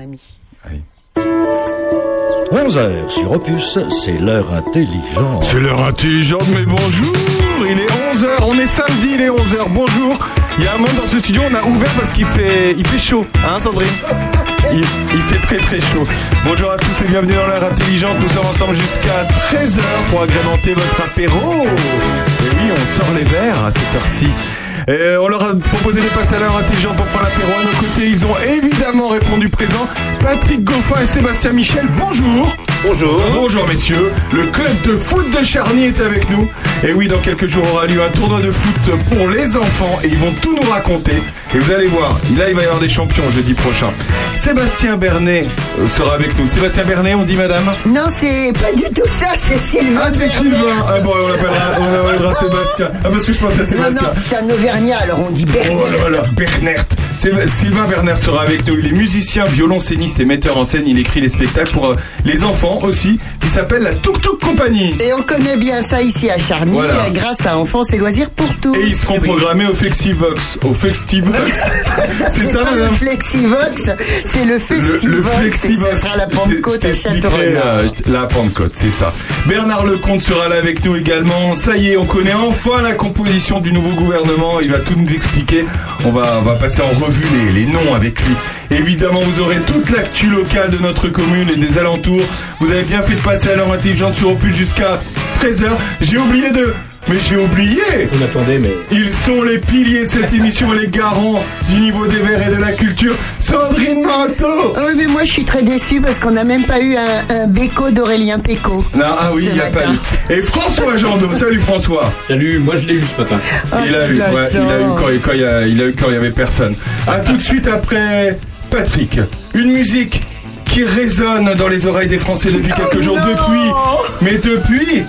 amis. Allez. 11h sur Opus, c'est l'heure intelligente. C'est l'heure intelligente, mais bonjour Il est 11h, on est samedi, il est 11h, bonjour Il y a un monde dans ce studio, on a ouvert parce qu'il fait, il fait chaud, hein Sandrine il, il fait très très chaud. Bonjour à tous et bienvenue dans l'heure intelligente, nous sommes ensemble jusqu'à 13h pour agrémenter votre apéro Et oui, on sort les verres à cette heure-ci Et on leur a proposé de passer à l'heure intelligente pour prendre l'apéro à nos côtés. Ils ont évidemment répondu présent. Patrick Goffin et Sébastien Michel, bonjour Bonjour. Bonjour messieurs, le club de foot de Charny est avec nous. Et oui, dans quelques jours aura lieu un tournoi de foot pour les enfants et ils vont tout nous raconter. Et vous allez voir, là il va y avoir des champions jeudi prochain. Sébastien Bernet euh, sera avec nous. Sébastien Bernet, on dit madame Non, c'est pas du tout ça, c'est Sylvain. Ah c'est Bernet. Sylvain Ah bon, on l'appellera on appellera Sébastien. Ah parce que je pensais à Non, Sébastien. non, c'est un Auvergnat, alors on dit Bernet. Oh là là, Bernert Syl- Sylvain Bernert sera avec nous. Il est musicien, violoncelliste et metteur en scène. Il écrit les spectacles pour euh, les enfants aussi, qui s'appelle la Tuk Tuk Compagnie. Et on connaît bien ça ici à Charny, Voilà. euh, grâce à Enfance et Loisirs pour tous. Et ils seront Oui. programmés au Flexivox. Au Flexivox. Ça, C'est c'est ça, pas le madame Flexivox, c'est le Festivox. Le, le et ça Flexivox. sera la Pentecôte Je- à je t'expliquerai, Châteaurenard. euh, je- La Pentecôte, c'est ça. Bernard Lecomte sera là avec nous également. Ça y est, on connaît enfin la composition du nouveau gouvernement. Il va tout nous expliquer. On va, on va passer en revue les, les noms avec lui. Évidemment, vous aurez toute l'actu locale de notre commune et des alentours. Vous avez bien fait de passer à l'heure intelligente sur Opus jusqu'à 13h. J'ai oublié de... Mais j'ai oublié On attendait, mais. Ils sont les piliers de cette émission, les garants du niveau des verts et de la culture. Sandrine Manteau Oh, mais moi je suis très déçu parce qu'on n'a même pas eu un, un béco d'Aurélien Péco. Non, ah oui, Ce il n'y a matin. pas eu. Et François Jandot, salut François Salut, moi je l'ai eu ce matin. Oh, Il a de eu, la ouais, il a eu chance. quand il quand il y a- il a eu quand il n'y avait personne. A tout de suite après Patrick. Une musique qui résonne dans les oreilles des Français depuis quelques jours, depuis, mais depuis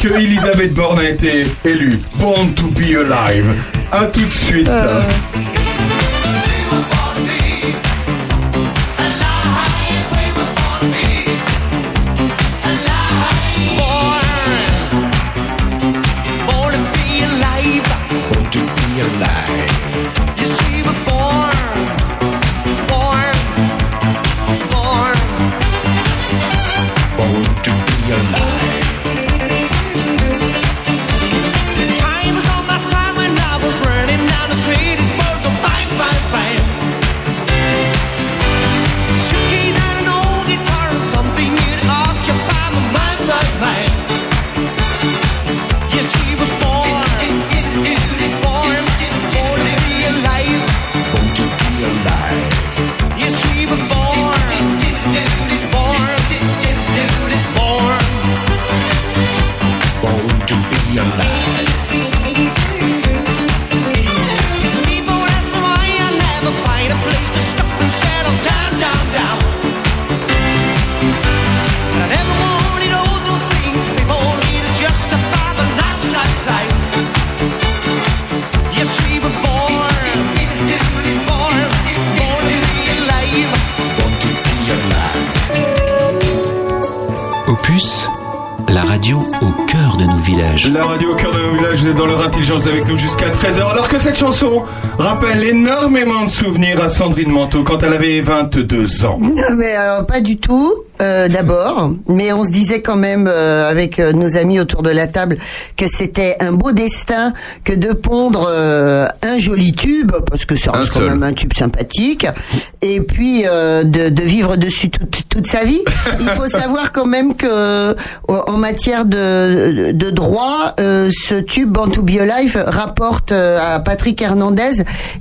que Elisabeth Borne a été élue. Born to be alive. A tout de suite. Yes, we were born, born, born to be alive. Yes, we were born, born, born. People ask me why I never find a place to stop and settle down, down, down. But I never wanted all those things people need to justify the lives I lives. Yes, we were born, born, born to be alive. Opus, la radio au cœur de nos villages. La radio au cœur de nos villages, vous êtes dans leur intelligence avec nous jusqu'à 13h. Alors que cette chanson rappelle énormément de souvenirs à Sandrine Manteau quand elle avait 22 ans. Non, mais alors, pas du tout, euh, d'abord. Mais on se disait quand même, euh, avec euh, nos amis autour de la table, que c'était un beau destin que de pondre euh, un joli tube, parce que ça Un reste quand seul. même un tube sympathique, et puis euh, de, de vivre dessus toute, toute sa vie. Il faut savoir quand même que, en en matière de, de droit, euh, ce tube Bantu Biolife rapporte euh, à Patrick Hernandez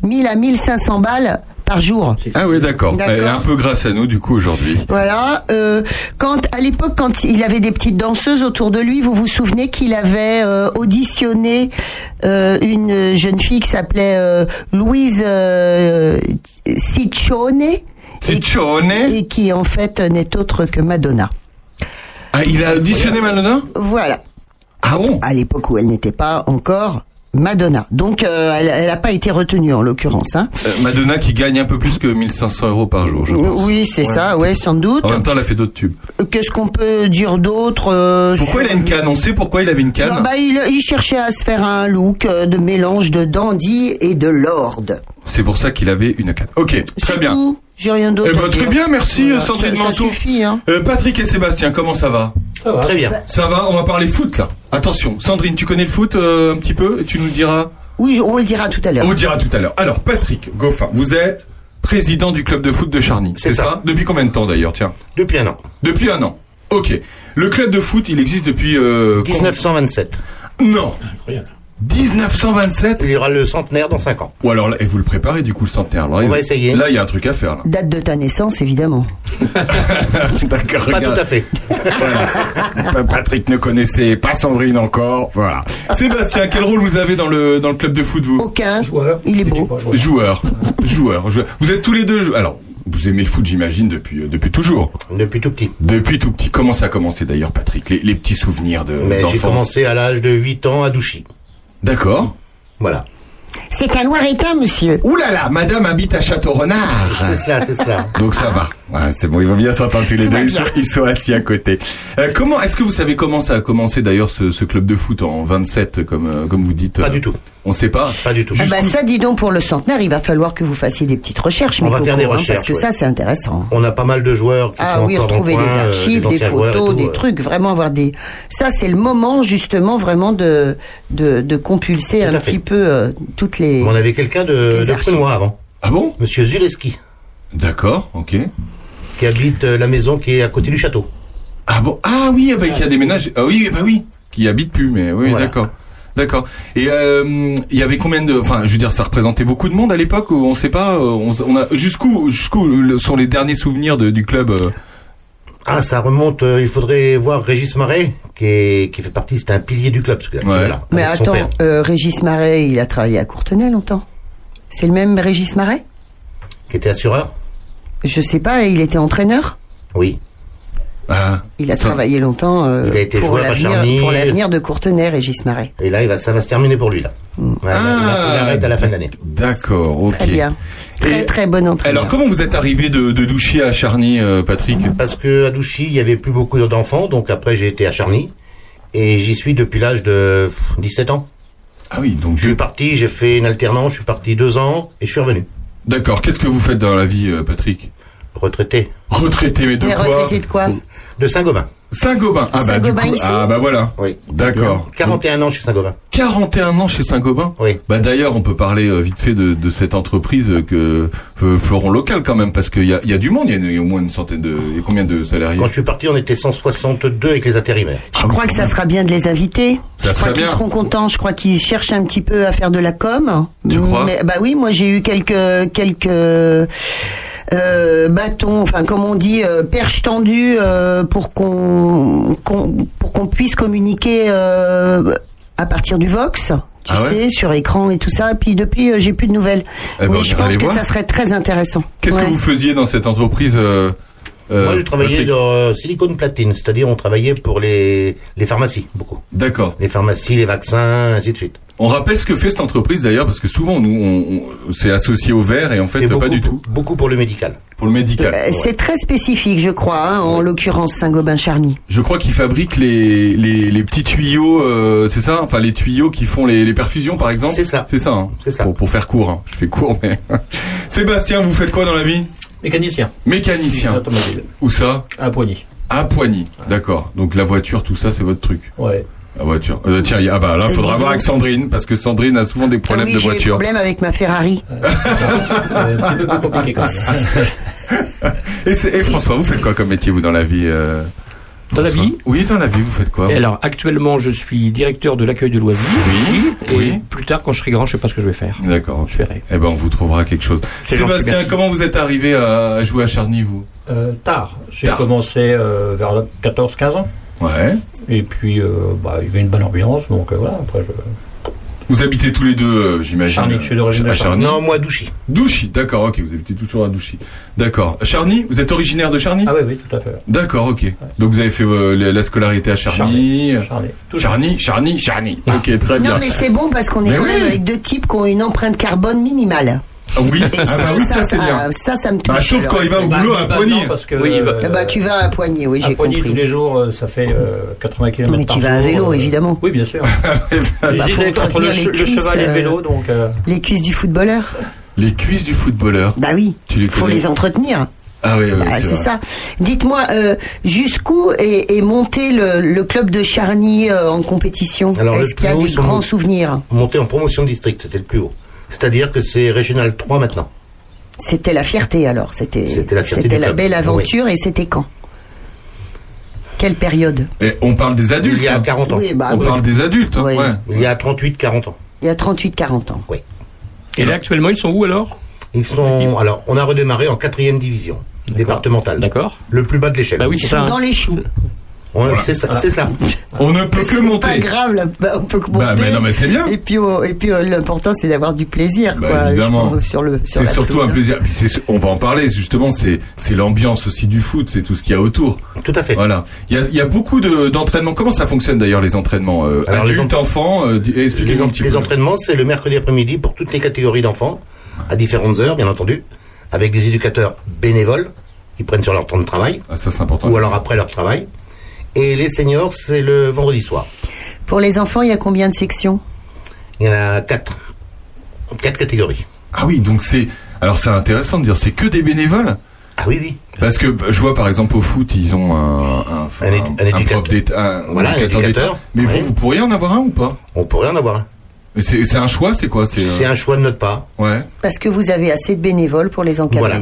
1000 à 1500 balles par jour. Ah oui, d'accord. D'accord. Elle est un peu grâce à nous, du coup, aujourd'hui. Voilà. Euh, quand à l'époque, quand il avait des petites danseuses autour de lui, vous vous souvenez qu'il avait euh, auditionné euh, une jeune fille qui s'appelait euh, Louise euh, Ciccione et, Ciccione et qui en fait n'est autre que Madonna. Ah, il a auditionné Madonna Voilà. Ah bon À l'époque où elle n'était pas encore Madonna. Donc euh, elle n'a pas été retenue en l'occurrence. Hein. Euh, Madonna qui gagne un peu plus que 1500 euros par jour, je pense. Oui, c'est ça. Ouais, sans doute. En même temps, elle a fait d'autres tubes. Euh, Qu'est-ce qu'on peut dire d'autre euh, Pourquoi sur- il a une canne On sait pourquoi il avait une canne Non, bah, il, il cherchait à se faire un look euh, de mélange de dandy et de lord. C'est pour ça qu'il avait une canne. Ok, très C'est bien. tout. J'ai rien d'autre. Eh ben, à très dire. bien, merci, Sandrine ça, ça Manteau. suffit, hein. Bah, Euh, Patrick et Sébastien, comment ça va Très bien. Ça va, on va parler foot là. Attention, Sandrine, tu connais le foot euh, un petit peu et Tu nous diras Oui, je- on le dira tout à l'heure. On le dira tout à l'heure. Alors, Patrick Goffin, vous êtes président du club de foot de Charny. C'est ça. Depuis combien de temps d'ailleurs Tiens. Depuis un an. Depuis un an. Ok. Le club de foot, il existe depuis. Euh, 1927. combien- Non. Incroyable. 1927 Il y aura le centenaire dans 5 ans. Ou alors, là, et vous le préparez du coup le centenaire. Alors, On il- va essayer. Là, il y a un truc à faire. Là. Date de ta naissance, évidemment. D'accord, Pas regarde. tout à fait. Voilà. Patrick ne connaissait pas Sandrine encore. Voilà. Sébastien, quel rôle vous avez dans le, dans le club de foot, vous Aucun. Joueur. Il est Et beau. puis, moi, joueur. Joueur, joueur, joueur. Vous êtes tous les deux. jou- Alors, vous aimez le foot, j'imagine, depuis euh, depuis toujours. Depuis tout petit. Depuis tout petit. Comment ça a commencé d'ailleurs, Patrick les, les petits souvenirs de Mais j'ai d'enfance. commencé à l'âge de 8 ans à Douchy. D'accord. Voilà. C'est à Loire-État, monsieur. Ah Ouh là là, Madame habite à Château Renard. C'est cela, c'est cela. Donc ça va. Ouais, c'est bon, ils vont bien s'entendre tous les Tout deux. va Ils sont, bien. ils sont assis à côté. Euh, comment Est-ce que vous savez comment ça a commencé d'ailleurs ce, ce club de foot en 27, comme euh, comme vous dites Pas euh, du tout. On sait pas. Pas du tout. Ah bah ça, dis donc, pour le centenaire, il va falloir que vous fassiez des petites recherches. On mes va faire des cocos, hein, recherches, Parce que ouais. ça, c'est intéressant. On a pas mal de joueurs qui Ah sont oui, encore dans le retrouver coin, des euh, archives, des anciens joueurs et photos, tout, des euh. trucs, vraiment avoir des. Ça, c'est le moment justement vraiment de de, de compulser Tout un à fait. petit peu euh, toutes les. On avait quelqu'un Des de, de archives. Prenois avant. Ah bon Monsieur Zuleski, D'accord. Ok. qui habite euh, la maison qui est à côté du château. Ah bon Ah oui, ah bah, qui a déménagé. Ah oui, bah oui, qui habite plus, mais oui, Voilà. d'accord. D'accord. Et euh, il y avait combien de, enfin, je veux dire, ça représentait beaucoup de monde à l'époque. ou On sait pas. euh, On, on a jusqu'où, jusqu'où le- sont les derniers souvenirs de- du club. euh, Ah, ça remonte, euh, il faudrait voir Régis Marais, qui, est, qui fait partie, c'est un pilier du club, ce gars. Ouais. Voilà, Mais avec son père. attends, euh, Régis Marais, il a travaillé à Courtenay longtemps. C'est le même Régis Marais Qui était assureur Je sais pas. Il était entraîneur. Oui. ah, Il a ça- travaillé longtemps euh, Il a été pour joueur à l'avenir Charny. pour l'avenir de Courtenay, Régis Marais. Et là, il va, ça va se terminer pour lui, là. Ouais, là, Ah. il arrête à la fin de l'année. D'accord. Ok. Très bien. Très Et- très bon entraîneur. Alors, comment vous êtes arrivé de, de Douchy à Charny, euh, Patrick Parce que à Douchy, il y avait plus beaucoup d'enfants, donc après, j'ai été à Charny. Et j'y suis depuis l'âge de pff, 17 ans. Ah oui, donc Je suis parti, j'ai fait une alternance, je suis parti deux ans et je suis revenu. D'accord. Qu'est-ce que vous faites dans la vie, euh, Patrick Retraité Retraité, mais de Mais quoi retraité de quoi de Saint-Gobain. Saint-Gobain. Ah bah, du Saint-Gobain, coup, ici ah bah voilà. Oui. D'accord. 41 ans chez Saint-Gobain. 41 ans chez Saint-Gobain Oui. Bah d'ailleurs, on peut parler euh, vite fait de, de cette entreprise euh, que euh, fleuron local quand même, parce qu'il y a, il y a du monde, il y a une- il y, a au moins une centaine de... Il y a combien de salariés Quand je suis parti, on était 162 avec les intérimaires. Je crois que ça sera bien de les inviter. Ça je crois serait qu'ils bien. seront contents. Je crois qu'ils cherchent un petit peu à faire de la com. Tu Mm, crois mais, Bah oui, moi j'ai eu quelques quelques euh, bâtons, enfin comme on dit, euh, perches tendues euh, pour qu'on qu'on- pour qu'on puisse communiquer euh, à partir du Vox. Tu Ah ouais sais, sur écran et tout ça. Et puis depuis, euh, j'ai plus de nouvelles. Eh ben, on Mais je ira pense les que voir. ça serait très intéressant. Qu'est-ce Ouais. que vous faisiez dans cette entreprise euh, euh, Moi, je travaillais Patrick dans euh, silicone platine, c'est-à-dire on travaillait pour les, les pharmacies, beaucoup. D'accord. Les pharmacies, les vaccins, ainsi de suite. On rappelle ce que fait cette entreprise d'ailleurs, parce que souvent, nous, on, on- c'est associé au vert et en fait, C'est pas beaucoup, du tout. Beaucoup pour le médical. Pour le médical. Euh, C'est très spécifique, je crois, hein, en l'occurrence Saint-Gobain-Charny. Je crois qu'ils fabriquent les, les, les petits tuyaux, euh, c'est ça Enfin, les tuyaux qui font les, les perfusions, par exemple C'est ça. C'est ça, hein C'est ça. Pour, pour faire court, hein. je fais court, mais... Sébastien, vous faites quoi dans la vie Mécanicien. Mécanicien. Automobile. Où ça À Poigny. À Poigny. D'accord. Donc la voiture, tout ça, c'est votre truc. Ouais. La voiture. Euh, tiens, y a- ah bah là, Euh, faudra dis voir donc. avec Sandrine, parce que Sandrine a souvent des Ah problèmes oui, de j'ai des voiture. problèmes avec ma Ferrari. Euh, un petit peu plus compliqué quand même. Et, c'est- et François, vous faites quoi comme métier, vous, dans la vie euh, Dans la François vie Oui, dans la vie, vous faites quoi Et Alors actuellement, je suis directeur de l'accueil de loisirs. Oui, ici, Et oui. plus tard, quand je serai grand, je sais pas ce que je vais faire. D'accord. Je verrai. Eh ben, on vous trouvera quelque chose. C'est gentil, Sébastien, merci. comment vous êtes arrivé à à jouer à Charny, vous Euh, tard. J'ai Tard. commencé euh, vers 14-15 ans. Ouais. Et puis, euh, bah, il y avait une bonne ambiance. Donc euh, voilà, après, je... Vous habitez tous les deux, euh, j'imagine. Charny, je suis d'origine à de Charny. Non, moi, Douchy. Douchy, d'accord, ok, vous habitez toujours à Douchy. D'accord. Charny, vous êtes originaire de Charny Ah oui, oui, tout à fait. D'accord, ok. Donc vous avez fait euh, la la scolarité à Charny. Charny. Tout- Charny, Charny, Charny. Ok, très bien. Ah. Non, mais c'est bon parce qu'on est Mais quand oui. même avec deux types qui ont une empreinte carbone minimale. Ah oui, Et ah bah oui, ça c'est bien. ah, ça, ça me touche. Bah, sauf alors. quand il va au Bah, boulot à bah, non, Poigny. parce que, Oui, il va- euh, Ah bah, tu vas à Poigny, oui, à j'ai Poigny, compris. tous les jours, euh, ça fait euh, 80 km Mais tu vas à vélo, évidemment. euh, Oui, bien sûr. bah, J'hésite faut entre le, entretenir che- les le cheval et cuisses, le vélo, euh, donc... euh, Les cuisses du footballeur. Les cuisses du footballeur. Bah oui, Tu les faut connais les entretenir. Ah oui, oui, Bah, c'est vrai. ça. Dites-moi, euh, jusqu'où est, est monté le, le club de Charny euh, en compétition Alors, le Est-ce qu'il y a plus haut, des ils sont grands mon- souvenirs Monté en promotion district, c'était le plus haut. C'est-à-dire que c'est régional 3 maintenant. C'était la fierté alors. C'était C'était la fierté c'était du Ah la club. belle aventure et c'était quand Quelle période Et on parle des adultes. Il y a hein. 40 ans. Oui, bah, On oui. parle des adultes, hein, Oui. ouais. Il y a 38, 40 ans. Il y a 38-40 ans. Et là, actuellement, ils sont où alors Ils sont. Alors, on a redémarré en quatrième division départementale. D'accord. Le plus bas de l'échelle. Bah oui, c'est Ils sont ça. hein. dans les choux. On- C'est ça. C'est cela. On ne peut C'est que pas monter. grave, là, bah, on peut que monter. Bah, mais non, mais c'est bien. Et puis, oh, et puis oh, l'important, c'est d'avoir du plaisir, Bah, quoi. je évidemment. trouve, sur le, sur C'est la surtout un pelouse. hein. plaisir. Puis c'est- on va en parler, justement, c'est c'est l'ambiance aussi du foot, c'est tout ce qu'il y a autour. Tout à fait. Voilà. Il y a, il y a beaucoup de- d'entraînements. Comment ça fonctionne d'ailleurs, les entraînements euh, Alors, les Adultes, en- enfants euh, di- Les, Expliquez-nous en- un petit les peu. entraînements, c'est le mercredi après-midi pour toutes les catégories d'enfants, à différentes heures, bien entendu, avec des éducateurs bénévoles qui prennent sur leur temps de travail, Ah, ça, c'est important. ou alors après leur travail. Et les seniors, c'est le vendredi soir. Pour les enfants, il y a combien de sections Il y en a quatre. Quatre catégories. Ah oui, donc c'est. Alors, c'est intéressant de dire, c'est que des bénévoles Ah oui, oui. Parce que bah, je vois par exemple au foot, ils ont un, un, Un édu- un éducateur. prof d'état. un Voilà, un d'état. éducateur. Mais Oui. vous, vous pourriez en avoir un ou pas On pourrait en avoir un. Mais C'est c'est un choix, c'est quoi C'est euh, un choix de notre part. Ouais. Parce que vous avez assez de bénévoles pour les encadrer. Voilà.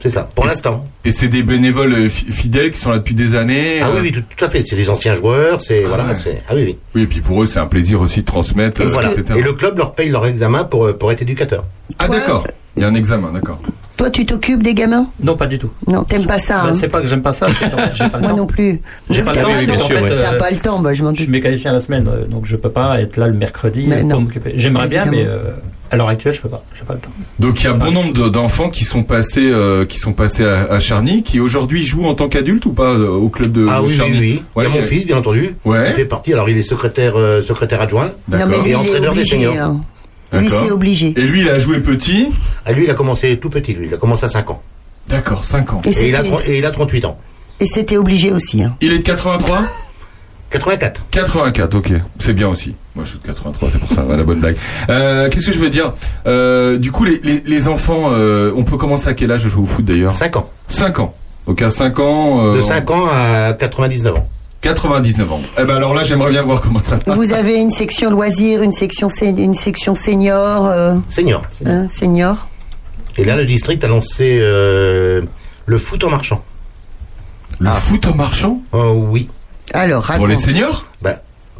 C'est ça. Pour Et- l'instant. Et c'est des bénévoles euh, fi- fidèles qui sont là depuis des années. Ah euh, oui, oui, tout, tout à fait. C'est des anciens joueurs. C'est voilà. ouais. c'est- Ah oui, oui. Oui, et puis pour eux, c'est un plaisir aussi de transmettre, euh, Voilà. etc. Et le club leur paye leur examen pour, euh, pour être éducateur. Ah Toi, d'accord. Il y a un examen, d'accord. Toi, tu t'occupes des gamins Non, pas du tout. Non, t'aimes pas ça. Bah, hein c'est pas que j'aime pas ça, c'est qu'en fait, j'ai pas le Moi temps. non plus. J'ai pas le T'as temps, oui, pas, bien le sûr, temps. ouais. T'as pas le temps, bah, je m'en euh, Je suis doute. mécanicien la semaine, euh, donc je peux pas être là le mercredi Mais euh, non. pour m'occuper. J'aimerais bien, mais Évidemment. euh, à l'heure actuelle, je peux pas. J'ai pas le temps. Donc il y a bon nombre de- d'enfants qui sont passés, euh, qui sont passés à, à Charny, qui aujourd'hui jouent en tant qu'adultes ou pas euh, au club de, Ah de oui, oui, Charny. oui. Ouais, il y a mon ouais. fils, bien entendu. Ouais. Il fait partie. Alors, il est secrétaire, euh, secrétaire adjoint. Non, D'accord. mais lui, Et il est entraîneur des obligé. seniors. hein. Lui, D'accord. c'est obligé. Et lui, il a joué petit. Ah, lui, il a commencé tout petit, lui. Il a commencé à 5 ans. D'accord, 5 ans. Et Et il, a, c'était- tro- et il a 38 ans. Et c'était obligé aussi. hein. Il est de 83 84. 84, ok. C'est bien aussi. Moi, je suis de 83, c'est pour ça, la bonne blague. Euh, Qu'est-ce que je veux dire Euh, Du coup, les, les, les enfants, euh, on peut commencer à quel âge à jouer au foot d'ailleurs 5 ans. 5 ans. Donc à 5 ans... euh, De 5 ans à 99 ans. 99 ans. Eh ben alors là, j'aimerais bien voir comment ça passe. Vous avez une section loisirs, une section, sé- une section senior, euh, Senior. hein, senior. Et là, le district a lancé euh, le foot en marchant. Ah. Le foot en marchant Oh oui. Alors, raconte. Pour les seniors Bah,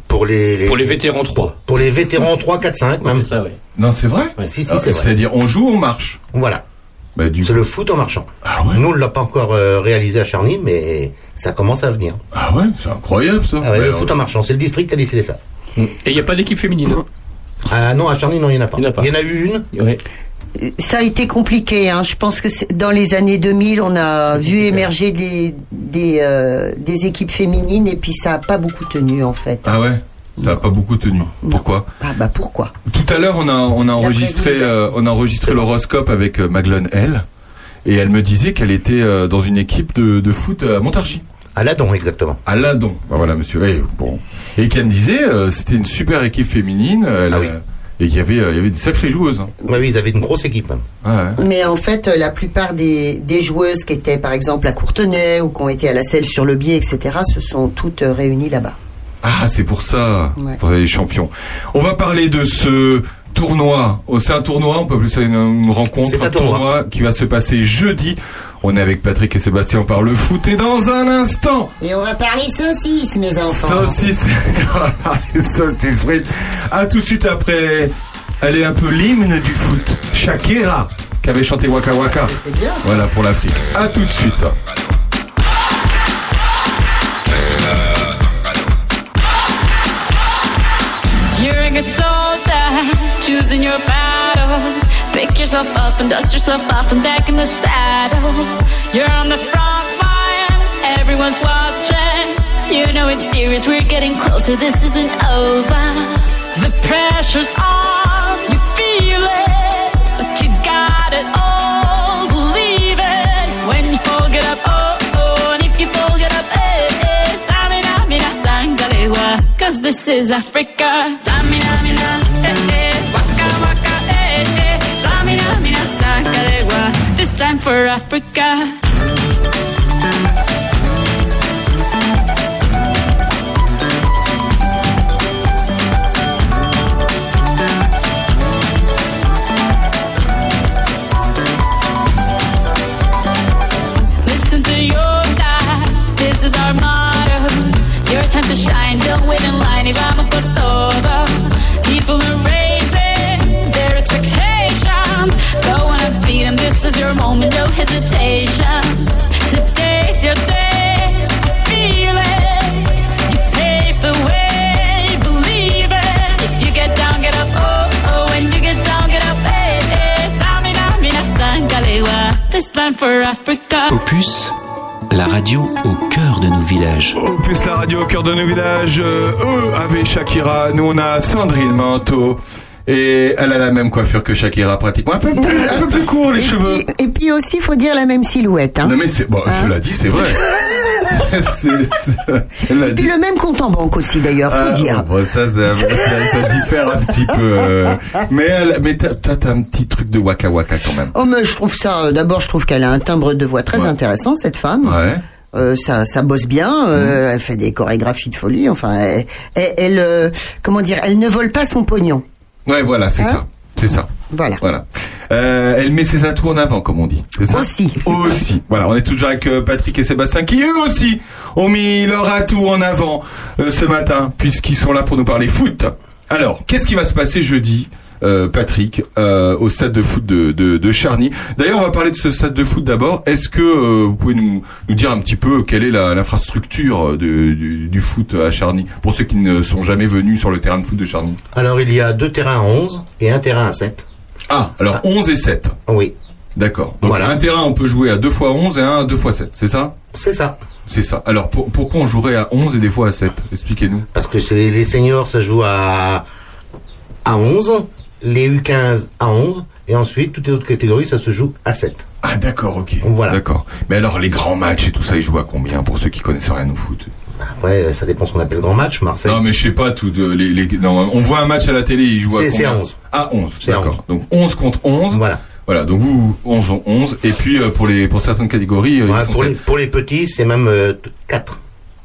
pour les, Pour les vétérans 3. pour les vétérans 3, 4, 5 même. C'est ça, oui. Non, c'est vrai Ouais. Si, si, Ah, c'est vrai. C'est-à-dire, on joue, on marche. Voilà. Bah, du C'est le foot en marchant. Ah ouais Nous, on ne l'a pas encore euh, réalisé à Charny, mais ça commence à venir. Ah ouais, c'est incroyable ça. Ah ouais, Bah, le alors- foot en marchant, c'est le district qui a décidé ça. Et il n'y a pas d'équipe féminine. hein Ah non, à Charny, non, il n'y en a pas. Il y en a pas. Il y en a eu une. Ouais. Ça a été compliqué. hein. Je pense que c'est- dans les années 2000, on a vu émerger des, des, euh, des équipes féminines et puis ça n'a pas beaucoup tenu en fait. Ah ouais ça n'a pas beaucoup tenu. Pourquoi Ah bah pourquoi Tout à l'heure, on a, on a enregistré, prévue, euh, on a enregistré l'horoscope avec euh, Maglone L. Et elle me disait qu'elle était euh, dans une équipe de, de foot à Montargis, À Ladon, exactement. à Ladon. Ben voilà, monsieur. Et, bon. et qu'elle me disait, euh, c'était une super équipe féminine. elle, Ah oui. euh, Et qu'il y avait, euh, il y avait des sacrées joueuses. hein. Bah oui, ils avaient une grosse équipe même. Ah ouais. Mais en fait, euh, la plupart des, des joueuses qui étaient par exemple à Courtenay ou qui ont été à la selle sur le biais, etc., se sont toutes euh, réunies là-bas. Ah, c'est pour ça, Ouais. pour les champions. On va parler de ce tournoi. Oh, c'est un tournoi, on peut appeler ça une, une rencontre, C'est un tournoi qui va se passer jeudi. On est avec Patrick et Sébastien, on parle le foot et dans un instant. Et on va parler saucisses, mes enfants. Saucisse, on va parler saucisse frites. À tout de suite après. Elle est un peu l'hymne du foot. Shakira, qui avait chanté Waka Waka. C'était bien, ça. Voilà pour l'Afrique. À tout de suite. You're a good soldier, choosing your battles. Pick yourself up and dust yourself off and back in the saddle. You're on the front line, everyone's watching. You know it's serious, we're getting closer, this isn't over. The pressure's on, you feel it, but you got it all, believe it. When you fold it up, oh, oh, and if you fold it up, eh, eh, Tamina, mina, sangalewa, cause this is Africa. Tamina, mina, eh, eh, waka, waka, eh, eh, Tamina, mira, mira, saca de gua. This time for Africa. Listen to your God, this is our motto. Your time to shine, don't wait in line, y vamos por todo. People are raising their expectations. Go on and feed 'em, this is your moment, no hesitation. Today's your day, feel it. You pave the way, believe it. If you get down, get up, oh, oh, when you get down, get up, hey, hey. Tamina, mina, sangalewa. This time for Africa. Opus, la radio au cœur de nos villages. Opus la radio au cœur de nos villages. Euh, eux avaient Shakira, nous on a Sandrine Manteau. Et elle a la même coiffure que Shakira, pratiquement. Un peu plus, un peu plus court les Et cheveux. puis, et puis aussi, faut dire la même silhouette. Hein. Non mais c'est. Bon, cela dit, c'est vrai. C'est- c'est- c'est- cela Et puis dit. le même compte en banque aussi, d'ailleurs, faut Ah, dire. bon, ça, ça, ça, ça diffère un petit peu. euh, mais elle, mais t'as- t'as t'as un petit truc de waka waka quand même. Oh, mais je trouve ça. euh, D'abord, je trouve qu'elle a un timbre de voix très Ouais. intéressant, cette femme. Ouais. Mm. Euh, ça, ça bosse bien. euh, Elle fait des chorégraphies de folie. Enfin, elle, elle- elle, euh, comment dire, elle ne vole pas son pognon. Ouais, voilà, c'est Hein ça. C'est ça. Voilà. Voilà. Euh, elle met ses atouts en avant, comme on dit. c'est ça Aussi. Aussi. Voilà, on est toujours avec euh, Patrick et Sébastien qui, eux aussi, ont mis leur atout en avant euh, ce matin, puisqu'ils sont là pour nous parler foot. Alors, qu'est-ce qui va se passer jeudi euh, Patrick, euh, au stade de foot de, de, de Charny. D'ailleurs, on va parler de ce stade de foot d'abord. Est-ce que euh, vous pouvez nous, nous dire un petit peu quelle est la- l'infrastructure de- du, du foot à Charny pour ceux qui ne sont jamais venus sur le terrain de foot de Charny Alors, il y a deux terrains à 11 et un terrain à 7. Ah, alors 11 et 7. Oui, D'accord. Donc Voilà. un terrain, on peut jouer à 2 x 11 et un à 2 x 7, c'est ça c'est ça. C'est ça. Alors pour- pourquoi on jouerait à 11 et des fois à 7 Expliquez-nous. Parce que c'est- les seniors, ça joue à, à 11, les U15 à 11, et ensuite, toutes les autres catégories, ça se joue à 7. Ah d'accord, ok. Voilà. D'accord. Mais alors les grands matchs et tout ça, ils jouent à combien pour ceux qui connaissent rien au foot Après, euh, ça dépend ce qu'on appelle grand match. Marseille, Non mais je sais pas, tout, euh, les, les- non, on voit un match à la télé, ils jouent à C'est- combien c'est à 11. À 11, C'est à d'accord. Donc 11 contre 11. voilà. Voilà, donc vous, 11 on 11. Et puis euh, pour, les, pour certaines catégories, euh, Ouais, ils sont pour, les, sept. pour les petits, c'est même 4.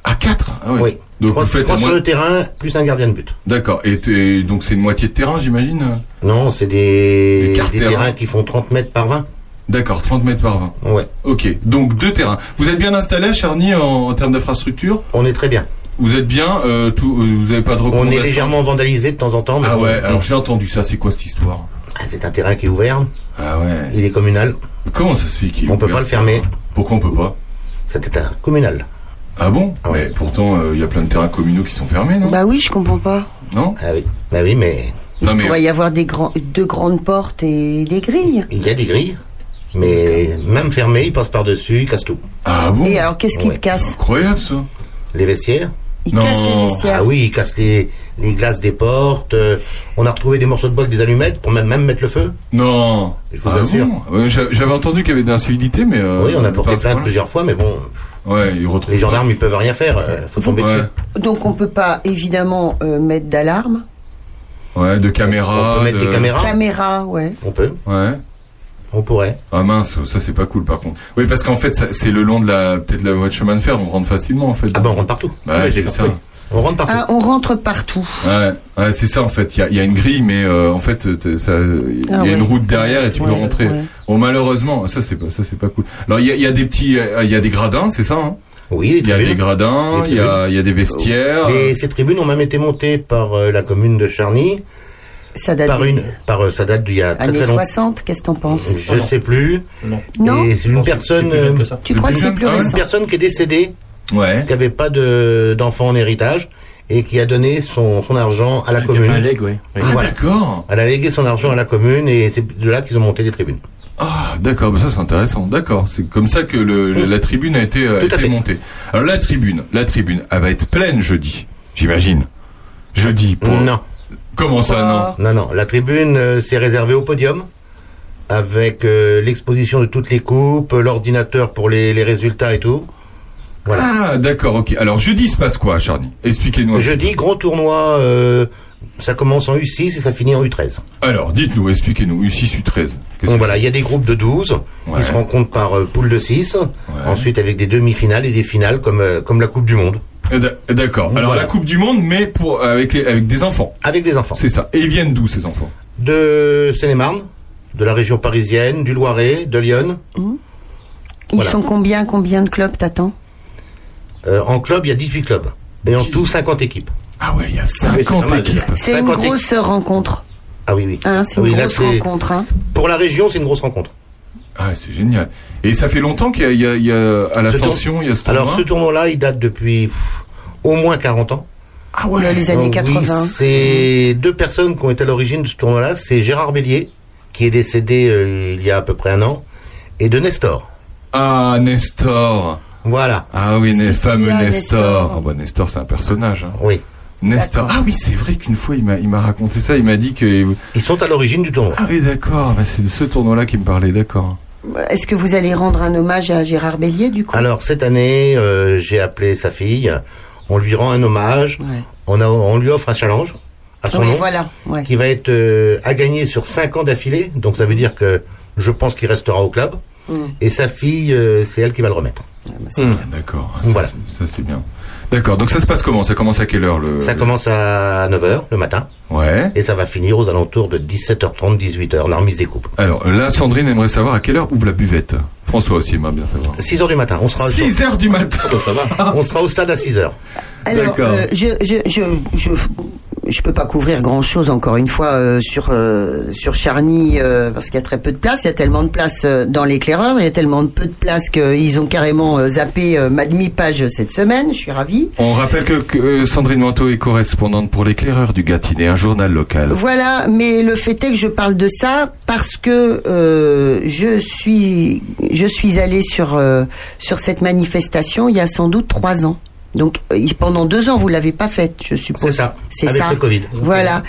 À 4 ah, ouais. Oui. Donc trois vous faites trois à sur moins- le terrain, plus un gardien de but. D'accord. Et, t- et donc c'est une moitié de terrain, j'imagine Non, c'est des, Des quarts des terrain. terrains qui font 30 mètres par 20. D'accord, 30 mètres par 20. Ouais, Ok, donc deux terrains. Vous êtes bien installé à Charny en, en termes d'infrastructure on est très bien. Vous êtes bien euh, tout, euh, Vous avez pas de On est recommandations légèrement vandalisé de temps en temps. mais Ah bon, ouais, alors j'ai entendu ça, c'est quoi cette histoire ah, C'est un terrain qui est ouvert, Ah ouais. il est communal. Comment ça se fait qu'il On peut ouvre pas le ça fermer. Pourquoi on peut pas C'est un terrain communal. Ah bon Ah ouais. Mais pourtant, euh, il y a plein de terrains communaux qui sont fermés, non Bah oui, je comprends pas. Non Ah oui, bah oui, mais Non mais... Il va y avoir des grands, deux grandes portes et des grilles. il y a des grilles. Mais même fermé, il passe par-dessus, il casse tout. Ah bon Et alors, qu'est-ce qu'ils Ouais. te cassent Incroyable ça Les vestiaires. Ils Non. cassent les vestiaires. Ah oui, il casse les, les glaces des portes. euh, on a retrouvé des morceaux de bois avec des allumettes pour même, même mettre le feu. Non Je vous Ah assure. bon Ouais, j'a- J'avais entendu qu'il y avait d'incivilité, mais... euh, oui, on a pas à porté ce plainte point-là. plusieurs fois, mais bon, Ouais, ils retrouvent... les gendarmes, ils peuvent rien faire. euh, faut tomber Ouais, dessus. Donc on peut pas évidemment euh, mettre d'alarme. ouais de caméras... on peut mettre de- des caméras. Caméra, ouais. On peut, Ouais. on pourrait. Ah mince, ça c'est pas cool par contre. Oui, parce qu'en fait, ça- c'est le long de la peut-être la voie de chemin de fer, on rentre facilement en fait. Ah ben, on rentre partout. Bah, Ah ouais, c'est j'ai ça. compris. On rentre partout. Ah, on rentre partout. Ouais, ouais, c'est ça en fait. Il y a, il y a une grille, mais euh, en fait, t'es- ça- il y a Ah ouais. une route derrière et tu peux Ouais, rentrer. ouais. Bon, malheureusement, ça c'est pas ça c'est pas cool. Alors il y a, il y a des petits, euh, il y a des gradins, c'est ça. hein oui, les il y a des tribunes. gradins, Les il y a il y a des vestiaires. Et ces tribunes ont même été montées par euh, la commune de Charny. Ça date Par des une, par, euh, ça date d'il y a très années très longtemps. 60, qu'est-ce que t'en penses Je sais plus. Non. Non Et c'est Non, une c'est- personne, c'est plus jeune euh, que ça. Tu C'est crois plus que c'est jeune plus Ah ouais. une récent personne qui est décédée, Ouais. qui n'avait pas de, d'enfant en héritage et qui a donné son, son argent à la Il a fait un commune. leg, ouais. Ah voilà. d'accord. Elle a légué son argent à la commune et c'est de là qu'ils ont monté les tribunes. Ah d'accord, bah ça c'est intéressant. D'accord, c'est comme ça que le, la tribune a été, euh, Tout à été fait. montée. Alors la tribune, la tribune, elle va être pleine jeudi, j'imagine. Jeudi pour. Non, Comment ça non non, non. La tribune euh, s'est réservée au podium avec euh, l'exposition de toutes les coupes, l'ordinateur pour les, les résultats et tout. Voilà. Ah, d'accord, ok. Alors, jeudi, il se passe quoi, Charny Expliquez-nous. un peu. Jeudi, gros tournoi. euh, ça commence en U6 et ça finit en U13. Alors, dites-nous, expliquez-nous. U6, U13. Qu'est-ce que Donc c'est voilà, il y a des groupes de 12 Ouais. qui se rencontrent par euh, poule de 6. Ensuite, avec des demi-finales et des finales comme, euh, comme la Coupe du Monde. Euh, d- D'accord. Alors, Voilà. la Coupe du Monde, mais pour, avec, les- avec des enfants. Avec des enfants. C'est ça. Et ils viennent d'où, ces enfants De Seine-et-Marne, de la région parisienne, du Loiret, de Lyon. Ils Voilà. sont combien, combien de clubs t'attends Euh, en club, il y a 18 clubs. Et en tout, 50 équipes. Ah ouais, il y a oui, c'est pas 50 mal, équipes. C'est une 50 grosse rencontre. Ah oui, oui. Hein, c'est Ah une oui, là, grosse c'est- rencontre. Hein. Pour la région, c'est une grosse rencontre. Ah, c'est génial. Et ça fait longtemps qu'il y a, il y a- il y a- à Ce tour- l'ascension, il y a ce tournoi. Alors, ce tournoi-là, il date depuis pff, au moins 40 ans. Ah Ou là, ouais. les années Donc, oui, 80. c'est deux personnes qui ont été à l'origine de ce tournoi-là. C'est Gérard Bélier, qui est décédé euh, il y a à peu près un an, et de Nestor. Ah, Nestor. Voilà. Ah oui, C'est le qui, fameux là, Nestor. Nestor Ah bah, Nestor, c'est un personnage. hein. Oui. Nestor. Ah oui, c'est vrai qu'une fois, il m'a il m'a raconté ça. Il m'a dit que. Ils sont à l'origine du tournoi. Ah oui, d'accord. Bah, c'est de ce tournoi-là qu'il me parlait, d'accord. Est-ce que vous allez rendre un hommage à Gérard Bélier, du coup Alors, cette année, euh, j'ai appelé sa fille. On lui rend un hommage. Ouais. On, a, on lui offre un challenge à son Ouais, nom, voilà. ouais. qui va être euh, à gagner sur cinq ans d'affilée. Donc, ça veut dire que je pense qu'il restera au club. Et sa fille, euh, c'est elle qui va le remettre. Ah, D'accord. Ça, Voilà. c'est- Ça, c'est bien. D'accord. Donc, ça se passe comment Ça commence à quelle heure le. Ça le- commence à 9h le matin Ouais. et ça va finir aux alentours de 17h30, 18h, la remise des coupes. Alors, là, Sandrine aimerait savoir à quelle heure ouvre la buvette. François aussi aimerait bien savoir. 6h du matin, on sera, au- Ah, 6 heures du matin. Ça va. on sera au stade à 6h. Alors, D'accord. euh, je, je, je, je, je peux pas couvrir grand chose encore une fois euh, sur euh, sur Charny euh, parce qu'il y a très peu de place. Il y a tellement de place euh, dans l'éclaireur, il y a tellement de peu de place qu'ils ont carrément euh, zappé euh, ma demi page cette semaine. Je suis ravie. On rappelle que, que, euh, Sandrine Manteau est correspondante pour l'éclaireur du Gâtinais, un journal local. Voilà, mais le fait est que je parle de ça parce que euh, je suis je suis allée sur euh, sur cette manifestation il y a sans doute trois ans. Donc euh, pendant deux ans vous l'avez pas faite, je suppose. C'est ça, C'est avec ça. le Covid. Voilà.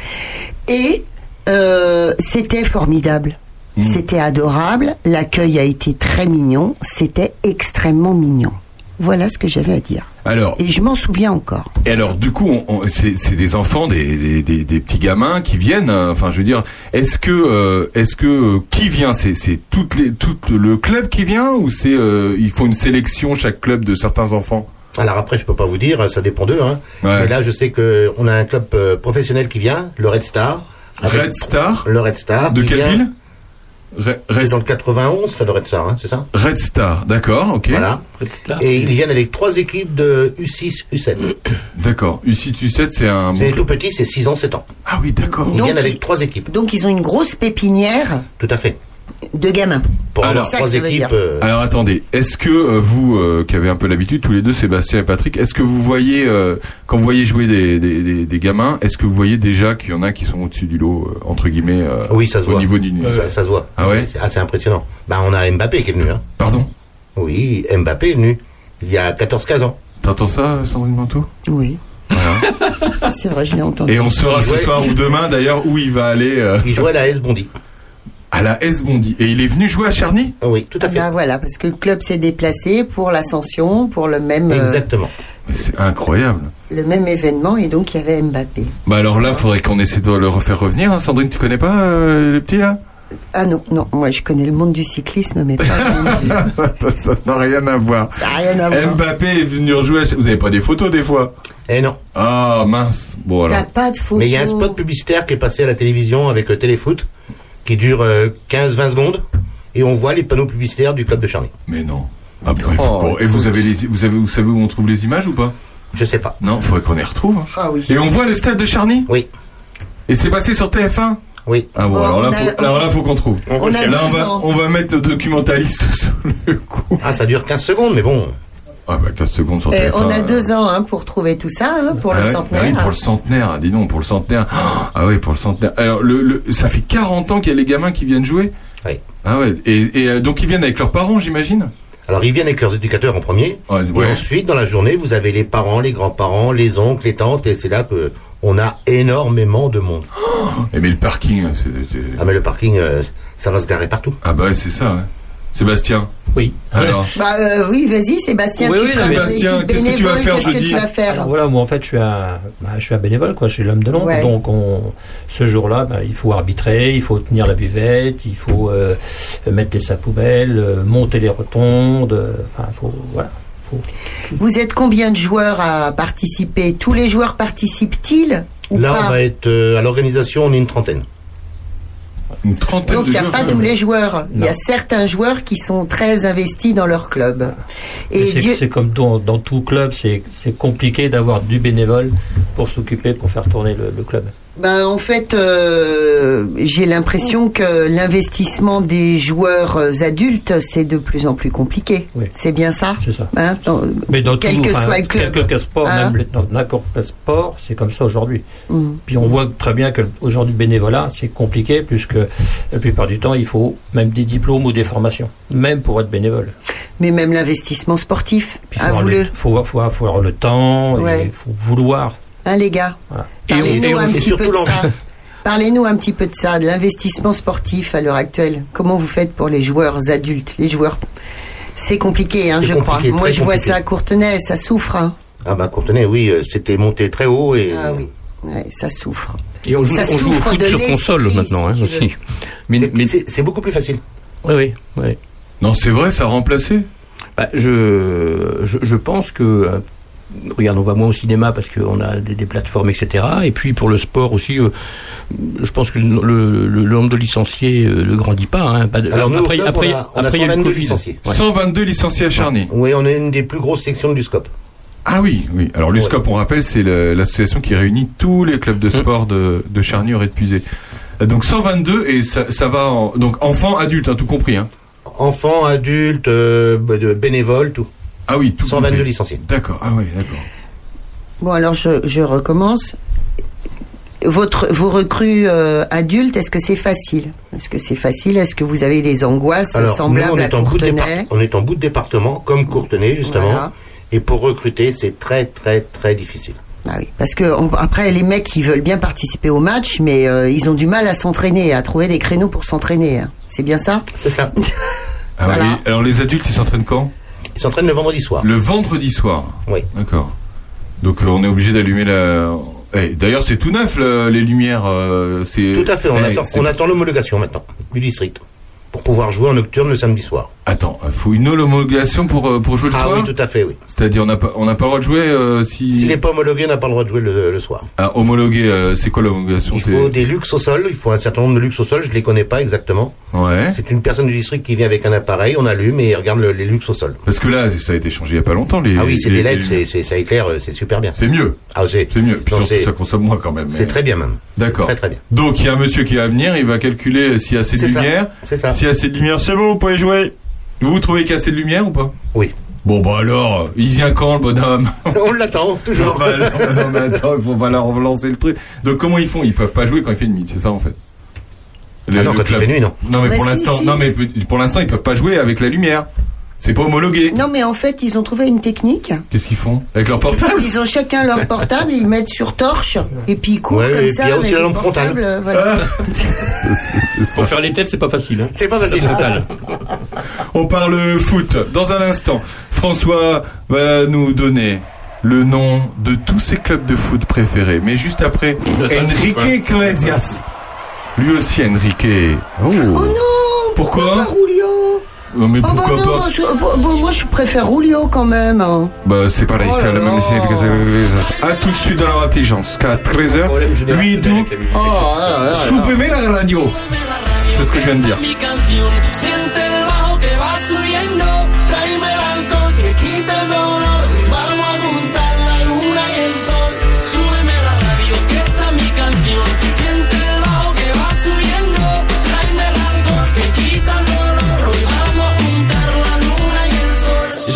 Et euh, c'était formidable. Mm. C'était adorable. L'accueil a été très mignon. C'était extrêmement mignon. Voilà ce que j'avais à dire. Alors, Et je m'en souviens encore. et alors du coup, on- on- c'est c'est des enfants, des, des, des- des petits gamins qui viennent. hein. Enfin, je veux dire, est-ce que, euh, est-ce que euh, qui vient C'est c'est toutes les, tout le club qui vient ou c'est euh, ils font une sélection chaque club de certains enfants Alors après, je peux pas vous dire, ça dépend d'eux. Hein. Ouais. Mais là, je sais que on a un club euh, professionnel qui vient, le Red Star. avec- Red Star Le Red Star. de qui quelle vient- ville Re- C'est dans Red, le 91, ça, le Red Star, hein, c'est ça Red Star, d'accord, ok, Voilà. Star. Et ils viennent avec trois équipes de U6, U7. d'accord. Ici, tu sais, c'est un. C'est les tout petits, c'est 6 ans, 7 ans. Ah oui, d'accord. Ils Donc, viennent ils- avec trois équipes, Donc ils ont une grosse pépinière tout à fait. de gamins. Pour Alors, avoir ça que trois ça veut équipes. dire. euh, Alors attendez, est-ce que euh, vous, euh, qui avez un peu l'habitude, tous les deux, Sébastien et Patrick, est-ce que vous voyez, euh, quand vous voyez jouer des, des, des, des gamins, est-ce que vous voyez déjà qu'il y en a qui sont au-dessus du lot, euh, entre guillemets, euh, Oui, ça se au voit. niveau du... ça, ça se voit. Ah ouais C'est assez impressionnant. Ben, on a Mbappé qui est venu. Hein. Pardon Oui, Mbappé est venu. Il y a 14-15 ans. T'entends ça, Sandrine Manteau Oui. euh, C'est vrai, je l'ai entendu. Et on saura ce Ouais. soir ou demain, d'ailleurs, où il va aller euh, Il jouait à la S Bondy. à la S-Bondy. Et il est venu jouer à Charny Ah Oui, tout à fait. Ben voilà, parce que le club s'est déplacé pour l'ascension, pour le même, euh, Exactement. Mais C'est incroyable. le même événement, et donc il y avait Mbappé. Bah alors là, faudrait qu'on essaie de le refaire revenir. hein. Sandrine, tu connais pas euh, les petits, là Ah non, non, moi je connais le monde du cyclisme, mais pas le monde du- Ça n'a rien à voir. Ah, Ça n'a rien à voir. Mbappé est venu jouer à... Ch- Vous avez pas des photos, des fois Eh non. Ah mince. Bon alors. T'as pas de photo. Mais il y a un spot publicitaire qui est passé à la télévision avec euh, Téléfoot qui dure euh, 15-20 secondes et on voit les panneaux publicitaires du club de Charny. Mais non. Ah, bref. Oh, Bon, et vous avez les, vous avez, vous savez où on trouve les images ou pas Je sais pas. Non, faudrait qu'on les retrouve. hein. Ah oui. Et on voit le stade de Charny Oui, Et c'est passé sur TF1 oui. Ah bon, Oh, alors là, on a- faut, alors là, faut qu'on trouve. On a là, on deux va, ans. on va mettre nos documentalistes sur le coup. Ah, ça dure 15 secondes, mais bon. Ah bah 15 secondes sur Eh, TF1. on a euh, deux ans hein, pour trouver tout ça, hein, pour ah le ouais, centenaire. ah oui, pour le centenaire, dis donc, pour le centenaire. Ah oui, pour le centenaire. Alors, le, le- ça fait 40 ans qu'il y a les gamins qui viennent jouer Oui. Ah ouais, et, et, euh, donc ils viennent avec leurs parents, j'imagine Alors ils viennent avec leurs éducateurs en premier. Ouais, Et ouais. ensuite, dans la journée, vous avez les parents, les grands-parents, les oncles, les tantes, et c'est là que on a énormément de monde. Et Eh, mais le parking, hein, c'est... c'est- Ah mais le parking, euh, ça va se garer partout. Ah bah ouais, c'est ça. ouais. Sébastien Oui. Alors, Bah euh, oui, vas-y, Sébastien, Oui, tu oui, seras non, mais- Sébastien, qu'est-ce que tu vas bénévole, faire qu'est-ce que jeudi tu vas faire Alors voilà, moi en fait je suis un, bah, je suis un bénévole, quoi. je suis l'homme de l'ombre. Ouais. Donc on- ce jour-là, bah, il faut arbitrer, il faut tenir la buvette, il faut euh, mettre les sacs poubelles, euh, monter les rotondes. euh, Enfin, faut, voilà. Faut... Ah, Vous êtes combien de joueurs à participer Tous les joueurs participent-ils ou Là, pas on va être euh, à l'organisation, on est une trentaine. une trentaine Donc de il n'y a joueurs, pas quand tous même. les joueurs. Il y a certains joueurs qui sont très investis dans leur club. Et c'est, Dieu, c'est comme dans, dans tout club, c'est, c'est compliqué d'avoir du bénévole pour s'occuper, pour faire tourner le, le club. ben, en fait, euh, j'ai l'impression que l'investissement des joueurs euh, adultes, c'est de plus en plus compliqué. Oui. C'est bien ça C'est ça. Hein Dans- Mais dans Quel tout, que enfin, soit le quel club. que- que sport, Hein même le- dans n'importe quel sport, c'est comme ça aujourd'hui. Mm. Puis on voit très bien qu'aujourd'hui, le bénévolat, c'est compliqué puisque la plupart du temps, il faut même des diplômes ou des formations, même pour être bénévole. Mais même l'investissement sportif, Puis il faut, avoir le, avouez-le, faut, faut- faut avoir le temps, il Ouais. faut vouloir. hein les gars Voilà. Et on- et Parlez-nous on- un et petit surtout peu de l'en- ça. Parlez-nous un petit peu de ça, de l'investissement sportif à l'heure actuelle. Comment vous faites pour les joueurs adultes, les joueurs C'est compliqué, hein, C'est je compliqué, crois. Moi, très je vois compliqué. ça à Courtenay, ça souffre. hein. Ah bah, Courtenay, oui, euh, c'était monté très haut et... Ah oui, Ouais, ça souffre. Et on joue, Ça on joue au souffre foot de sur l'esprit, console si maintenant, hein, tu veux. aussi. Mais, C'est- mais- c'est- C'est beaucoup plus facile. oui, oui, oui. Non, c'est vrai, ça a remplacé. Bah, je, je, je pense que. euh, Regarde, on va moins au cinéma parce qu'on a des, des plateformes, etc. Et puis pour le sport aussi, euh, je pense que le, le- le nombre de licenciés euh, ne grandit pas. hein. Bah, de- Alors, nous, au club, on a- on a après, il y a eu le 122 Covid. licenciés. Ouais. 122 licenciés acharnés. Oui, on est une des plus grosses sections du SCOP. Ah oui, oui. Alors l'USCOP, on rappelle, c'est le- l'association qui réunit tous les clubs de Hum. sport de, de Charnier et de Puisé. Euh, Donc 122 et ça, ça va en, donc enfants, adultes, hein, tout compris. Hein. Enfants, adultes, euh, b- de bénévoles, tout. Ah oui, tout 122 compris. licenciés. D'accord. Ah oui, d'accord. Bon, alors je, je recommence. Votre, vos recrues euh, adultes, est-ce que c'est facile Est-ce que c'est facile Est-ce que vous avez des angoisses nous, semblables on à est, en bout de départ- Courtenay on est en bout de département, comme Courtenay, justement. Voilà. Et pour recruter, c'est très, très, très difficile. Bah oui, parce que on- après les mecs ils veulent bien participer au match, mais euh, ils ont du mal à s'entraîner, à trouver des créneaux pour s'entraîner. hein. C'est bien ça C'est ça. Ah Voilà. oui. Alors les adultes, ils s'entraînent quand Ils s'entraînent le vendredi soir. Le vendredi soir. Oui. D'accord. Donc euh, on est obligé d'allumer la. Eh, D'ailleurs, c'est tout neuf le- les lumières. euh, c'est- Tout à fait, on Eh, attend, c'est- on attend l'homologation maintenant, du district, pour pouvoir jouer en nocturne le samedi soir. Attends, euh, faut une homologation pour euh, pour jouer le Ah soir. oui, tout à fait, oui. C'est-à-dire on n'a pas on n'a pas le droit de jouer euh, si. S'il n'est pas homologué, on n'a pas le droit de jouer le, le soir. Ah, homologué, euh, c'est quoi l'homologation Il C'est- faut des luxes au sol, il faut un certain nombre de luxes au sol, je les connais pas exactement. Ouais. C'est une personne du district qui vient avec un appareil, on allume et regarde le- les luxes au sol. Parce que là, ça a été changé il y a pas longtemps. Les, ah oui, c'est des les- LED, les- c'est- c'est- ça éclaire, euh, c'est super bien. C'est mieux, Ah, c'est c'est mieux. Puis non, surtout, c'est- ça consomme moins quand même. c'est mais- très bien même. D'accord. Très très bien. Donc il y a un monsieur qui va venir, il va calculer s'il y a assez de C'est ça. lumière. C'est ça. S'il y a assez de lumière, c'est bon, vous pouvez jouer. Vous, vous trouvez qu'il y a assez de lumière ou pas Oui. Bon bah alors, il vient quand le bonhomme on l'attend Bon, toujours. bah, alors, Non mais attends, il faut pas leur relancer le truc. Donc comment ils font Ils peuvent pas jouer quand il fait nuit, c'est ça en fait. Le- Ah non, le quand il club. fait nuit, non. Non mais Bah, pour si, l'instant, si. non mais pour l'instant ils peuvent pas jouer avec la lumière. C'est pas homologué. Non, mais en fait ils ont trouvé une technique. Qu'est-ce qu'ils font Avec leur portable Ils ont chacun leur portable, ils mettent sur torche et puis ils courent Ouais, comme et ça puis il y a avec aussi la le lampe frontale. portable. euh, voilà. Ah. Pour faire les têtes, c'est pas facile. hein. C'est pas facile. Total. On parle foot dans un instant. François va nous donner le nom de tous ses clubs de foot préférés. Mais juste après, Enrique Iglesias. Lui aussi, Enrique. Oh, Oh non Pourquoi pas Rulio Non, Mais Oh bah pourquoi non, pas je- bon, bon, moi je préfère Rulio quand même. hein. Bah, c'est pareil, Oh c'est la là même là. signification. A tout de suite dans leur intelligence. Qu'à 13h, lui tout. Oh, là là là. Souprimez la radio. C'est ce que je viens de dire. Mi canción, siente el bajo que va subiendo. Tráeme el alcohol que quita el dolor. Vamos a juntar la luna y el sol. Súbeme la radio que está mi canción. Siente el bajo que va subiendo. Tráeme el alcohol que quita el dolor. Hoy vamos a juntar la luna y el sol.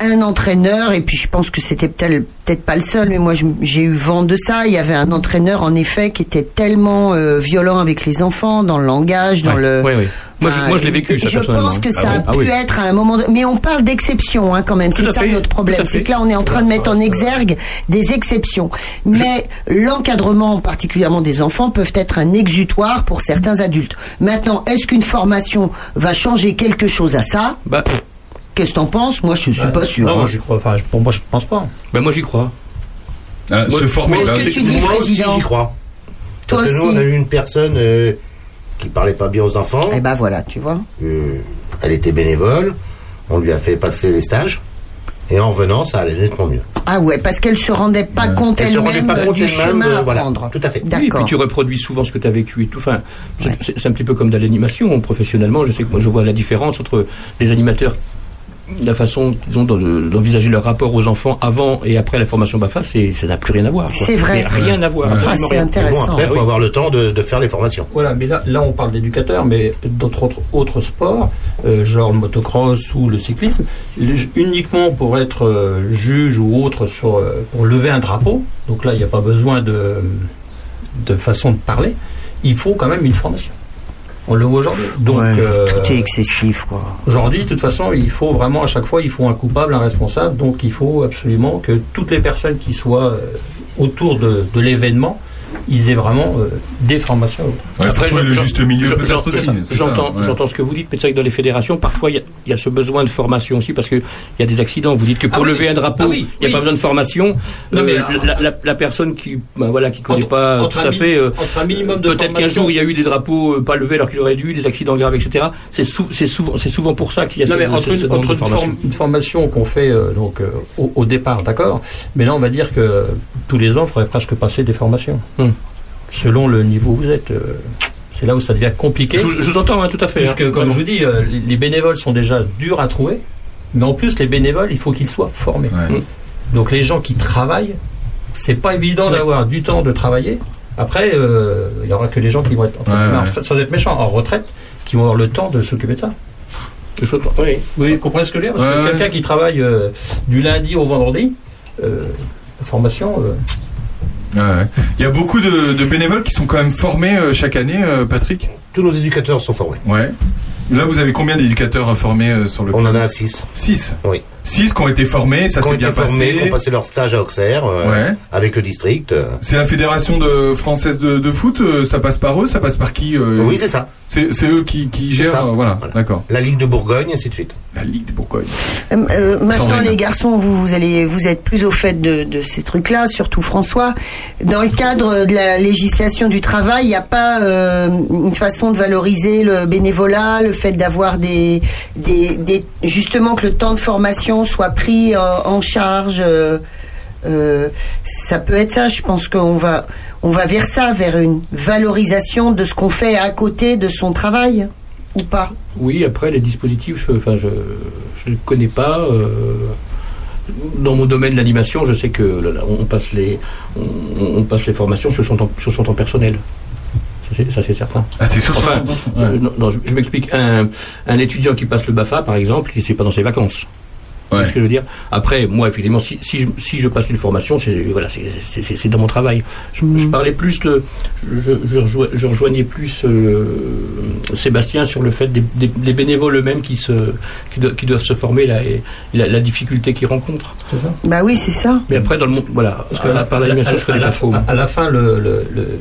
un entraîneur, et puis je pense que c'était peut-être peut-être pas le seul, mais moi je- j'ai eu vent de ça. Il y avait un entraîneur, en effet, qui était tellement euh, violent avec les enfants, dans le langage, dans Ouais, le. ouais, ouais. Moi, je- Enfin, moi, je l'ai vécu, ça, Je personnellement. pense que ça Ah a bon Ah pu oui. être à un moment. de- Mais on parle d'exception, hein, quand même. Tout C'est à ça fait, notre tout problème. à C'est fait. que là, on est en train de mettre en exergue des exceptions. Mais l'encadrement, particulièrement des enfants, peuvent être un exutoire pour certains adultes. Maintenant, est-ce qu'une formation va changer quelque chose à ça Bah, Qu'est-ce que t'en penses Moi, je suis pas sûr. hein. crois. Enfin, pour moi, je pense pas. Ben moi, j'y crois. bah, Moi- se former, Qu'est-ce que tu dis, Moi aussi, président j'y crois. Toi Parce que nous, aussi. on a eu une personne euh, qui parlait pas bien aux enfants. Eh ben voilà, tu vois. Euh, elle était bénévole. On lui a fait passer les stages. Et en revenant, ça allait nettement mieux. Ah ouais, parce qu'elle se rendait pas compte Elle se rendait elle-même pas euh, compte du elle-même, chemin euh, à voilà, prendre. tout à fait. Oui, et D'accord. puis tu reproduis souvent ce que tu as vécu et tout. Enfin, c'est- c'est c'est un petit peu comme dans l'animation. Professionnellement, je sais que moi je vois la différence entre les animateurs, la façon qu'ils ont de- d'envisager leur rapport aux enfants avant et après la formation BAFA, c'est- ça n'a plus rien à voir. quoi. C'est vrai. Mais Rien à voir. Ah, absolument c'est rien. Ah intéressant. Bon, après, il faut avoir le temps de, de faire les formations. Voilà, mais là, là on parle d'éducateurs, mais d'autres autres, autres sports, euh, genre le motocross ou le cyclisme, les- uniquement pour être euh, juge ou autre sur, euh, pour lever un drapeau, donc là il n'y a pas besoin de, de façon de parler, il faut quand même une formation. On le voit aujourd'hui. Donc Ouais, euh, Tout est excessif, quoi. aujourd'hui, de toute façon, il faut vraiment à chaque fois, il faut un coupable, un responsable, donc il faut absolument que toutes les personnes qui soient euh, autour de, de l'événement, ils aient vraiment euh, des formations. Ouais, faut trouver le juste milieu, je- peut-être j'en- aussi, c'est J'entends ça, ouais. j'entends ce que vous dites, mais c'est vrai que dans les fédérations, parfois il y a- il y, a ce besoin de formation aussi, parce qu'il y a des accidents. Vous dites que pour Ah oui. lever un drapeau, Ah il oui, n'y a oui. pas besoin de formation. Non, Euh, mais, la, euh, la- la personne qui ne voilà, qui connaît Entre- pas entre tout un à mi- fait. euh, entre un minimum de Peut-être qu'un formation- jour il y a eu des drapeaux euh, pas levés alors qu'il aurait dû, des accidents graves, etc. C'est sou- c'est souvent, c'est souvent pour ça qu'il y a Non, ce, mais entre, ce- ce une, manque entre de une forme- formation. une formation qu'on fait euh, donc euh, au, au départ, d'accord, mais là on va dire que tous les ans, il faudrait presque passer des formations. Hmm. Selon le niveau où vous êtes, euh, c'est là où ça devient compliqué. Je, vous- je vous entends hein, tout à fait. Puisque, hein, comme vraiment. je vous dis, euh, les- les bénévoles sont déjà durs à trouver, mais en plus, les bénévoles, il faut qu'ils soient formés. Hmm. Ouais. Donc, les gens qui travaillent, c'est pas évident d'avoir du temps de travailler. Après, euh, il y aura que les gens qui vont être, entre Ouais, guillemets, en ouais. retraite, sans être méchants, en retraite, qui vont avoir le temps de s'occuper de ça. Je- oui. Oui, vous comprenez ce que je veux dire Parce Ouais, que ouais. quelqu'un qui travaille euh, du lundi au vendredi, euh, la formation. euh, Ouais, ouais. Il y a beaucoup de, de bénévoles qui sont quand même formés euh, chaque année, euh, Patrick. Tous nos éducateurs sont formés. Ouais. Là, vous avez combien d'éducateurs euh, formés euh, sur le On en a six. 6 Oui. Six qui ont été formés, ça Qui ont s'est été bien formés, passé. qui ont passé leur stage à Auxerre euh, Ouais. avec le district. euh. C'est la fédération de française de, de foot, euh, ça passe par eux, ça passe par qui euh, Oui, c'est ça. C'est c'est eux qui, qui gèrent, ça. euh, voilà, d'accord. La Ligue de Bourgogne, ainsi de suite. La Ligue de Bourgogne. Euh, euh, maintenant, Sandrine. les garçons, vous, vous allez, vous êtes plus au fait de, de ces trucs-là, surtout François. Dans le cadre de la législation du travail, il n'y a pas euh, une façon de valoriser le bénévolat, le fait d'avoir des, des, des- justement que le temps de formation soit pris euh, en charge. euh, euh, ça peut être ça. Je pense qu'on va, on va vers ça, vers une valorisation de ce qu'on fait à côté de son travail, ou pas. Oui, après les dispositifs, euh, enfin, je je ne connais pas. euh, dans mon domaine de l'animation, je sais que là, là, on passe les on, on passe les formations sur son temps, sur son temps personnel. Ça, c'est- Ça c'est certain. Ah, c'est sur son Enfin, temps ça, non, non, je, je m'explique. Un, un étudiant qui passe le Bafa, par exemple, il c'est pas dans ses vacances. Vous voyez ce que je veux dire Après, moi, effectivement, si, si je, si je passe une formation, c'est voilà, c'est- c'est- c'est c'est dans mon travail. Je, je parlais plus de, je, je, rejoins- je rejoignais plus euh, Sébastien sur le fait des, des- des bénévoles eux-mêmes qui se, qui, do- qui doivent se former là, et la, la difficulté qu'ils rencontrent. Bah oui, c'est ça. Mais après, dans le monde, voilà, Ah, Parce que à, à part l'animation, à- je connais à la pas fin- trop. À la fin, le, le- le-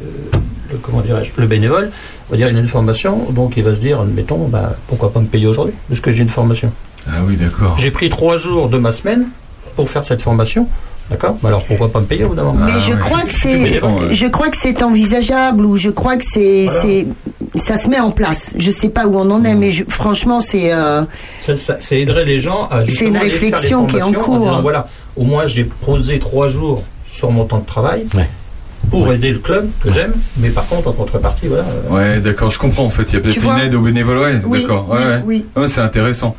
le- comment dirais-je, le bénévole, on va dire, il a une formation, donc il va se dire, admettons, bah, pourquoi pas me payer aujourd'hui, puisque j'ai une formation. Ah oui, d'accord. J'ai pris trois jours de ma semaine pour faire cette formation, d'accord Bah Alors pourquoi pas me payer au bout d'un moment Mais euh. je crois que c'est, euh, je crois que c'est envisageable ou je crois que c'est, c'est, ça se met en place. Je sais pas où on Mm. en est, mais je- franchement, c'est, euh, Ça, ça- C'est aiderait les gens à justement C'est une aller faire des réflexion qui est en formations cours. disant, voilà, au moins j'ai posé trois jours sur mon temps de travail pour aider le club que j'aime, mais par contre en contrepartie, voilà. euh, Ouais, d'accord, je comprends en fait. Il y a peut-être vois une aide aux bénévoles, ouais, Oui, d'accord. Ouais, ouais. Ah Ouais, c'est intéressant.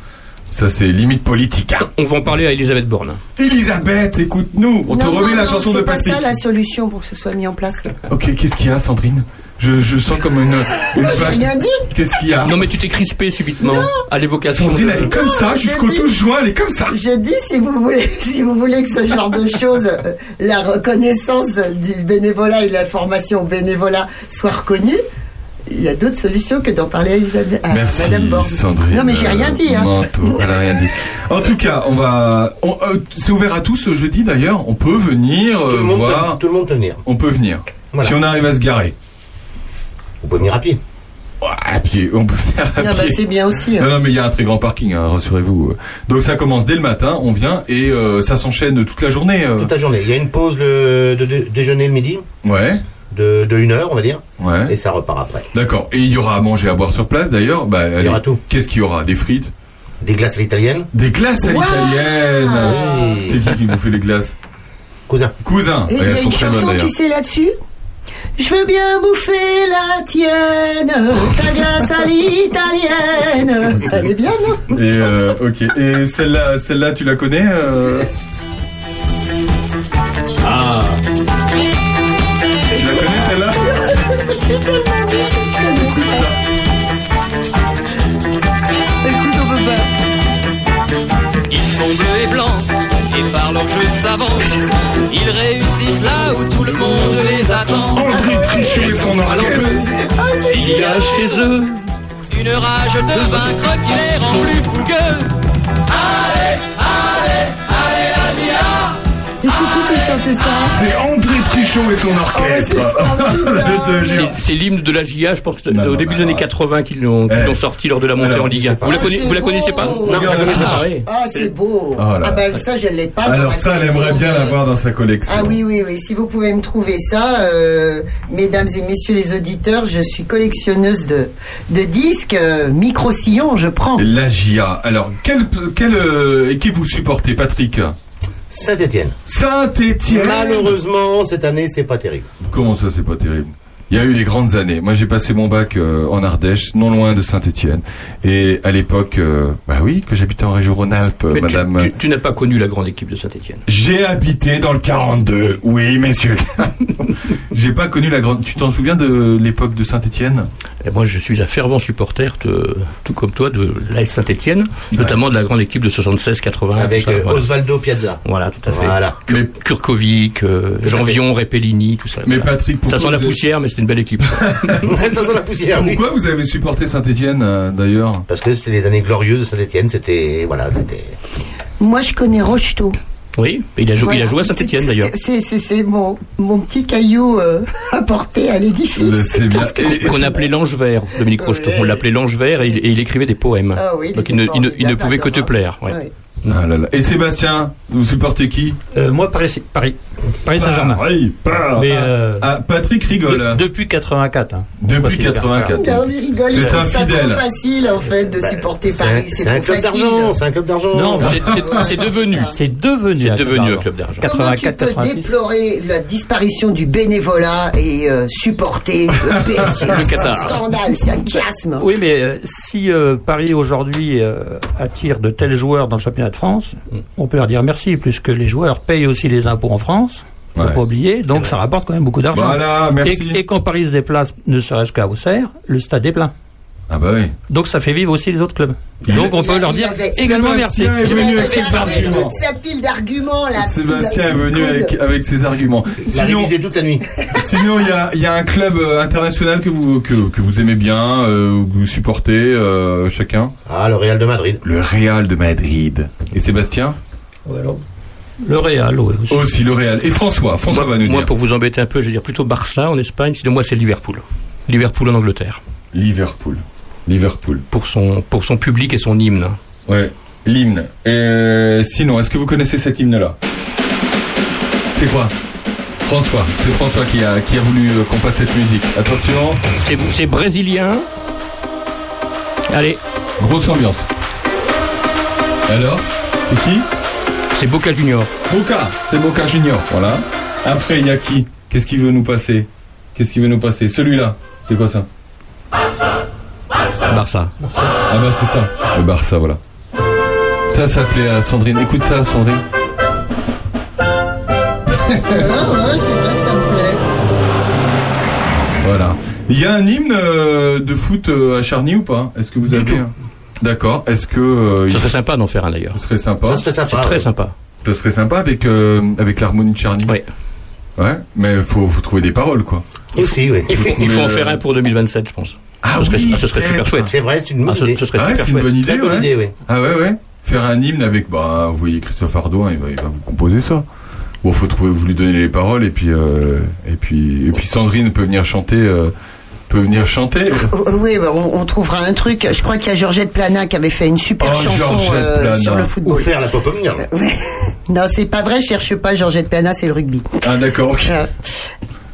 Ça, c'est limite politique. hein. On va en parler à Elisabeth Borne. Elisabeth, écoute-nous. On te Non, remet non, la non, chanson c'est de pas Patrick. ça la solution pour que ce soit mis en place. Ok, qu'est-ce qu'il y a, Sandrine je, je sens comme une. une Non, j'ai vague. rien dit. Qu'est-ce qu'il y a Non, mais tu t'es crispé subitement à l'évocation. Sandrine, de- elle est comme ça jusqu'au je 12 juin, elle est comme ça. Je dis si vous voulez, si vous voulez que ce genre de choses, euh, la reconnaissance du bénévolat et de la formation au bénévolat soit reconnue. Il y a d'autres solutions que d'en parler à, Isabelle- à Merci, Madame Borne. Sandrine. Non, mais j'ai rien dit. euh, hein. Manteau, elle a rien dit. En tout cas, on va. on- euh, c'est ouvert à tous ce jeudi d'ailleurs. On peut venir euh, Tout le monde voir. peut- tout le monde peut venir. On peut venir. Voilà. Si on arrive à se garer. On peut venir à pied. à pied, on peut venir à Non, bah, pied. c'est bien aussi. hein. Non, non, mais il y a un très grand parking, hein, rassurez-vous. Donc ça commence dès le matin, on vient et euh, ça s'enchaîne toute la journée. euh. Toute la journée. Il y a une pause le- de, de- déjeuner le midi. Ouais. De, de une heure, on va dire. Ouais. Et ça repart après. D'accord. Et il y aura à manger, à boire sur place d'ailleurs. Bah, il y aura tout. Qu'est-ce qu'il y aura Des frites Des glaces à l'italienne Ah, Des glaces à l'italienne C'est qui qui vous fait les glaces Cousin. Cousin Et il Ouais, y Ah, Elles a sont une très bonnes chanson, d'ailleurs. tu sais, là-dessus Je veux bien bouffer la tienne, ta glace à l'italienne. Elle est bien, non Et, euh, ok. Et celle-là, celle-là, tu la connais euh Ah Tu la connais celle-là Ils sont bleus et blancs, et par leur jeu savant, ils réussissent là où tout le monde les attend. André Trichet et son orchestre. Ah, Il y a chez eux une rage de vaincre qui les rend plus fougueux. Allez, allez, allez, la GIA Et c'est qui qui chantait ça C'est André Trichot et son orchestre. C'est- C'est l'hymne de la GIA, je pense, que au début des années 80 qu'ils l'ont qu'ils l'ont sorti lors de la montée en Ligue 1. Vous la, connaissez- vous Ah, la connaissez pas Regarde la Ah, fiche. ouais. Ah, c'est beau. Ah là ah, là. ben ça, je ne l'ai pas. dans Alors ma ça, elle collection aimerait bien de- l'avoir dans sa collection. Ah oui, oui, oui. Si vous pouvez me trouver ça, euh, mesdames et messieurs les auditeurs, je suis collectionneuse de, de disques. euh, Micro-sillon, je prends. La GIA. Alors, quelle, quelle euh, équipe vous supportez, Patrick Saint-Étienne. Saint-Étienne. Malheureusement, cette année, c'est pas terrible. Comment ça, c'est pas terrible Il y a eu des grandes années. Moi, j'ai passé mon bac euh, en Ardèche, non loin de Saint-Étienne. Et à l'époque, euh, bah oui, que j'habitais en région Rhône-Alpes, Mais tu- Euh, madame. tu- tu n'as pas connu la grande équipe de Saint-Etienne. J'ai habité dans le 42, oui, messieurs. j'ai pas connu la grande. Tu t'en souviens de l'époque de Saint-Étienne Et Eh, moi, je suis un fervent supporter, de- tout comme toi, de l'AS Saint-Etienne, notamment de la grande équipe de 76-80. Avec tout ça, euh, voilà. Osvaldo Piazza. Voilà, tout à fait. Voilà. Kur- Kurkovic, euh, à fait. Janvion, Repellini, tout ça. Mais voilà. Patrick, ça pourquoi sent la vous êtes- poussière, mais c'était une belle équipe. ça sent la poussière. Pourquoi vous avez supporté Saint-Etienne d'ailleurs Parce que c'était les années glorieuses de Saint-Etienne, c'était. Voilà, c'était. Moi, je connais Rocheteau. Oui, il a, jou- il a joué à Saint-Etienne d'ailleurs. C'est c'est- c'est mon, mon petit caillou euh, apporté à l'édifice. Parce que- Qu'on appelait l'ange vert, Dominique Rocheteau. On l'appelait l'ange vert et il, et il écrivait des poèmes. Ah oui, il Donc était il ne, il ne- il ne formidable, pouvait que te adorable. plaire. ouais. Ouais. Ah là là. Et Sébastien, vous supportez qui Euh, Moi, Paris, Paris, Paris Saint-Germain. Pareil, par- Mais, ah, euh, ah, Patrick rigole. de- depuis 84. hein. Bah, depuis c'est- 84. Regarde, il Ah, rigole, il C'est trouve un ça trop fidèle. facile en fait de supporter Paris. C'est un trop club facile. d'argent, c'est un club d'argent. Non, c'est- c'est- c'est devenu. C'est devenu. C'est un devenu un d'argent. club d'argent. Comment tu 84, peux 86. déplorer la disparition du bénévolat et euh, supporter le PSG Le C'est un Qatar. scandale, c'est un chiasme. Oui, mais euh, si euh, Paris aujourd'hui euh, attire de tels joueurs dans le championnat de France, Hmm. on peut leur dire merci, puisque les joueurs payent aussi les impôts en France. Faut Ouais. pas oublier, donc ça rapporte quand même beaucoup d'argent. Voilà, merci. Et, et quand Paris se déplace, ne serait-ce qu'à Auxerre, le stade est plein. Ah bah oui. Donc ça fait vivre aussi les autres clubs. Donc on il a- peut leur il dire avait- également merci. Sébastien est Il venu avait avec ses gardé arguments. toute sa pile d'arguments là. Sébastien est sous- sous le venu coude. avec, avec ses arguments. La Sinon, révisé toute la nuit. sinon il y a, il y a un club euh, international que vous, que, que vous aimez bien, euh, que vous supportez euh, chacun. Ah, le Real de Madrid. Le Real de Madrid. Et Sébastien Ouais, alors, le Real, ouais, aussi. Aussi le Real. Et François, François Moi, va nous moi, dire. pour vous embêter un peu, je vais dire plutôt Barça en Espagne. Sinon, moi, c'est Liverpool. Liverpool en Angleterre. Liverpool. Liverpool. Pour son, pour son public et son hymne. Ouais, l'hymne. Et euh, sinon, est-ce que vous connaissez cet hymne-là C'est quoi François, c'est François qui a, qui a voulu euh, qu'on passe cette musique. Attention, C'est c'est brésilien. Allez, grosse ambiance. Alors, c'est qui c'est Boca Junior. Boca, c'est Boca Junior, voilà. Après, il y a qui Qu'est-ce qu'il veut nous passer Qu'est-ce qu'il veut nous passer Celui-là, c'est quoi ça Barça. Ah bah c'est ça, le Barça, voilà. Ça, ça plaît à Sandrine. Écoute ça, Sandrine. Ah ouais, c'est vrai que ça me plaît. Voilà. Il y a un hymne euh, de foot euh, à Charny ou pas Est-ce que vous avez un D'accord. Est-ce que euh, Ça serait sympa d'en faire un d'ailleurs. ce serait sympa Ça serait C'est sympa. très ouais. sympa. Ce serait sympa avec euh, avec l'harmonie de Charny. Ouais. Ouais. Mais faut faut trouver des paroles quoi. Aussi, oui. Il faut Mais, en euh, faire un pour 2027, je pense. Ah ce serait, oui, ah, ce serait super peut-être. chouette. C'est vrai, c'est une Ah, bonne ce, idée. ce serait Ah ouais, super c'est une chouette. bonne idée. Très bonne ouais. idée, oui. Ah ouais ouais. Faire un hymne avec bah vous voyez Christophe Ardouin, il va il va vous composer ça. Bon, faut trouver vous lui donner les paroles et puis euh, et puis et puis Sandrine peut venir chanter euh, peut venir chanter. Oh, Oui, bah, on, on trouvera un truc. Je crois qu'il y a Georgette Plana qui avait fait une super Oh, chanson Georgette euh, Plana. sur le Ou football. faire la pop omnium. Ouais. Non, c'est pas vrai, cherche pas Georgette Plana, c'est le rugby. Ah d'accord. ok. Euh,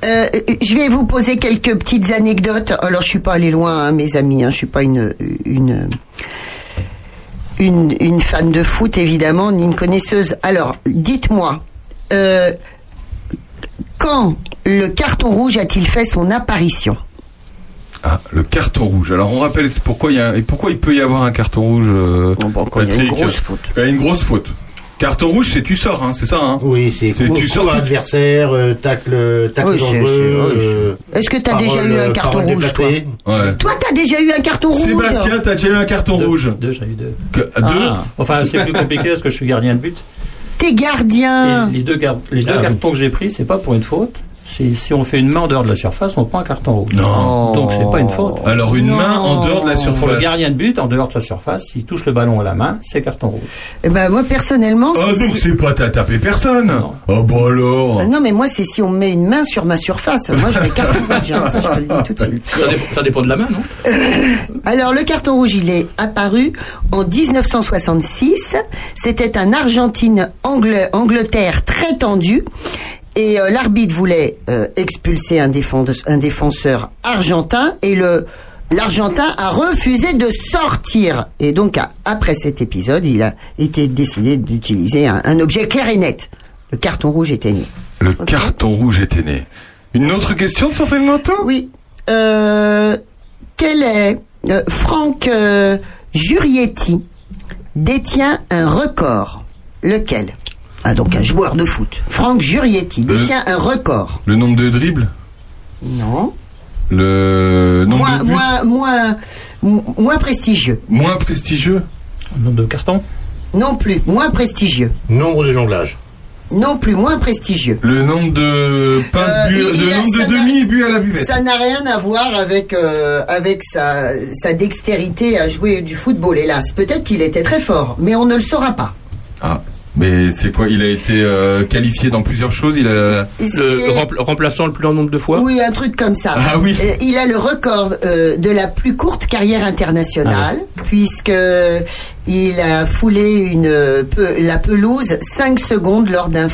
euh, je vais vous poser quelques petites anecdotes. Alors, je suis pas allée loin, hein, mes amis. Hein, je suis pas une une une, une fan de foot, évidemment, ni une connaisseuse. Alors, dites-moi, euh, quand le carton rouge a-t-il fait son apparition Ah, le carton rouge. Alors on rappelle pourquoi il y a et pourquoi il peut y avoir un carton rouge. euh, Bon, quand il y a une Patrick, grosse euh, faute. euh, une grosse faute. Carton rouge, c'est tu sors, hein, c'est ça. Hein Oui, c'est C'est- coup, tu tu sors- sors adversaire, euh, tacle, tacle Oui, c'est- dangereux. c'est- oui, euh, Est-ce que t'as déjà parole- euh, eu un carton parole rouge, toi déplacée. ouais. Toi, t'as déjà eu un carton rouge Sébastien, t'as déjà eu un carton Deux- rouge Deux, j'ai eu deux. Ah. Que- euh, Deux Enfin, c'est plus compliqué parce que je suis gardien de but. T'es gardien. Et les deux, gar- les deux Ah, cartons que j'ai pris, c'est pas pour une faute. C'est si on fait une main en dehors de la surface, on prend un carton rouge. Non. Oh. Donc c'est pas une faute. Alors une Non. main en dehors de la Pour le surface. gardien de but, en dehors de sa surface, s'il touche le ballon à la main, c'est carton rouge. Eh ben, moi, personnellement, Ah c'est- donc c'est pas t'as tapé personne. Non. Oh bah alors. Euh, Non, mais moi, c'est si on me met une main sur ma surface. Moi, je mets carton rouge. hein, ça, je te le dis tout de suite. Ça, dépend, ça dépend de la main, non Alors, le carton rouge, il est apparu en 1966. C'était un Argentine-Angleterre très tendu. Et euh, l'arbitre voulait euh, expulser un, défense- un défenseur argentin. Et le l'Argentin a refusé de sortir. Et donc, a- après cet épisode, il a été décidé d'utiliser un, un objet clair et net. Le carton rouge était né. Le Ok. carton rouge était né. Une autre question de Sandrine Lantin Oui. Euh, quel est euh, Franck euh, Jurietti détient un record. Lequel Ah donc un joueur de foot. Franck Euh, Jurietti détient un record. Le nombre de dribbles Non. Le nombre Moins euh, de buts moins moins mo- moins prestigieux. moins prestigieux Nombre de cartons Non plus, moins prestigieux. Nombre de jonglages. non plus moins prestigieux. Le nombre de pains Euh, bu- il- le il a- nombre ça de n'a- demi bu à la buvette. Ça n'a rien à voir avec, euh, avec sa, sa dextérité à jouer du football, hélas. Peut-être qu'il était très fort, mais on ne le saura pas. Ah, mais c'est quoi Il a été euh, qualifié dans plusieurs choses. Il a Le rempl- remplaçant le plus grand nombre de fois. Oui, un truc comme ça. Ah oui. Euh, il a le record euh, de la plus courte carrière internationale, Ah. puisque il a foulé une, euh, pe- la pelouse 5 secondes lors d'un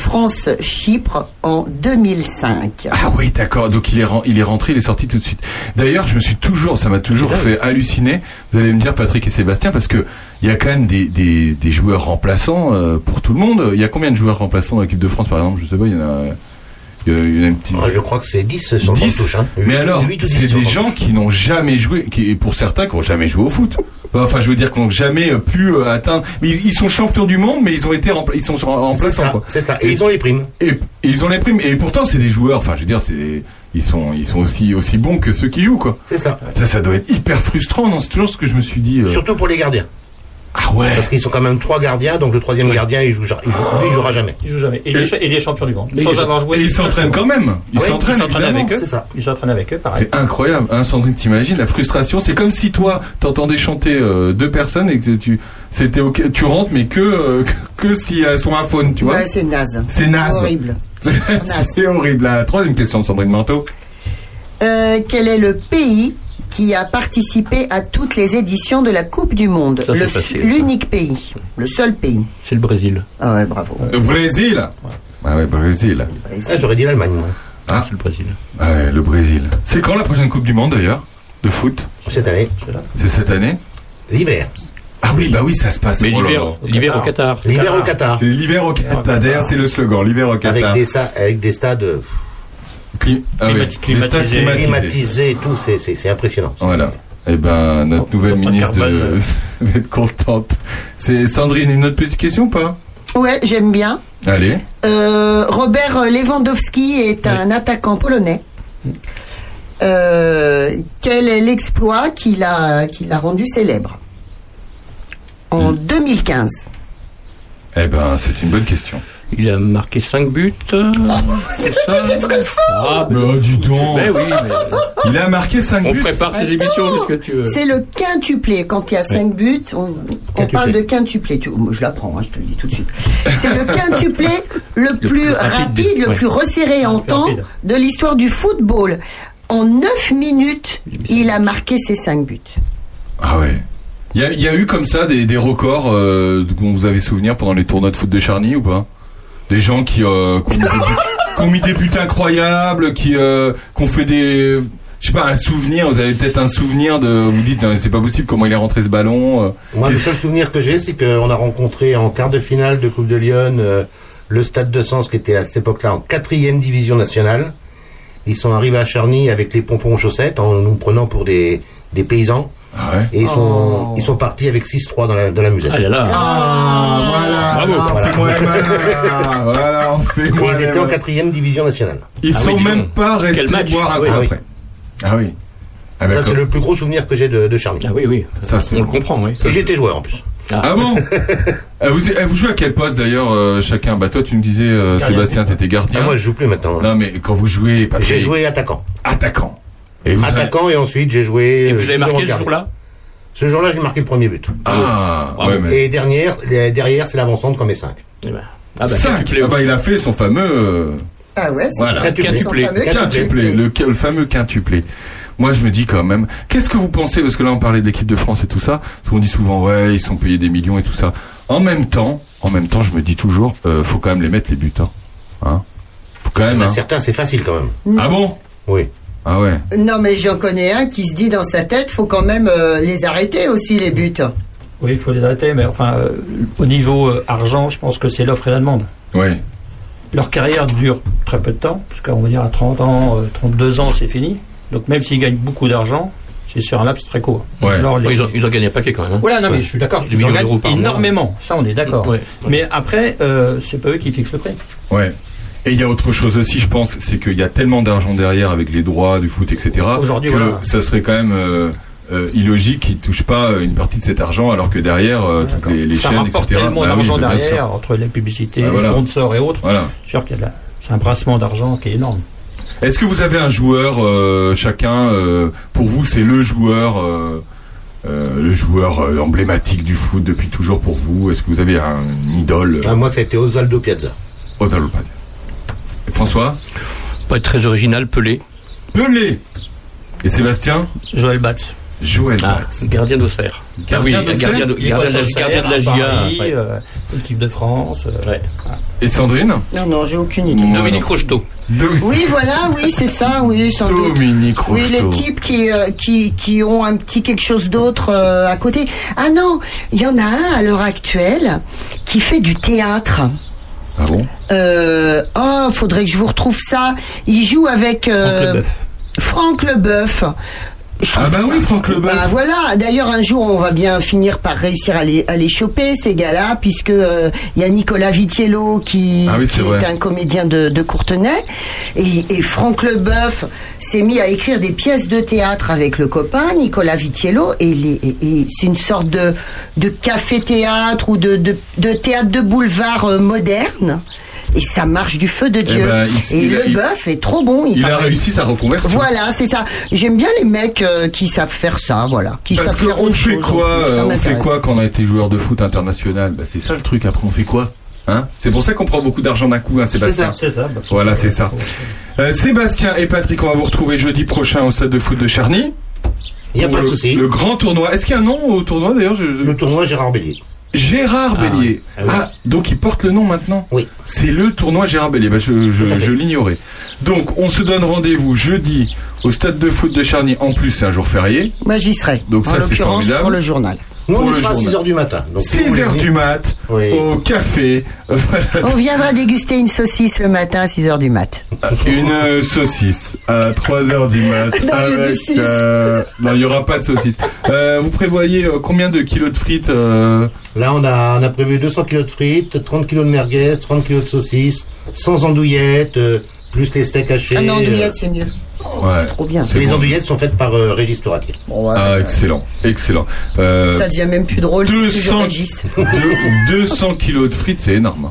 France-Chypre en 2005. Ah oui, d'accord. Donc il est, ren- il est rentré, il est sorti tout de suite. D'ailleurs, je me suis toujours, ça m'a toujours fait halluciner. Vous allez me dire, Patrick et Sébastien, parce que il y a quand même des, des, des joueurs remplaçants euh, pour tout le monde. Il y a combien de joueurs remplaçants dans l'équipe de France, par exemple Je sais pas. Il y en a. Il y a- il y en a une petite. Ah, je crois que c'est 10 sur 10. le touche. Hein. Mais alors, Huit ou dix c'est sur des trente. gens qui n'ont jamais joué, qui, et pour certains, qui n'ont jamais joué au foot. Enfin, je veux dire, qui n'ont jamais euh, pu euh, atteindre. mais ils, ils sont champions du monde, mais ils ont été rempla- ils sont en- remplaçants. quoi. C'est ça. Et ils ont les primes. Et, et ils ont les primes. Et pourtant, c'est des joueurs. Enfin, je veux dire, c'est ils sont ils sont aussi aussi bons que ceux qui jouent, quoi. C'est ça. Ça, ça doit être hyper frustrant. Non, c'est toujours ce que je me suis dit. euh. Surtout pour les gardiens. Ah ouais. Parce qu'ils sont quand même trois gardiens, donc le troisième gardien, il joue, ja- il joue- lui, il jouera jamais. Il joue jamais. Et il est, cha- il est champion du monde. Mais sans il- avoir joué. et il s'entraîne quand même. Il Ah oui, s'entraîne, évidemment. avec eux. C'est ça. Il s'entraîne avec eux, pareil. C'est incroyable, hein, Sandrine, t'imagines la frustration. C'est comme si toi, t'entendais chanter euh, deux personnes et que tu, c'était ok, tu rentres, mais que euh, que, que si elles sont à faune, tu vois. Ouais, c'est naze. C'est naze. Horrible. Super naze. C'est horrible. La troisième question, de Sandrine Manteau. Euh, quel est le pays qui a participé à toutes les éditions de la Coupe du Monde Ça, c'est Le- facile, ça. L'unique pays, le seul pays. C'est le Brésil. Ah ouais, bravo. Le Brésil. Ah ouais, Brésil. Ah, J'aurais dit l'Allemagne. moi. Ah, C'est le Brésil. ah ouais, le Brésil. C'est quand la prochaine Coupe du Monde d'ailleurs de foot Cette année, C'est cette année l'hiver. Ah oui, bah oui, ça se passe. Mais Oh là l'hiver, là. l'hiver au Qatar. L'hiver au Qatar. C'est l'hiver au Qatar. D'ailleurs, c'est le slogan, l'hiver au Avec Qatar. des, sa- avec des stades Cli- ah oui, Climati- des stades climatisés. climatisés. climatisés et tout, c'est- c'est c'est impressionnant. Voilà. Eh ben, notre Oh, nouvelle pas de ministre carbone. de- va être contente. C'est Sandrine, une autre petite question ou pas Ouais, j'aime bien. Allez. Euh, Robert Lewandowski est un attaquant polonais. Euh, quel est l'exploit qui l'a qui l'a rendu célèbre En 2015. Eh ben, c'est une bonne question. Il a marqué 5 buts. euh, C'est ça Ah, Mais oh, dis donc mais oui, mais Il a marqué 5 on buts. prépare ces émissions, qu'est-ce que tu veux C'est le quintuplé. Quand il y a 5 buts, on, on parle de quintuplé. Tu- moi, je l'apprends, hein, je te le dis tout de suite. C'est le quintuplé le plus plus rapide, rapide, le ouais. plus resserré en plus temps rapide. de l'histoire du football. En 9 minutes, il a marqué ses 5 buts. Ah ouais. Il y, a- il y a eu comme ça des, des records euh, dont vous avez souvenir pendant les tournois de foot de Charny ou pas Des gens qui, euh, qui ont, mis des buts- qui ont mis des buts incroyables, qui, euh, qui ont fait des... Je sais pas, un souvenir, vous avez peut-être un souvenir de... Vous dites, non, c'est pas possible, comment il est rentré ce ballon euh. Moi, le Qu'est-ce- seul souvenir que j'ai, c'est qu'on a rencontré en quart de finale de Coupe de Lyon euh, le Stade de Sens, qui était à cette époque-là en quatrième division nationale. Ils sont arrivés à Charny avec les pompons aux chaussettes, en nous prenant pour des, des paysans. Ah ouais Et ils sont, ils sont partis avec 6-3 dans la, dans la musette. Ah là là. Ah, voilà. Bravo. on fait moins mal. Voilà, on fait Et moins ils étaient mal. en quatrième division nationale. Ils Ah sont oui, dis même donc. pas restés Quel match. boire un Ah coup oui. Ah oui. après. Ah oui. Ah, ben, Ça, c'est comme- le plus gros souvenir que j'ai de, de Charny. Ah oui, oui. Ça, c'est- on le comprend, oui. Et j'étais joueur en plus. Ah bon Ah, vous, ah, vous jouez à quel poste d'ailleurs euh, chacun Bah toi tu me disais euh, Sébastien t'étais gardien. Ah, moi, je joue plus maintenant. Non mais quand vous jouez, Patrick, J'ai joué attaquant. attaquant. Et vous Attaquant, et ensuite, j'ai joué. Et euh, vous avez marqué ce avant-garde. jour-là Ce jour-là, j'ai marqué le premier but. Ah Bravo. ouais, mais... Et dernière, les- derrière, c'est l'avancante comme mes 5. Eh ben, Ah bah, Cinq. quintuplé Ah bah il a fait son fameux euh, Ah ouais, c'est Voilà. vrai. Quintuplé. Son fameux Quintuplé. quintuplé, le, le fameux quintuplé. Moi, je me dis quand même, qu'est-ce que vous pensez Parce que là, on parlait de l'équipe de France et tout ça. On dit souvent, ouais, ils sont payés des millions et tout ça. En même temps, en même temps, je me dis toujours, euh, faut quand même les mettre les buts, hein. Hein faut quand même. hein. Bah, Certains, c'est facile quand même. Ah bon Oui. Ah ouais. Non, mais j'en connais un qui se dit dans sa tête, faut quand même euh, les arrêter aussi, les buts. Oui, il faut les arrêter, mais enfin, euh, au niveau euh, argent, je pense que c'est l'offre et la demande. Ouais. Leur carrière dure très peu de temps, parce qu'on va dire à 30 ans, euh, 32 ans, c'est fini. Donc même s'ils gagnent beaucoup d'argent, c'est sur un laps très court. Ouais. Genre les- Ils ont, ils ont gagné un paquet quand même. hein. Voilà, non, mais je suis d'accord. Des Ils en millions d'euros gagnent par mois. énormément. Ça, on est d'accord. Ouais. Mais après, euh, c'est pas eux qui fixent le prix. Ouais. Et il y a autre chose aussi, je pense, c'est qu'il y a tellement d'argent derrière avec les droits du foot, etc. Aujourd'hui, que voilà. ça serait quand même euh, euh, illogique qui touche pas euh, une partie de cet argent alors que derrière euh, toutes les, les ça chaînes, etc. rapporte tellement Bah oui, d'argent bah bien sûr. derrière, entre les publicités, Ah, les voilà. sponsors et autres. Voilà. C'est sûr qu'il y a de la- c'est un brassement d'argent qui est énorme. Est-ce que vous avez un joueur euh, chacun euh, Pour vous, c'est le joueur, euh, euh, le joueur euh, emblématique du foot depuis toujours pour vous. Est-ce que vous avez un une idole Ah, moi, ça a été Osvaldo Piazza. Osvaldo Piazza. Et François Pas être très original, Pelé. Pelé Et Sébastien Joël Batz. Joël Ah, Gardien d'Auxerre. Gardien Ah Oui, d'Auxerre gardien de- Il est gardien de la- passé au gardien de la Serre, à GIA. Paris, euh, L'équipe de France. euh, Et Sandrine Non, non, j'ai aucune idée. Dominique Rocheteau. Oui, voilà, oui, c'est ça, oui, sans doute. Dominique Oui, Rocheteau. les types qui, euh, qui, qui ont un petit quelque chose d'autre euh, à côté. Ah non, il y en a un à l'heure actuelle qui fait du théâtre. Ah bon Euh, oh, faudrait que je vous retrouve ça. Il joue avec euh, Franck Leboeuf. Je Ah trouve bah ça- oui, Franck Leboeuf. Bah voilà. D'ailleurs, un jour, on va bien finir par réussir à les, à les choper ces gars-là, puisque euh, il y a Nicolas Vitiello qui, Ah oui, qui c'est vrai. est un comédien de, de Courtenay, et, et Franck Leboeuf s'est mis à écrire des pièces de théâtre avec le copain Nicolas Vitiello, et, les- et- et c'est une sorte de, de café-théâtre ou de, de- de théâtre de boulevard euh, moderne. Et ça marche du feu de Dieu. ben, il- et il a- le il- bœuf est trop bon. Il, Il a paraît. réussi sa reconversion. Voilà, c'est ça. J'aime bien les mecs euh, qui savent faire ça, voilà. Qui Parce savent faire qu'on autre fait chose, quoi hein, en plus. Ça euh, On fait m'intéresse. quoi quand on a été joueur de foot international Bah, C'est ça le truc. Après, on fait quoi Hein C'est pour ça qu'on prend beaucoup d'argent d'un coup, hein, Sébastien. C'est ça. parce que Voilà, c'est ça. Euh, Sébastien et Patrick, on va vous retrouver jeudi prochain au stade de foot de Charny. Il n'y a Pour pas de le- souci. Le grand tournoi. Est-ce qu'il y a un nom au tournoi d'ailleurs Je- je- Le tournoi Gérard Bélier. Gérard Bélier. Ah oui. Ah, donc il porte le nom maintenant Oui. C'est le tournoi Gérard Bélier. Bah, je je- Tout à fait. je l'ignorais. Donc, on se donne rendez-vous jeudi au stade de foot de Charny. En plus, c'est un jour férié. Moi, j'y serai. Donc ça, en c'est l'occurrence, formidable. pour le journal. Nous, Pour on y le sera à journal. 6h du matin. Donc, si vous 6 voulez heures du venir- mat, Oui. au café, On viendra déguster une saucisse le matin à 6h du mat. une euh, saucisse à 3 heures du mat. Non, il y a des avec, saucisses. euh, non, il y aura pas de saucisse. Euh, vous prévoyez euh, combien de kilos de frites euh, Là, on a, on a prévu 200 kilos de frites, 30 kilos de merguez, 30 kilos de saucisses, sans andouillettes, euh, plus les steaks hachés. Ah non, andouillette, euh, c'est mieux. ouais. C'est trop bien. et les bon. andouillettes sont faites par euh, Régis Touratier. Bon, ouais, Ah, excellent, excellent. Euh, ça devient même plus drôle. c'est toujours 200 Régis. deux- 200 kilos de frites, c'est énorme.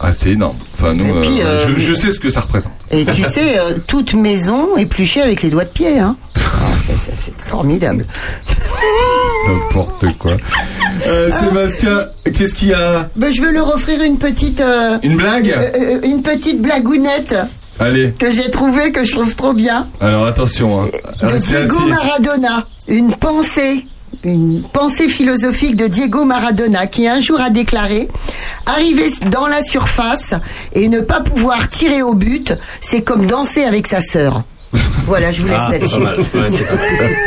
Ah, c'est énorme. Enfin, nous, Et puis, euh, euh, je, je sais ce que ça représente. Et tu sais, euh, toute maison épluchée avec les doigts de pied. Hein. Ah, c'est- c'est c'est formidable. N'importe quoi. Euh, Sébastien, qu'est-ce qu'il y a Ben, je vais leur offrir une petite, euh, Une blague euh, euh, une petite blagounette Allez, que j'ai trouvée, que je trouve trop bien. alors attention. Hein. de Restez Euh, Diego assis. Maradona, une pensée, une pensée philosophique de Diego Maradona qui un jour a déclaré arriver dans la surface et ne pas pouvoir tirer au but, c'est comme danser avec sa sœur. Voilà, je vous Ah, laisse là-dessus.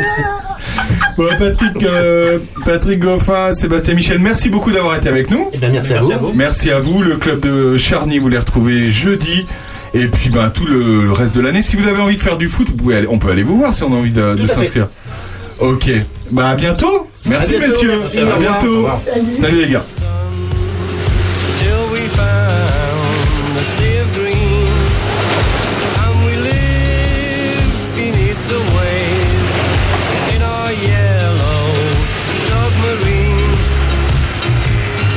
Bon, Patrick, euh, Patrick Goffin, Sébastien Michel, merci beaucoup d'avoir été avec nous. Eh bien, merci, Merci à à vous. Merci à vous. Le club de Charny, vous les retrouvez jeudi. Et puis ben, tout le, le reste de l'année. Si vous avez envie de faire du foot, vous pouvez aller- on peut aller vous voir si on a envie de, de à fait. s'inscrire. Ok. Bah à bientôt. Merci bientôt, messieurs. merci, à au revoir. Au bientôt. revoir. Salut les gars. till we found the sea of green. And we live beneath the waves in our yellow submarine.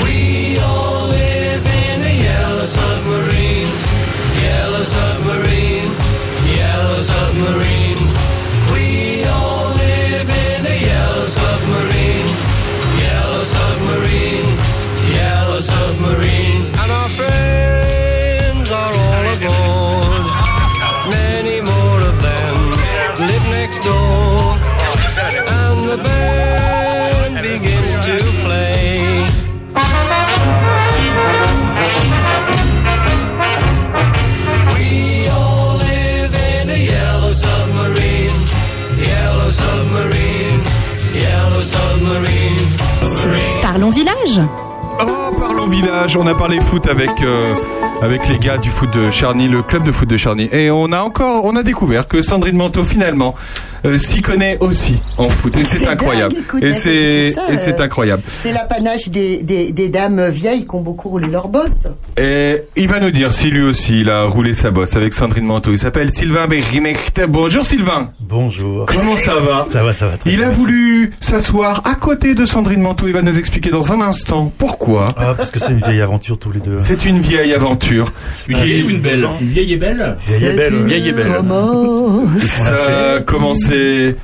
We all live in a yellow submarine, yellow submarine, yellow submarine. We all live in a yellow submarine, yellow submarine. Yellow submarine and our friends are all aboard. Many more of them live next door, and the band begins to play. We all live in a yellow submarine, yellow submarine, yellow submarine. Parlons village Oh, parlons village. On a parlé foot avec euh, avec les gars du foot de Charny, le club de foot de Charny. Et on a encore, on a découvert que Sandrine Manteau finalement euh, s'y connaît aussi en foot. Et c'est dingue, incroyable. écoute, et hein, c'est ça, et c'est euh, incroyable. C'est l'apanage des, des, des dames vieilles qui ont beaucoup roulé leur bosse. Et il va nous dire si lui aussi il a roulé sa bosse avec Sandrine Manteau. Il s'appelle Sylvain Berrinect. Bonjour Sylvain. Bonjour. Comment ça va Ça va, ça va très Il a voulu s'asseoir à côté de Sandrine Manteau. Il va nous expliquer dans un instant pourquoi. Ah, parce que c'est une vieille aventure tous les deux. C'est une vieille aventure. Une vieille ou une belle Vieille et belle Vieille et belle, ouais. Vieille et belle. Ça a commencé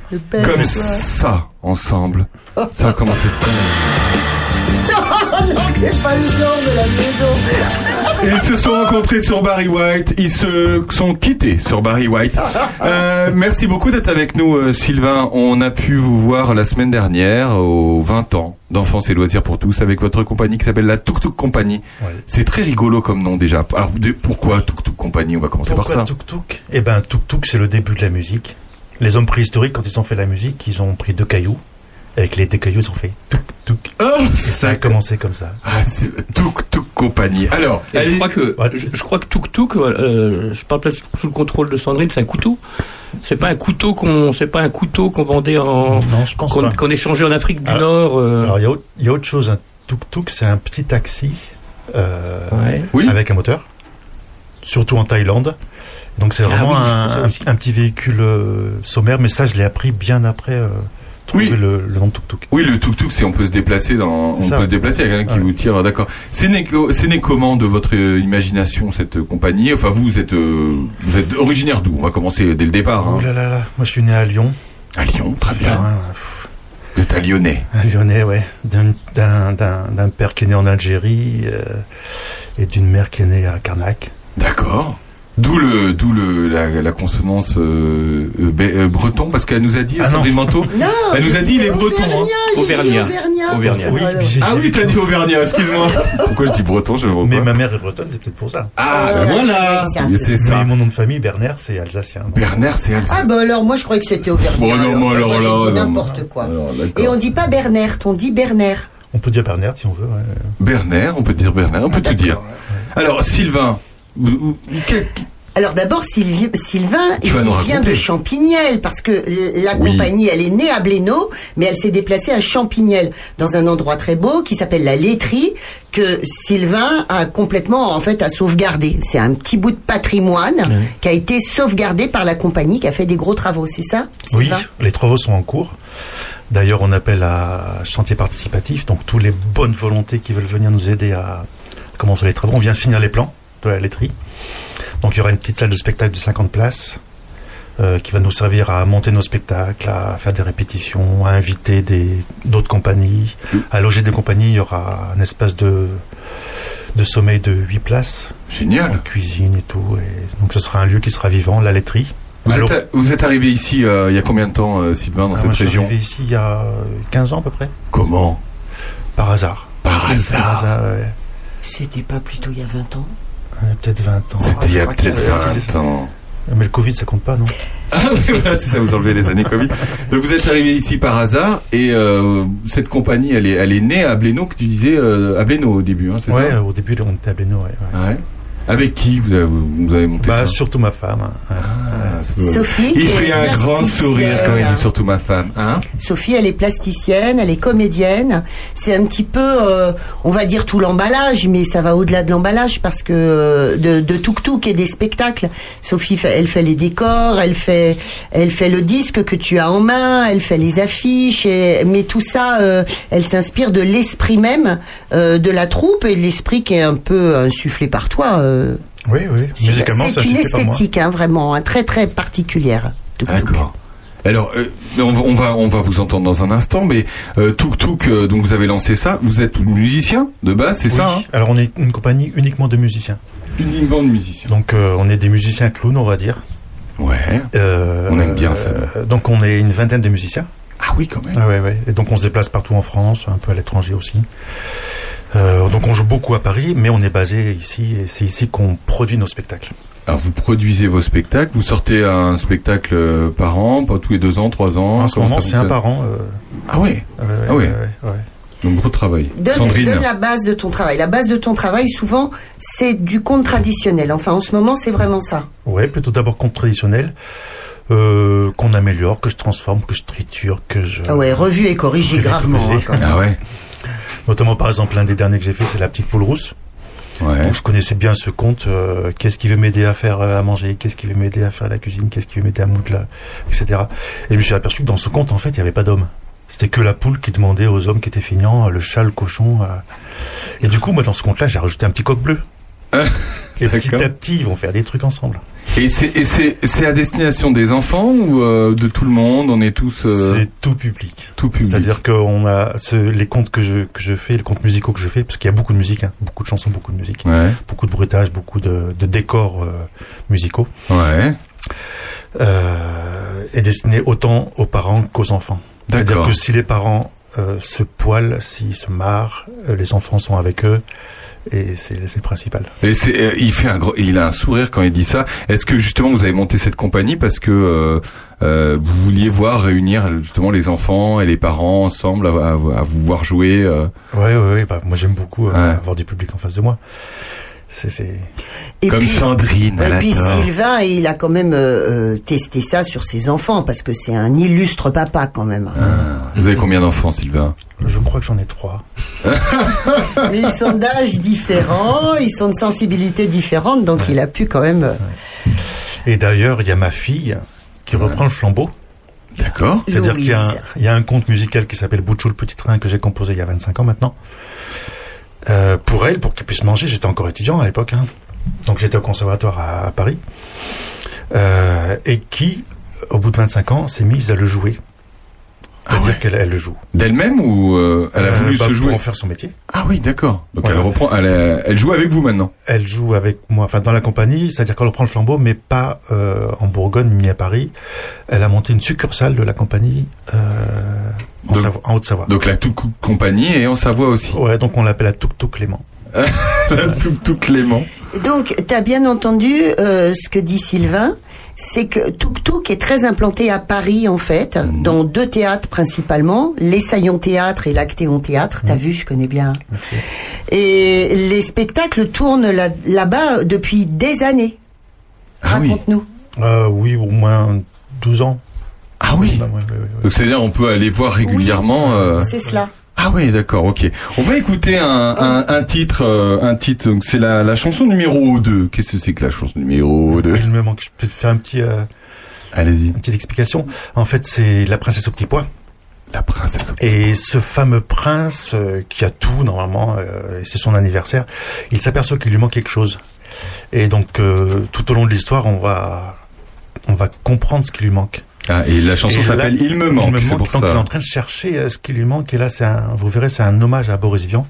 comme ça, ensemble. Ça a commencé. Oh non, c'est pas le genre de la maison. Ils se sont rencontrés sur Barry White, ils se sont quittés sur Barry White. Euh, merci beaucoup d'être avec nous, euh, Sylvain. On a pu vous voir la semaine dernière aux 20 ans d'enfance et loisirs pour tous avec votre compagnie qui s'appelle la Tuk Tuk Compagnie. C'est très rigolo comme nom déjà. Alors de- pourquoi Tuk Tuk Compagnie On va commencer Pourquoi par ça. Tuk Tuk Eh ben, Tuk Tuk, c'est le début de la musique. Les hommes préhistoriques, quand ils ont fait la musique, ils ont pris deux cailloux. Avec les deux cailloux, ils ont fait Tuk Tuk. Et ça a commencé comme ça. Ah, c'est Tuk Tuk Compagnie. Alors, Et je crois que Bah, je, je crois que tuk tuk, euh, je parle peut-être sous, sous le contrôle de Sandrine, c'est un couteau. C'est pas un couteau qu'on, c'est pas un couteau qu'on vendait en, pense qu'on, pas. qu'on échangeait en Afrique du Ah. Nord. euh, Alors, il y a autre- il y, a autre chose. Un tuk-tuk, c'est un petit taxi euh, Ouais. avec un moteur, surtout en Thaïlande. Donc, c'est Ah vraiment oui, un- ça un, un petit véhicule euh, sommaire, mais ça, je l'ai appris bien après euh, trouver le, le nom de tuk-tuk. Oui, le tuk-tuk, c'est on peut se déplacer dans, on C'est ça, peut ouais. se déplacer. Il y a quelqu'un qui vous tire, d'accord. C'est né, c'est né comment de votre euh, imagination cette euh, compagnie Enfin, vous, vous êtes, euh, vous êtes originaire d'où On va commencer dès le départ. hein. Oh là là là, moi je suis né à Lyon. À Lyon, très bien. Vous êtes un Lyonnais. Un Lyonnais, ouais. D'un- D'un d'un- d'un père qui est né en Algérie euh, et d'une mère qui est née à Karnak. D'accord. D'où le, d'où le, la, la consonance euh, euh, bé- euh, breton, parce qu'elle nous a dit, Sandrine Manteau, Non, elle nous je a dit, il dis est breton. hein. Auvergnat, j'ai dit Auvergnat. Oui, Auvergnat. ah oui, t'as dit Auvergnat, excuse-moi. Pourquoi je dis breton, je Mais ma mère est bretonne, c'est peut-être pour ça. Ah, ben voilà. C'est ça. Mais mon nom de famille, Berner, c'est alsacien. Berner, c'est Ah bah alors, moi je croyais que c'était Auvergnat. Bon, non, moi, bah, alors j'ai là, dit non. n'importe quoi. Et on dit pas Bernert, on dit Berner. On peut dire Berner si on veut. ouais. Berner, on peut dire Berner, on peut tout dire. Alors, Sylvain, vous- vous- quel- Alors d'abord, Sylvi- Sylvain, Tu il vas nous il vient raconter. de Champignelles, parce que l- la compagnie, elle est née à Blénaud, mais elle s'est déplacée à Champignelles, dans un endroit très beau qui s'appelle la laiterie, que Sylvain a complètement, en fait, à sauvegarder. C'est un petit bout de patrimoine qui a été sauvegardé par la compagnie qui a fait des gros travaux, c'est ça, Oui, Sylvain les travaux sont en cours. D'ailleurs, on appelle à chantier participatif, donc tous les bonnes volontés qui veulent venir nous aider à commencer les travaux. On vient de finir les plans de la laiterie. Donc il y aura une petite salle de spectacle de 50 places euh, qui va nous servir à monter nos spectacles, à faire des répétitions, à inviter des- d'autres compagnies, à loger des compagnies. Il y aura un espace de, de sommeil de 8 places. Génial. Une cuisine et tout. Et donc ce sera un lieu qui sera vivant, la laiterie. vous, Alors- êtes, vous êtes arrivé ici euh, il y a combien de temps, euh, Sylvain, dans Ah, cette moi, je suis région arrivé ici il y a 15 ans à peu près. Comment Par hasard. Par hasard. ouais. C'était pas plutôt il y a 20 ans Ouais, Peut-être 20 ans. C'était il y a peut-être 20 ans. Mais le Covid, ça compte pas, non Ah, voilà, c'est ça, vous enlevez les années Covid. Donc vous êtes arrivé ici par hasard et euh, cette compagnie, elle est, elle est née à Blénaud, que tu disais, euh, à Blénaud au début, hein, c'est Ouais, euh, ça au début, on était à Beno. Ouais, ouais. Ouais. Avec qui vous avez, vous avez monté Bah, ça Ah, surtout ma femme. hein. Sophie, Il qui fait est euh, un grand plasticienne. sourire quand il dit surtout ma femme. Hein Sophie, elle est plasticienne, elle est comédienne. C'est un petit peu, euh, on va dire tout l'emballage, mais ça va au-delà de l'emballage parce que euh, de, de tuk tuk et des spectacles. Sophie, fait- elle fait les décors, elle fait, elle fait le disque que tu as en main, elle fait les affiches. et- mais tout ça, euh, elle s'inspire de l'esprit même euh, de la troupe et de l'esprit qui est un peu insufflé par toi. euh. Oui, oui. Musicalement, ça C'est une suffit pas moi. esthétique, hein, vraiment, hein, très très particulière. D'accord. Alors, euh, on, va- on va on va vous entendre dans un instant, mais euh, Tuk Tuk, euh, donc vous avez lancé ça. Vous êtes musicien de base, c'est Oui. ça hein Alors, on est une compagnie uniquement de musiciens. Uniquement de musiciens. Donc, euh, on est des musiciens clowns, on va dire. Ouais. on aime bien ça. Euh, donc, on est une vingtaine de musiciens. Ah oui, quand même. ouais, ouais. Et donc, on se déplace partout en France, un peu à l'étranger aussi. Euh, donc, on joue beaucoup à Paris, mais on est basé ici, et c'est ici qu'on produit nos spectacles. Alors, vous produisez vos spectacles. Vous sortez un spectacle euh, par an, pas tous les deux ans, trois ans. En ce moment, c'est un par an. euh. Ah oui. Ah oui. Donc gros travail. Donne, Sandrine. donne la base de ton travail. La base de ton travail, souvent, c'est du conte traditionnel. Enfin, en ce moment, c'est vraiment ça. Ouais, plutôt d'abord contre traditionnel. euh, qu'on améliore, que je transforme, que je triture, que je... Ah ouais, revue et corrigée Euh, Revue et gravement, corrigée. hein, quand même. Ah ouais. Notamment, par exemple, l'un des derniers que j'ai fait, c'est La Petite Poule Rousse. Donc, je connaissais bien ce conte. euh, qu'est-ce qui veut m'aider à faire euh, à manger Qu'est-ce qui veut m'aider à faire la cuisine Qu'est-ce qui veut m'aider à moudre la... Etc. Et je me suis aperçu que dans ce conte, en fait, il n'y avait pas d'homme. C'était que la poule qui demandait aux hommes qui étaient feignants, euh, le chat, le cochon. euh. Et du coup, moi, dans ce conte-là, j'ai rajouté un petit coq bleu. Et petit à petit, ils vont faire des trucs ensemble. Et c'est- et c'est c'est à destination des enfants ou euh, de tout le monde On est tous. euh, C'est tout public. Tout public. C'est-à-dire qu'on a ce- les contes que je, que je fais, les contes musicaux que je fais, parce qu'il y a beaucoup de musique, hein, beaucoup de chansons, beaucoup de musique, Ouais. beaucoup de bruitage, beaucoup de, de décors euh, musicaux. Ouais. Euh, est destiné autant aux parents qu'aux enfants. C'est-à-dire D'accord. que si les parents euh, se poilent, s'ils se marrent, euh, les enfants sont avec eux, et c'est c'est le principal. Et c'est, euh, il fait un gros, il a un sourire quand il dit ça. Est-ce que justement vous avez monté cette compagnie parce que euh, euh, vous vouliez voir réunir justement les enfants et les parents ensemble à, à- à vous voir jouer euh, Ouais, ouais, ouais, bah, moi j'aime beaucoup euh, Ouais. avoir du public en face de moi. C'est- C'est Et Comme puis- Sandrine. Et elle puis adore. Sylvain, il a quand même euh, euh, testé ça sur ses enfants parce que c'est un illustre papa quand même. Ah, Vous avez combien d'enfants, Sylvain Je crois que j'en ai trois. Mais ils sont d'âge différents, ils sont de sensibilités différentes, donc il a pu quand même. euh, Et d'ailleurs, il y a ma fille qui reprend le flambeau. D'accord. C'est-à-dire qu'il y, a un- Louise. il y a un conte musical qui s'appelle Bouchou le petit train que j'ai composé il y a 25 ans maintenant. Euh, pour elle, pour qu'elle puisse manger, j'étais encore étudiant à l'époque. hein. Donc j'étais au conservatoire à, à Paris. Euh, et qui, au bout de 25 ans, s'est mise à le jouer. C'est-à-dire qu'elle elle le joue. D'elle-même ou euh, Ah elle a Euh, voulu bah, se jouer Pour en faire son métier. Ah oui, d'accord. Donc Voilà. elle reprend, elle, euh, elle joue avec vous maintenant. Elle joue avec moi, enfin dans la compagnie, c'est-à-dire qu'elle reprend le flambeau, mais pas euh, en Bourgogne ni à Paris. Elle a monté une succursale de la compagnie euh, en, Donc- Savo- en Haute-Savoie. Donc la toute cou- compagnie et en Savoie aussi. Ouais, donc on l'appelle la Tuk Tuk Clément. la Tuk Tuk Clément. Donc, tu as bien entendu euh, ce que dit Sylvain, c'est que Tuk Tuk est très implanté à Paris, en fait, Mhm. dans deux théâtres principalement, les Saillons Théâtre et l'Actéon Théâtre. Mhm. T'as vu, je connais bien. Et les spectacles tournent là- là-bas depuis des années. Raconte-nous. Euh, oui, au moins 12 ans. Ah oui Donc c'est-à-dire on peut aller voir régulièrement. euh, C'est cela. Ah oui, d'accord, ok. On va écouter un, un, un titre, euh, un titre. Donc c'est la, la chanson numéro 2. Qu'est-ce que c'est que la chanson numéro 2 Il me manque, je peux te faire un petit, euh, Allez-y. une petite explication. En fait, c'est La Princesse au Petit Pois. La princesse. Et ce fameux prince euh, qui a tout normalement, euh, et c'est son anniversaire, il s'aperçoit qu'il lui manque quelque chose. Et donc euh, tout au long de l'histoire, on va on va comprendre ce qui lui manque. Ah, et la chanson Et là, s'appelle Il me manque. C'est pour donc il est ça. en train de chercher euh, ce qui lui manque. Et là, c'est un, vous verrez, c'est un hommage à Boris Vian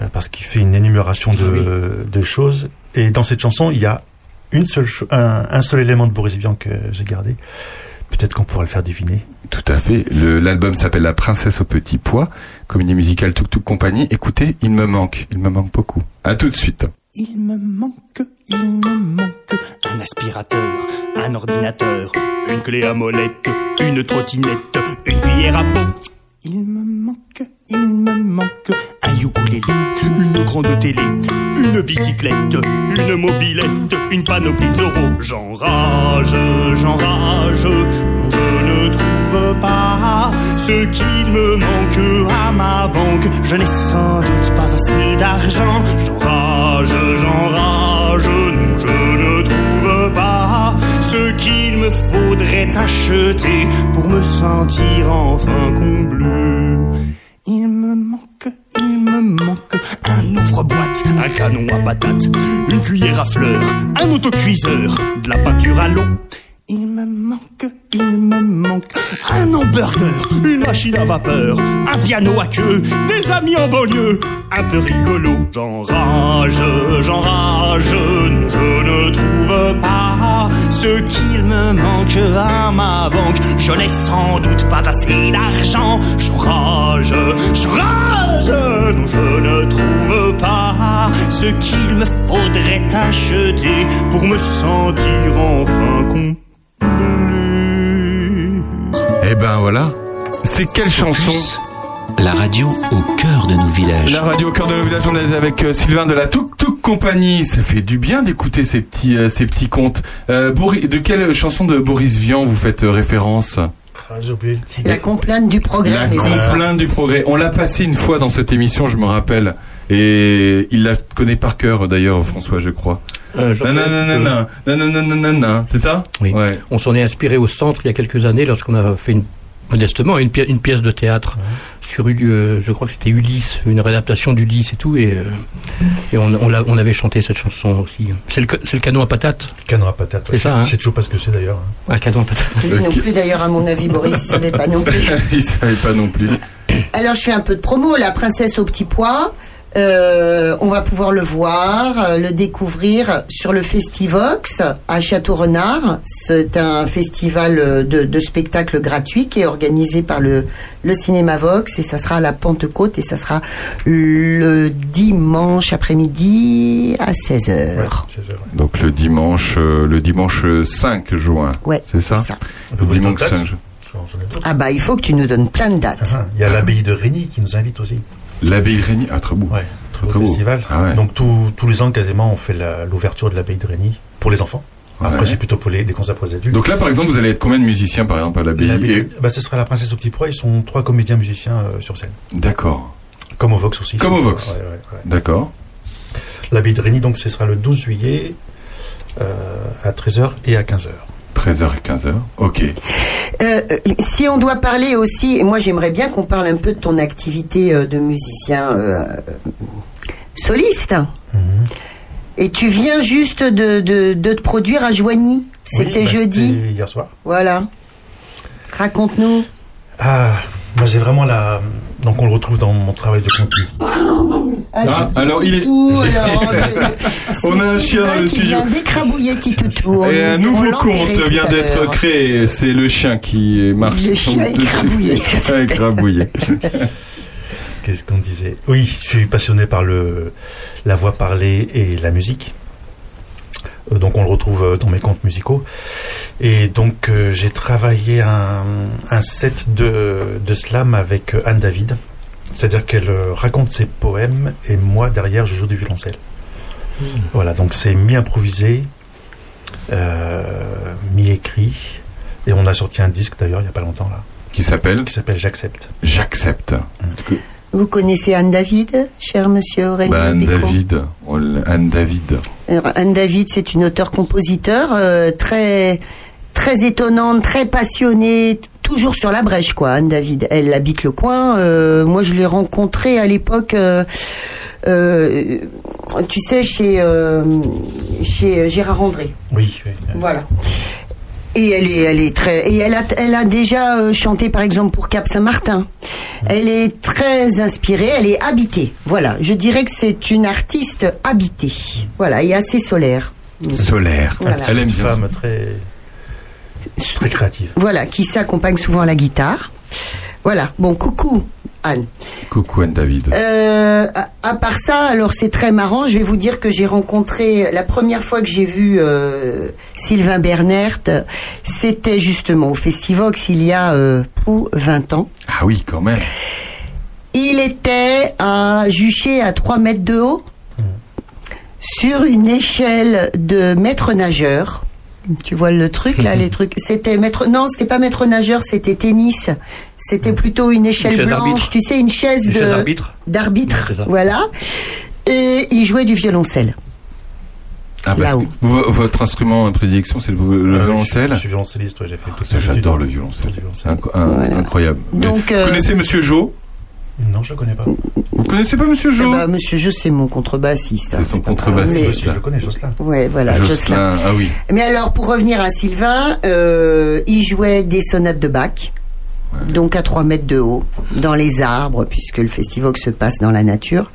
euh, parce qu'il fait une énumération de, de choses. Et dans cette chanson, il y a une seule cho- un, un seul élément de Boris Vian que j'ai gardé. Peut-être qu'on pourra le faire deviner. Tout à fait. Le- L'album s'appelle La princesse au petit pois. Comédie musicale Tuk Tuk Compagnie. Écoutez, il me manque. Il me manque beaucoup. À tout de suite. Il me manque, il me manque un aspirateur, un ordinateur, une clé à molette, une trottinette, une cuillère à peau. Il me manque, il me manque un ukulélé, une grande télé, une bicyclette, une mobilette, une panoplie de Zorro. J'enrage, j'enrage, non, je ne trouve pas ce qu'il me manque à ma banque. Je n'ai sans doute pas assez d'argent. J'enrage, j'enrage, non, je ne trouve pas ce qu'il me faudrait acheter pour me sentir enfin comblé. Il me manque, il me manque un ouvre-boîte, un canon à patates, une cuillère à fleurs, un autocuiseur, de la peinture à l'eau. Il me manque, il me manque un hamburger, une machine à vapeur, un piano à queue, des amis en banlieue, un peu rigolo. J'enrage, j'enrage, non, je ne trouve pas ce qu'il me manque à ma banque. Je n'ai sans doute pas assez d'argent. J'enrage, j'enrage, non, je ne trouve pas ce qu'il me faudrait acheter pour me sentir enfin con. Eh ben voilà. C'est quelle chanson La radio au cœur de nos villages. La radio au cœur de nos villages, on est avec euh, Sylvain de la Tuk Tuk compagnie, ça fait du bien d'écouter ces petits, euh, ces petits contes. Euh, Boris- de quelle chanson de Boris Vian vous faites euh, référence Ah, J'ai oublié. C'est la complainte du La programme. les enfants. complainte du progrès. On l'a passé une fois dans cette émission, je me rappelle. Et il la connaît par cœur, d'ailleurs, François, je crois. Euh, j'en connais peu. Nananana, nananana, c'est ça Oui. On s'en est inspiré au centre il y a quelques années lorsqu'on a fait une, modestement une, pi- une pièce de théâtre sur, Ulu- euh, je crois que c'était Ulysse, une réadaptation d'Ulysse et tout, et, euh, et on, on l'a- on avait chanté cette chanson aussi. C'est le, ca- c'est le canon à patates Canon à patates, c'est ça. Je hein sais toujours pas ce que c'est d'ailleurs. hein. Un canon à patates. Lui non plus, d'ailleurs, à mon avis, Boris, il savait pas non plus. il savait pas non plus. Alors, je fais un peu de promo. La princesse au petit pois, euh, on va pouvoir le voir, euh, le découvrir sur le Festivox à Château-Renard. C'est un festival euh, de, de spectacles gratuits qui est organisé par le, le Cinéma Vox et ça sera à la Pentecôte et ça sera le dimanche après-midi à 16h. Donc le dimanche, euh, le dimanche 5 juin. Ouais, c'est ça, Le dimanche 5 juin. Ah bah, il faut que tu nous donnes plein de dates. Il y a l'abbaye de Régny qui nous invite aussi. L'abbaye de Régny, ah, très beau. au très beau. festival. Ah ouais. Donc tous- tous les ans, quasiment, on fait la- l'ouverture de l'abbaye de Régny pour les enfants. Après, Ah Ouais. c'est plutôt pour les, des concerts pour les adultes. Donc là, par exemple, vous allez être combien de musiciens, par exemple, à l'abbaye L'abbaye- Et- bah, ce sera la princesse au petit pois. Ils sont trois comédiens musiciens euh, sur scène. D'accord. Comme au Vox aussi. Comme c'est- au Vox. ouais, ouais, ouais. D'accord. L'abbaye de Régny, donc, ce sera le 12 juillet euh, à 13h et à 15h. 13h et 15h. Ok. Euh, euh, si on doit parler aussi, et moi j'aimerais bien qu'on parle un peu de ton activité euh, de musicien euh, soliste. Mhm. Et tu viens juste de, de- de te produire à Joigny. C'était Oui, bah, jeudi. c'était Hier soir. Voilà. Raconte-nous. Ah, moi j'ai vraiment la. Donc on le retrouve dans mon travail de complice. Ah, alors il est. On a un chien dans le qui studio. vient d'écrabouiller Titoutou. Et un nouveau conte compte vient d'être créé. C'est le chien qui marche. Le chien dessus. écrabouillé. Le chien écrabouillé. Qu'est-ce qu'on disait Oui, je suis passionné par le, la voix parlée et la musique. Euh, Donc on le retrouve euh, dans mes contes musicaux. Et donc euh, j'ai travaillé un, un set de, de slam avec euh, Anne David. C'est-à-dire qu'elle euh, raconte ses poèmes et moi derrière je joue du violoncelle. Voilà, donc c'est mi-improvisé, euh, mi-écrit. Et on a sorti un disque d'ailleurs il n'y a pas longtemps là. Qui s'appelle Qui s'appelle J'accepte. J'accepte. Vous connaissez Anne David, cher monsieur Aurélien Bah, Anne Pécot David. On l'a- Anne David. Alors, Anne David, c'est une auteure-compositeur euh, très très étonnante, très passionnée, t- toujours sur la brèche, quoi. Anne David, elle habite le coin. euh, moi, je l'ai rencontrée à l'époque, euh, euh, tu sais, chez euh, chez euh, Gérard André. Oui, oui. Voilà. Et elle est, elle est très, et elle a, elle a déjà euh, chanté par exemple pour Cap Saint-Martin. Elle est très inspirée, elle est habitée. Voilà, je dirais que c'est une artiste habitée. Voilà, et assez solaire. Solaire. Voilà. Elle aime Une bien. femme très, très créative. Voilà, qui s'accompagne souvent à la guitare. Voilà, bon, coucou Anne. Coucou Anne David. Euh, à, à part ça, alors c'est très marrant. Je vais vous dire que j'ai rencontré la première fois que j'ai vu euh, Sylvain Bernert, c'était justement au Festivox il y a euh, pou, 20 ans. Ah oui, quand même. Il était à juché à 3 mètres de haut sur une échelle de maître nageur. Tu vois le truc là, les trucs. C'était maître. Non, c'était pas maître nageur, c'était tennis. C'était plutôt une échelle Une chaise blanche. arbitre. Tu sais, une chaise Une de- chaise arbitre. d'arbitre. C'est ça. Voilà. Et il jouait du violoncelle. Ah, parce que vo- votre instrument de prédilection, c'est le, le violoncelle Euh, Ah, Je suis violoncelliste, ouais, j'ai fait tout ça. J'adore le violoncelle. Inc- un- Incroyable. Donc, Vous euh, connaissez Monsieur Jo Non, je le connais pas. Vous connaissez pas Monsieur Jo Eh ben, Monsieur Jo, c'est mon contrebassiste. hein, C'est son pas grave. contrebassiste. Mais- Si, je le connais, Jocelyn. Ouais, voilà, Jocelyn. Ah oui. Mais alors, pour revenir à Sylvain, euh, il jouait des sonates de Bach, donc à 3 mètres de haut, dans les arbres, puisque le festivox se passe dans la nature.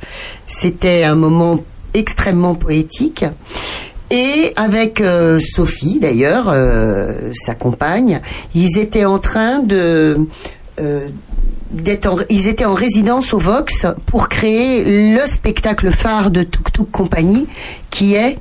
C'était un moment extrêmement poétique. Et avec euh, Sophie, d'ailleurs, euh, sa compagne, ils étaient en train de... euh, d'être en- ils étaient en résidence au Vox pour créer le spectacle phare de Tuk Tuk Compagnie, qui est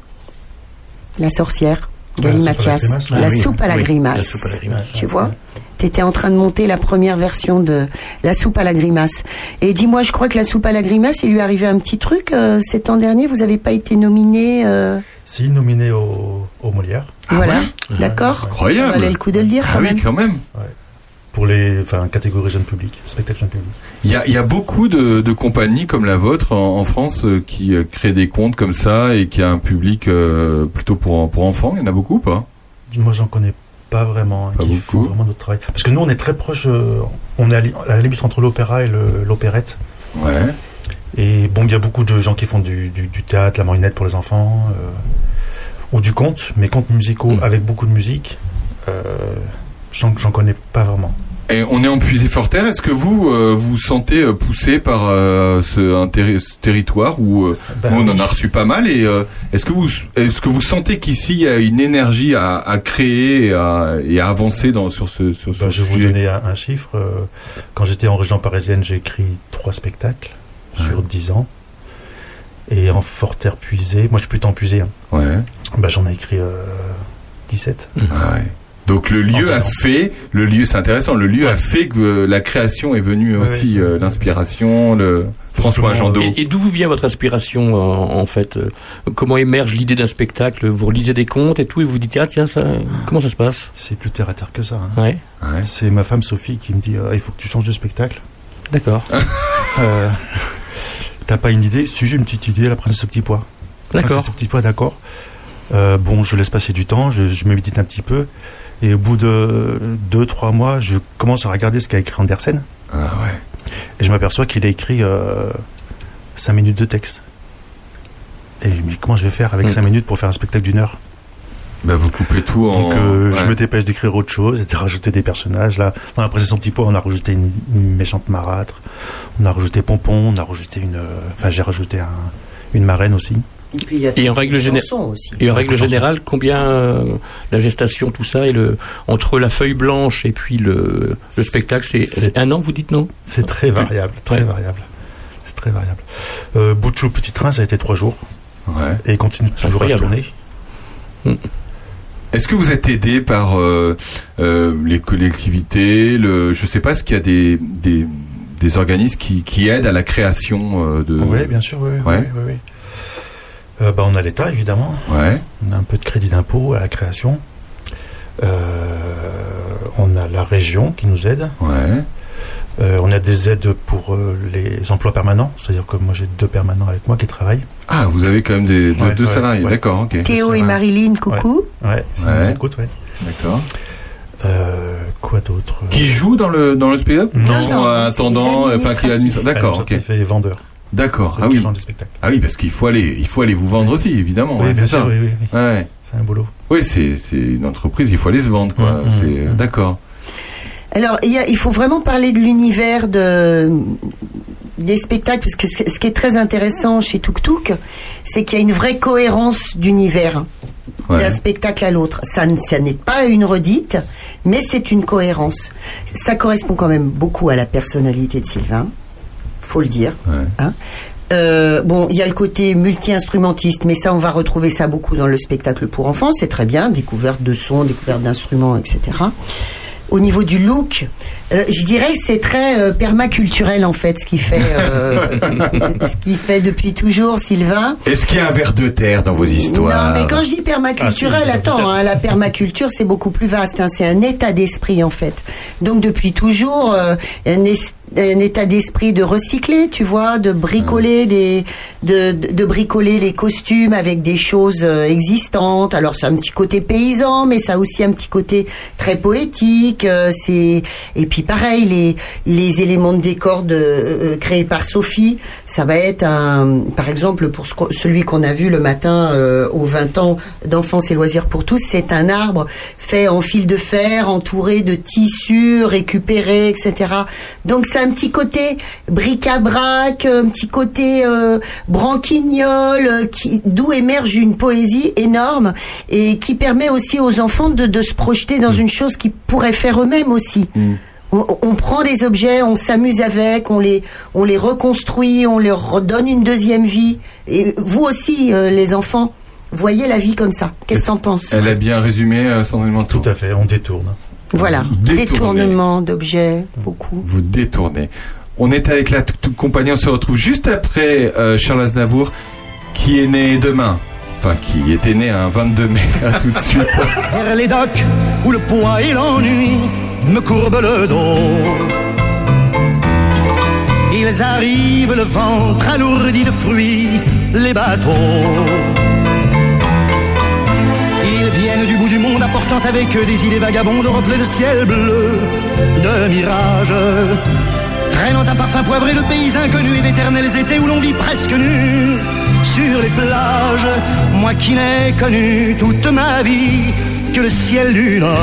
la sorcière, Ouais, Gali la soupe à la Mathias. grimace, là. La Oui, soupe à la oui, la grimace. soupe à la grimace, Tu ouais, vois T'étais en train de monter la première version de la soupe à la grimace. Et dis-moi, je crois que la soupe à la grimace, il lui est arrivé un petit truc euh, ces temps derniers. Vous n'avez pas été nominé. euh, Si, nominé au, au Molière. Ah voilà, d'accord. Ah Incroyable. Ah Ça valait le coup de le Ah dire quand même. Ouais. Pour les enfin, catégories jeunes publics, spectacle jeune public. Il y a, il y a beaucoup de, de compagnies comme la vôtre en, en France euh, qui euh, créent des comptes comme ça et qui a un public euh, plutôt pour, pour enfants. Il y en a beaucoup ou pas Moi, j'en connais pas vraiment. hein, Pas qui font beaucoup. vraiment notre travail. Parce que nous, on est très proche. euh, on est à li- à la limite entre l'opéra et le- l'opérette. Ouais. Et bon, il y a beaucoup de gens qui font du, du- du théâtre, la marionnette pour les enfants, euh, ou du conte, mais contes musicaux Hmm. avec beaucoup de musique. Euh, j'en j'en connais pas vraiment. Et on est en puisé fort terre. Est-ce que vous euh, vous sentez euh, poussé par euh, ce, un terri- ce territoire où euh, Bah nous, on en oui. a reçu pas mal et euh, est-ce que vous est-ce que vous sentez qu'ici il y a une énergie à, à créer et à, et à avancer dans sur ce sur ce Bah, je vais vous sujet donner un, un chiffre. euh, Quand j'étais en région parisienne, j'ai écrit trois spectacles sur dix ans. Et en Forterre puisé, moi je suis plutôt en puisé. hein. Ouais. Bah, j'en ai écrit euh, 17. Ouais. Donc le lieu a fait, le lieu c'est intéressant, le lieu a fait que euh, la création est venue aussi, euh, l'inspiration, le François Jandot. Et, et d'où vous vient votre inspiration en, en fait euh, Comment émerge l'idée d'un spectacle Vous relisez des contes et tout et vous vous dites ah tiens ça comment ça se passe C'est plus terre à terre que ça. hein. Ouais. C'est ma femme Sophie qui me dit euh, il faut que tu changes de spectacle. D'accord. Euh, T'as pas une idée Si j'ai une petite idée, la princesse au petit pois. La D'accord. Princesse au petit pois, d'accord. Euh, bon, je laisse passer du temps, je, je médite un petit peu. Et au bout de 2-3 mois, je commence à regarder ce qu'a écrit Andersen. Ah ouais. Et je m'aperçois qu'il a écrit 5 minutes de texte. Et je me dis, comment je vais faire Mm. avec 5 minutes pour faire un spectacle d'une heure Bah, vous coupez tout en. donc euh, je ouais. me dépêche d'écrire autre chose et de rajouter des personnages. Là, dans la princesse en petit pois, on a rajouté une, une méchante marâtre, on a rajouté Pompon, on a rajouté une. euh, Enfin, j'ai rajouté un- une marraine aussi. Et en règle, géné- et en règle générale, combien euh, la gestation, tout ça, et le entre la feuille blanche et puis le, le spectacle, c'est c'est un an, vous dites non C'est très variable, très Ouais. variable. C'est très variable. Euh, Boutchou, petit train, ça a été trois jours. Et il continue toujours à incroyable. tourner. Est-ce que vous êtes aidé par euh, euh, les collectivités le, Je sais pas, est-ce qu'il y a des, des, des organismes qui, qui aident à la création euh, de. Oui, bien sûr, oui. oui, Ouais. oui, oui. Euh, bah, on a l'État, évidemment. Ouais. On a un peu de crédit d'impôt à la création. Euh, on a la région qui nous aide. Euh, on a des aides pour euh, les emplois permanents. C'est-à-dire que moi, j'ai deux permanents avec moi qui travaillent. Ah, vous avez quand même des, deux, Ouais, deux ouais, salariés, ouais. d'accord, ok. Théo et Marilyn, coucou. Ouais, si Ouais. ils écoutent, ouais. D'accord. Euh, quoi d'autre Qui joue dans le, dans le spectacle Non. Ah, Qui sont, Non, non, euh, c'est attendants, des euh, enfin, administratifs. qui administrent- D'accord, ok. Administratifs et vendeurs. D'accord, C'est ah qui oui. vendent les spectacles. Ah oui, parce qu'il faut aller, il faut aller vous vendre aussi, évidemment. Oui, hein, bien c'est sûr, ça. oui, oui, oui. Ouais. C'est un boulot. Oui, c'est c'est une entreprise, il faut aller se vendre, quoi. Mm, C'est- euh, D'accord. Alors, il, y a- il faut vraiment parler de l'univers de, des spectacles, parce que c'est- ce qui est très intéressant chez Tuk Tuk, c'est qu'il y a une vraie cohérence d'univers Ouais. d'un spectacle à l'autre. Ça, n- ça n'est pas une redite, mais c'est une cohérence. Ça correspond quand même beaucoup à la personnalité de Sylvain, faut le dire. Hein Euh, bon, il y a le côté multi-instrumentiste, mais ça, on va retrouver ça beaucoup dans le spectacle pour enfants. C'est très bien, découverte de sons, découverte d'instruments, etc. Au niveau du look, euh, je dirais que c'est très euh, permaculturel en fait, ce qui fait, euh, ce qui fait depuis toujours Sylvain. Est-ce qu'il y a un verre de terre dans vos histoires Non, mais quand je dis Ah, permaculturel, si, attends, hein, la permaculture, c'est beaucoup plus vaste. hein, c'est un état d'esprit, en fait. Donc, depuis toujours, euh, un, es- un état d'esprit de recycler, tu vois, de bricoler des, de, de- de bricoler les costumes avec des choses euh, existantes. Alors, c'est un petit côté paysan, mais ça a aussi un petit côté très poétique. euh, c'est et puis pareil, les les éléments de décor de, euh, créés par Sophie, ça va être un, par exemple pour ce qu'on- celui qu'on a vu le matin euh, aux 20 ans d'enfance et loisirs pour tous, c'est un arbre fait en fil de fer, entouré de tissus récupérés, etc. Donc c'est un petit côté bric-à-brac, un petit côté euh, branquignol, euh, qui- d'où émerge une poésie énorme et qui permet aussi aux enfants de, de se projeter dans une chose qu'ils pourraient faire eux-mêmes aussi. On, on prend des objets, on s'amuse avec, on les, on les reconstruit, on leur redonne une deuxième vie. Et vous aussi, euh, les enfants, voyez la vie comme ça. Qu'est-ce que t'en penses Elle a bien résumé euh, son élément. Tout à fait, on détourne. Voilà, Détourner. détournement d'objets, beaucoup. Vous détournez. On est avec la toute compagnie, on se retrouve juste après euh, Charles Aznavour, qui est né demain. Enfin, qui était né un 22 mai, à tout de suite. Vers les docks où le poids et l'ennui me courbent le dos. Ils arrivent le ventre alourdi de fruits, les bateaux. Ils viennent du bout du monde apportant avec eux des idées vagabondes aux reflets de ciel bleu, de mirages. Traînant un parfum poivré de pays inconnus et d'éternels étés où l'on vit presque nu sur les plages. Moi qui n'ai connu toute ma vie que le ciel du Nord.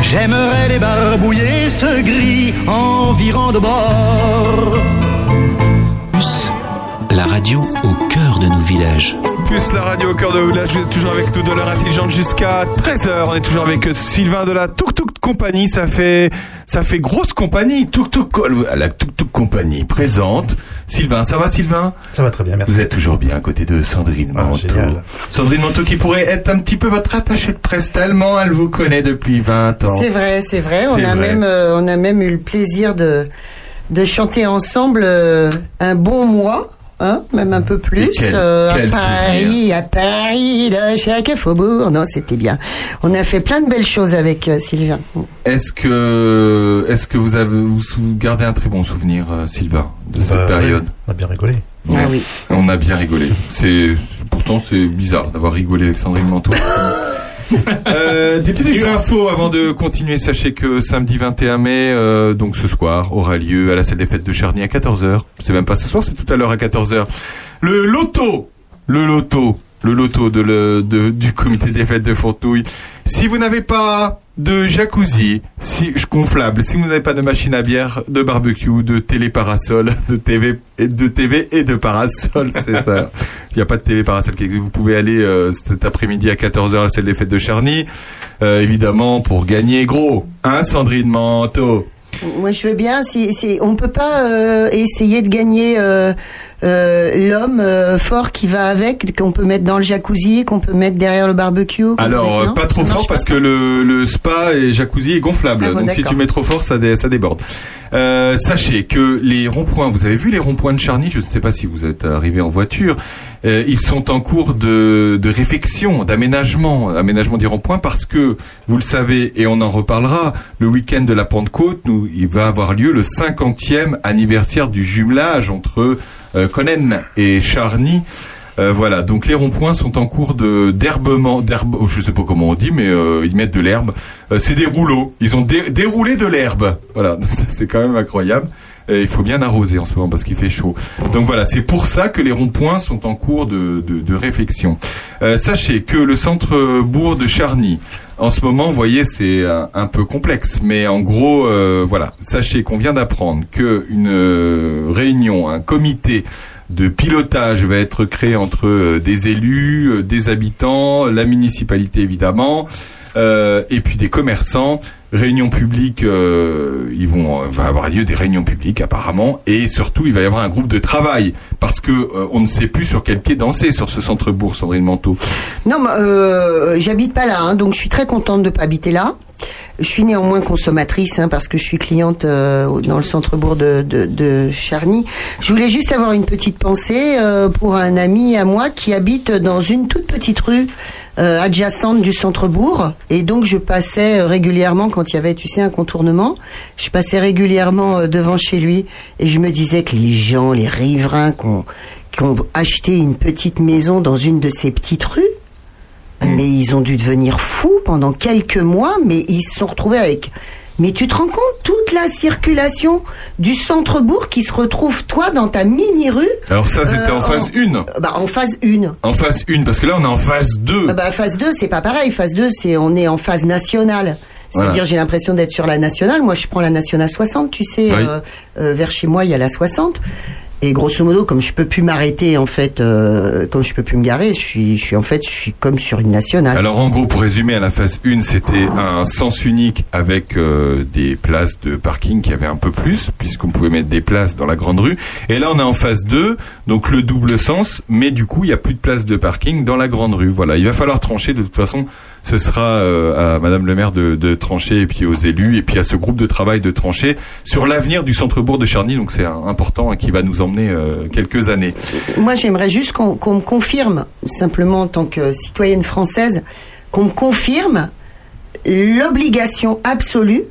J'aimerais les barbouiller ce gris en virant de bord. La radio au cœur de nos villages. Plus la radio au cœur de là, vous êtes toujours avec nous de l'heure intelligente jusqu'à 13h. On est toujours avec euh, Sylvain de la Tuk Tuk Compagnie. Ça fait, ça fait grosse compagnie. Tuk Tuk, la Tuk Tuk Compagnie présente. Sylvain, ça va Sylvain Ça va très bien, merci. Ah, Vous êtes toujours bien à côté de Sandrine Manteau. génial. Sandrine Manteau qui pourrait être un petit peu votre attachée de presse tellement elle vous connaît depuis 20 ans. C'est vrai, c'est vrai. On C'est a, vrai. Même, euh, on a même eu le plaisir de, de chanter ensemble euh, un bon mois. hein, même un peu plus euh, quel- quel à Paris, à Paris de chaque faubourg. Non, c'était bien. On a fait plein de belles choses avec euh, Sylvain. Est-ce que, est-ce que vous avez, vous sou- gardez un très bon souvenir, euh, Sylvain, de cette Bah, période ouais, On a bien rigolé. Ouais. On a bien rigolé. C'est pourtant c'est bizarre d'avoir rigolé avec Sandrine Manteau. Euh, des petites infos avant de continuer. Sachez que samedi 21 mai, euh, donc ce soir, aura lieu à la salle des fêtes de Charny à 14h. C'est même pas ce soir, c'est tout à l'heure à 14h. Le loto Le loto Le loto de le- de- du comité des fêtes de Fontouille. Si vous n'avez pas de jacuzzi, si je gonflable, si vous n'avez pas de machine à bière, de barbecue, de télé parasol, de TV et de TV et de parasol, c'est ça. Il n'y a pas de télé parasol qui existe. Vous pouvez aller euh, cet après-midi à 14h à la salle des fêtes de Charny, Euh, évidemment pour gagner gros, hein Sandrine Manteau. Moi, je veux bien. Si, si- on peut pas euh, essayer de gagner euh, euh, l'homme euh, fort qui va avec, qu'on peut mettre dans le jacuzzi, qu'on peut mettre derrière le barbecue. qu'on peut Alors, euh, mettre- non pas trop fort parce que le, le spa et jacuzzi est gonflable. Ah bon, Donc si d'accord. tu mets trop fort, ça, dé- ça déborde. Euh, sachez que les ronds-points, vous avez vu les ronds-points de Charny, je ne sais pas si vous êtes arrivé en voiture, euh, ils sont en cours de, de réfection, d'aménagement, aménagement des ronds-points parce que, vous le savez, et on en reparlera, le week-end de la Pentecôte, nous, il va avoir lieu le 50e anniversaire du jumelage entre euh, Connen et Charny. Euh, voilà, donc les ronds-points sont en cours de d'herbement, d'herbe, oh, je sais pas comment on dit, mais euh, ils mettent de l'herbe. Euh, c'est des rouleaux, ils ont dé- déroulé de l'herbe. Voilà, Ça, c'est quand même incroyable. Et il faut bien arroser en ce moment parce qu'il fait chaud. Donc voilà, c'est pour ça que les ronds-points sont en cours de, de, de réflexion. Euh, sachez que le centre bourg de Charny, en ce moment, vous voyez, c'est euh, un, un peu complexe, mais en gros, euh, voilà, sachez qu'on vient d'apprendre que une euh, réunion, un comité de pilotage va être créé entre euh, des élus, euh, des habitants, la municipalité évidemment, euh, et puis des commerçants. Réunion publique, euh, ils vont, va avoir lieu des réunions publiques apparemment, et surtout il va y avoir un groupe de travail parce que euh, on ne sait plus sur quel pied danser sur ce centre bourg, Sandrine Manteau. Non, mais, euh, j'habite pas là, hein, donc je suis très contente de pas habiter là. Je suis néanmoins consommatrice hein, parce que je suis cliente euh, au- dans le centre-bourg de, de, de Charny. Je voulais juste avoir une petite pensée euh, pour un ami à moi qui habite dans une toute petite rue euh, adjacente du centre-bourg. Et donc je passais euh, régulièrement, quand il y avait, tu sais, un contournement, je passais régulièrement euh, devant chez lui et je me disais que les gens, les riverains qui ont, qui ont acheté une petite maison dans une de ces petites rues, mais ils ont dû devenir fous pendant quelques mois, mais ils se sont retrouvés avec. Mais tu te rends compte toute la circulation du centre-bourg qui se retrouve, toi, dans ta mini-rue Alors ça, c'était Euh, en phase 1. bah, En phase 1. En phase 1, parce que là, on est en phase 2. Ah bah, phase 2, c'est pas pareil. Phase 2, c'est on est en phase nationale. C'est-à-dire, Voilà. j'ai l'impression d'être sur la nationale. Moi, je prends la nationale 60, tu sais. Oui. euh, euh, vers chez moi, il y a la 60. Et grosso modo, comme je peux plus m'arrêter, en fait, euh, comme je peux plus me garer, je suis, je suis en fait, je suis comme sur une nationale. Alors en gros, pour résumer, à la phase 1, c'était un sens unique avec euh, des places de parking qui avaient un peu plus, puisqu'on pouvait mettre des places dans la grande rue. Et là, on est en phase 2, donc le double sens, mais du coup, il n'y a plus de places de parking dans la grande rue. Voilà, il va falloir trancher de toute façon. ce sera euh, à Madame le maire de, de trancher et puis aux élus et puis à ce groupe de travail de trancher sur l'avenir du centre-bourg de Charny. Donc c'est euh, important et qui va nous emmener euh, quelques années. Moi, j'aimerais juste qu'on qu'on me confirme, simplement en tant que citoyenne française, qu'on me confirme l'obligation absolue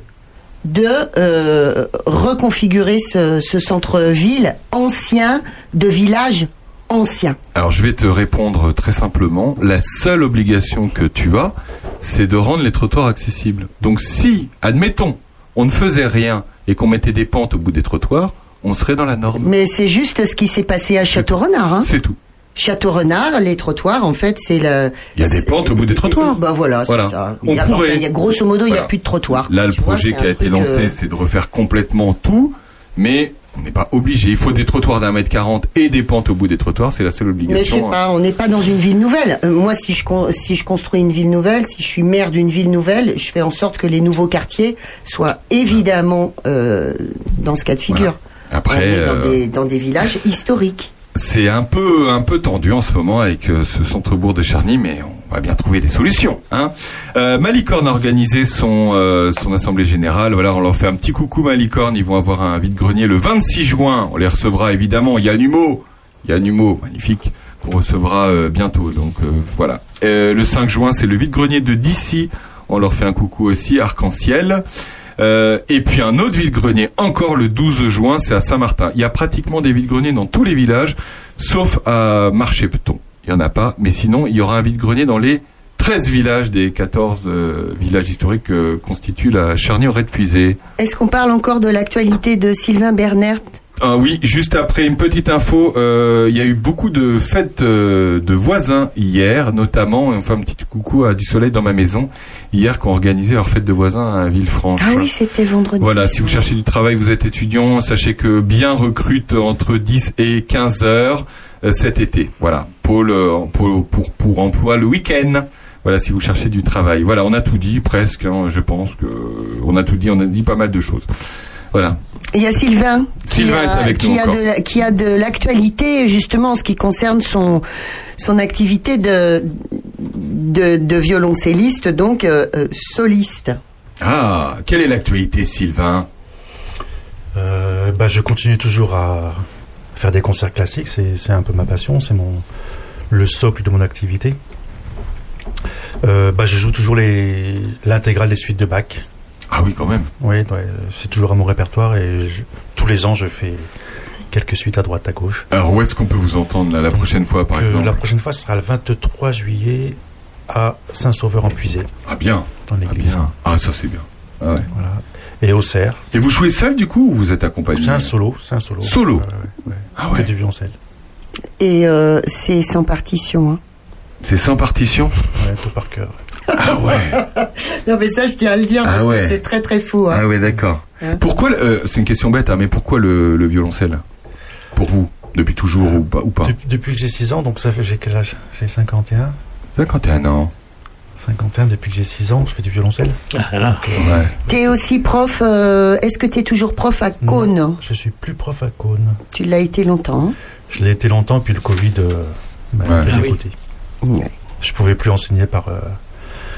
de euh, reconfigurer ce, ce centre-ville ancien, de village ancien. Alors je vais te répondre très simplement. La seule obligation que tu as, c'est de rendre les trottoirs accessibles. Donc si, admettons, on ne faisait rien et qu'on mettait des pentes au bout des trottoirs, on serait dans la norme. Mais c'est juste ce qui s'est passé à Château-Renard. Hein. C'est tout. Château-Renard, les trottoirs, en fait, c'est le. Il y a des pentes au bout des trottoirs. Bah voilà, Voilà. c'est ça. On Il y a, pourrait- enfin, il y a- grosso modo, il n'y a Voilà. plus de trottoir. Là, le Tu vois, projet c'est qui un a été truc, lancé, euh, c'est de refaire complètement tout, mais on n'est pas obligé. Il faut des trottoirs d'un mètre quarante et des pentes au bout des trottoirs. C'est la seule Mais je sais obligation. hein. pas, on n'est pas dans une ville nouvelle. Euh, moi, si je, con- si je construis une ville nouvelle, si je suis maire d'une ville nouvelle, je fais en sorte que les nouveaux quartiers soient évidemment euh, dans ce cas de figure. Après, on est dans, euh, des, dans des villages historiques. c'est un peu, un peu tendu en ce moment avec euh, ce centre-bourg de Charny, mais on va bien trouver des solutions. Hein Euh, Malicorne a organisé son, euh, son assemblée générale. Voilà, on leur fait un petit coucou Malicorne. Ils vont avoir un vide-grenier le 26 juin. On les recevra évidemment. Yann Humeau, Yann Humeau, magnifique, qu'on recevra euh, bientôt. Donc euh, voilà. Euh, le 5 juin, c'est le vide-grenier de Dissy. On leur fait un coucou aussi, Arc-en-Ciel. Euh, et puis un autre vide-grenier, encore le 12 juin, c'est à Saint-Martin. Il y a pratiquement des vide-greniers dans tous les villages, sauf à Marchepton. Il n'y en a pas, mais sinon, il y aura un vide-grenier dans les 13 villages des 14 euh, villages historiques que constitue la charnière aurait puisée. Est-ce qu'on parle encore de l'actualité de Sylvain Bernert Ah oui, juste après une petite info, euh, il y a eu beaucoup de fêtes euh, de voisins hier, notamment, et on fait un petit coucou à du soleil dans ma maison, hier qu'on organisait leur fête de voisins à Villefranche. Ah oui, c'était vendredi. Voilà, si vous cherchez du travail, vous êtes étudiant, sachez que bien recrute entre 10 et 15 heures euh, cet été. Voilà, pôle, euh, pour, pour, pour emploi le week-end. Voilà, si vous cherchez du travail. Voilà, on a tout dit presque, hein, je pense que euh, on a tout dit, on a dit pas mal de choses. Voilà. Il y a Sylvain qui Sylvain est a, avec nous qui a encore. de la- qui a de l'actualité justement en ce qui concerne son son activité de de, de violoncelliste donc euh, euh, soliste. Ah, quelle est l'actualité, Sylvain Euh, bah, je continue toujours à faire des concerts classiques, c'est c'est un peu ma passion, c'est mon le socle de mon activité. Euh, bah, je joue toujours les l'intégrale des suites de Bach. Ah oui, quand même. Oui, ouais, euh, c'est toujours à mon répertoire et je- tous les ans je fais quelques suites à droite, à gauche. Alors où est-ce qu'on peut vous entendre là, la prochaine fois, par Que exemple la prochaine fois ce sera le 23 juillet à Saint-Sauveur-en-Puisé. Ah bien. Dans l'église. Ah, bien. Ah, ça c'est bien. Ah ouais. Et au cerf. Et vous jouez seul du coup ou vous êtes accompagné C'est un solo, c'est un solo. Solo. Ah Ouais, ouais, ouais. Que du violoncelle. Et euh, c'est sans partition. hein. C'est sans partition Ouais, tout par cœur. Non mais ça je tiens à le dire Ah parce ouais. que c'est très très fou. hein. Ah oui, d'accord. Hein Pourquoi, le- euh, c'est une question bête, hein, mais pourquoi le, le violoncelle Pour vous, depuis toujours ou pas, ou pas Dep- depuis que j'ai 6 ans, donc ça fait, j'ai quel âge J'ai 51. 51 ans. 51, depuis que j'ai 6 ans, je fais du violoncelle. Ah là là. Ouais. T'es aussi prof. euh, Est-ce que t'es toujours prof à Cône Je suis plus prof à Cône. Tu l'as été longtemps. hein. Je l'ai été longtemps, puis le Covid euh, m'a Ouais. mis Ah de oui. côté. Je pouvais plus enseigner par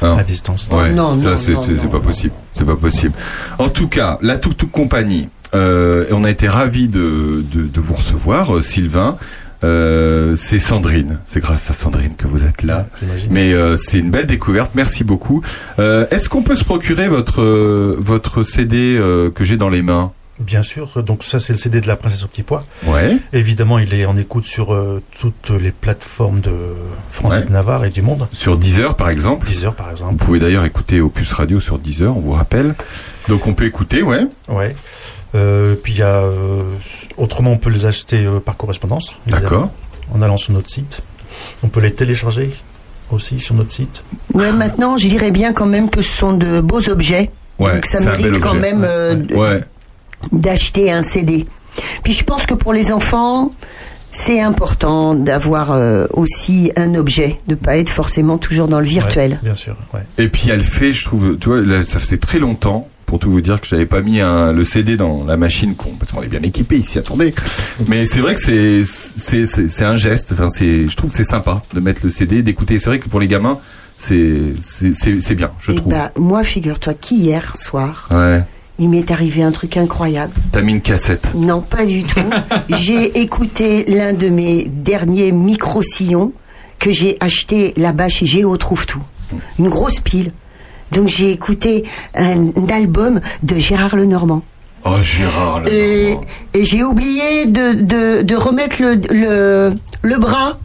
euh, à distance. Ah. Ouais, Non, ça non, c'est non, c'est- c'est pas possible. C'est pas possible. En tout cas, la Tuk Tuk Compagnie, euh, on a été ravis de, de, de vous recevoir, euh, Sylvain. Euh, c'est Sandrine, c'est grâce à Sandrine que vous êtes là. Mais euh, c'est une belle découverte, merci beaucoup. Euh, Est-ce qu'on peut se procurer votre euh, votre CD euh, que j'ai dans les mains Bien sûr, donc ça c'est le CD de la princesse au petit pois. Ouais. Évidemment, il est en écoute sur euh, toutes les plateformes de France Ouais. et de Navarre et du monde. Sur Deezer par exemple. Deezer par exemple. Vous pouvez d'ailleurs écouter Opus Radio sur Deezer, on vous rappelle. Donc on peut écouter, ouais. Ouais. Euh, puis il y a euh, autrement on peut les acheter euh, par correspondance. évidemment, D'accord. En allant sur notre site, on peut les télécharger aussi sur notre site. Ouais, maintenant, je dirais bien quand même que ce sont de beaux objets. Ouais, donc ça c'est un bel mérite quand objet. même euh, d- Ouais. d'acheter un CD. Puis je pense que pour les enfants, c'est important d'avoir euh, aussi un objet, de pas être forcément toujours dans le virtuel. Bien sûr. Ouais. Et puis elle fait, je trouve, tu vois, là, ça faisait très longtemps pour tout vous dire que j'avais pas mis un- le CD dans la machine qu'on, parce qu'on est bien équipé ici, attendez. Mais c'est vrai que c'est, c'est, c'est, c'est un geste, enfin c'est, je trouve que c'est sympa de mettre le CD, d'écouter. C'est vrai que pour les gamins, c'est c'est- c'est c'est bien, je Eh trouve. ben, moi, figure-toi qu'hier soir, Ouais. il m'est arrivé un truc incroyable. T'as mis une cassette. Non, pas du tout. j'ai écouté l'un de mes derniers micro-sillons que j'ai acheté là-bas chez Géo Trouve Tout. Une grosse pile. Donc j'ai écouté un album de Gérard Lenormand. Oh Gérard. là. Et, et j'ai oublié de, de- de remettre le, le, le bras.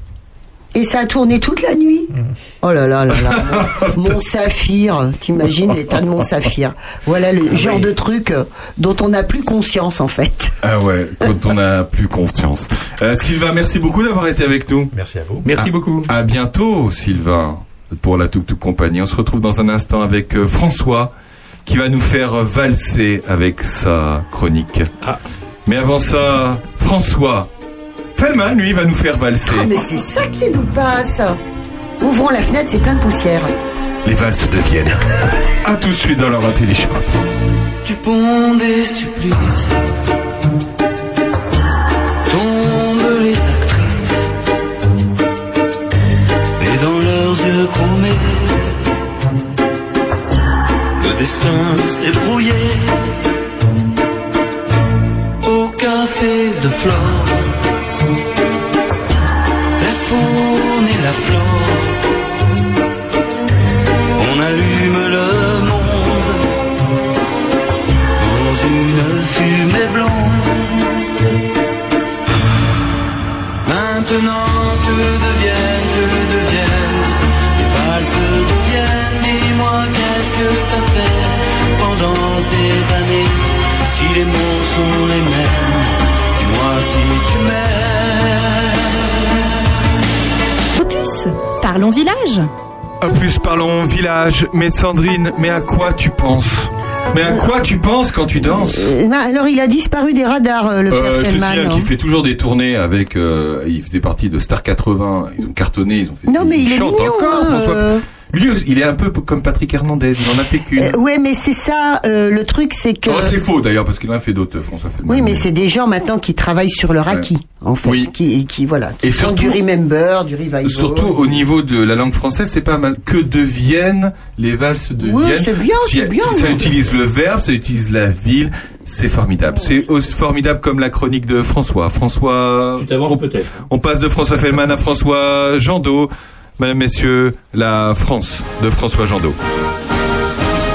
Et ça a tourné toute la nuit. Mm. Oh là là là là. Mon, mon saphir. T'imagines l'état de mon saphir. Voilà le Ah genre oui. de truc euh, dont on n'a plus conscience en fait. Ah ouais, quand on a plus confiance. Euh, Sylvain, merci beaucoup d'avoir été avec nous. Ah. Merci à vous. Merci beaucoup. À bientôt, Sylvain, pour la Tuk Tuk Compagnie. On se retrouve dans un instant avec euh, François, qui va nous faire euh, valser avec sa chronique. Mais avant ça, François Feldman, lui, va nous faire valser. Ah, mais c'est ça qui nous passe. Ouvrons la fenêtre, c'est plein de poussière. Les valses de Vienne. à tout de suite dans leur intelligence. du pont des supplices. Tombent les actrices, et dans leurs yeux chromés, le destin s'est brouillé. Au café de Flore, la faune et la flore, on allume le monde dans une fumée blonde. Maintenant que deviennent, que deviennent les valses de Vienne Dis-moi qu'est-ce que t'as fait pendant ces années Si les mots sont les mêmes, dis-moi si tu m'aimes Opus, parlons village. En plus, parlons village. Mais Sandrine, mais à quoi tu penses Mais à quoi tu penses quand tu danses Euh, non, alors il a disparu des radars, euh, le père Euh, je te Feldman, signale hein. qu'il fait toujours des tournées avec. euh, il faisait partie de Star 80. Ils ont cartonné. Ils ont fait. Non, mais il est chante mignon, encore, hein, François. euh. Lui, aussi, il est un peu p- comme Patrick Hernandez. Il en a fait qu'une. Euh, ouais, mais c'est ça, euh, le truc c'est que... Oh, c'est faux d'ailleurs parce qu'il en a fait d'autres. François Feldman. Oui, mais c'est des gens maintenant qui travaillent sur leur acquis, en fait, qui, qui voilà, qui Et font surtout- du remember, du revival. Surtout au niveau de la langue française, c'est pas mal. Que deviennent les valses de Oui, Vienne c'est bien, Si- c'est bien, hein. Ça non utilise le verbe, ça utilise la ville. C'est formidable. C'est aussi formidable comme la chronique de François. François. Tu t'avances peut-être. On passe de François Fellman à François Jandot. Mesdames, Messieurs, la France de François Jandot.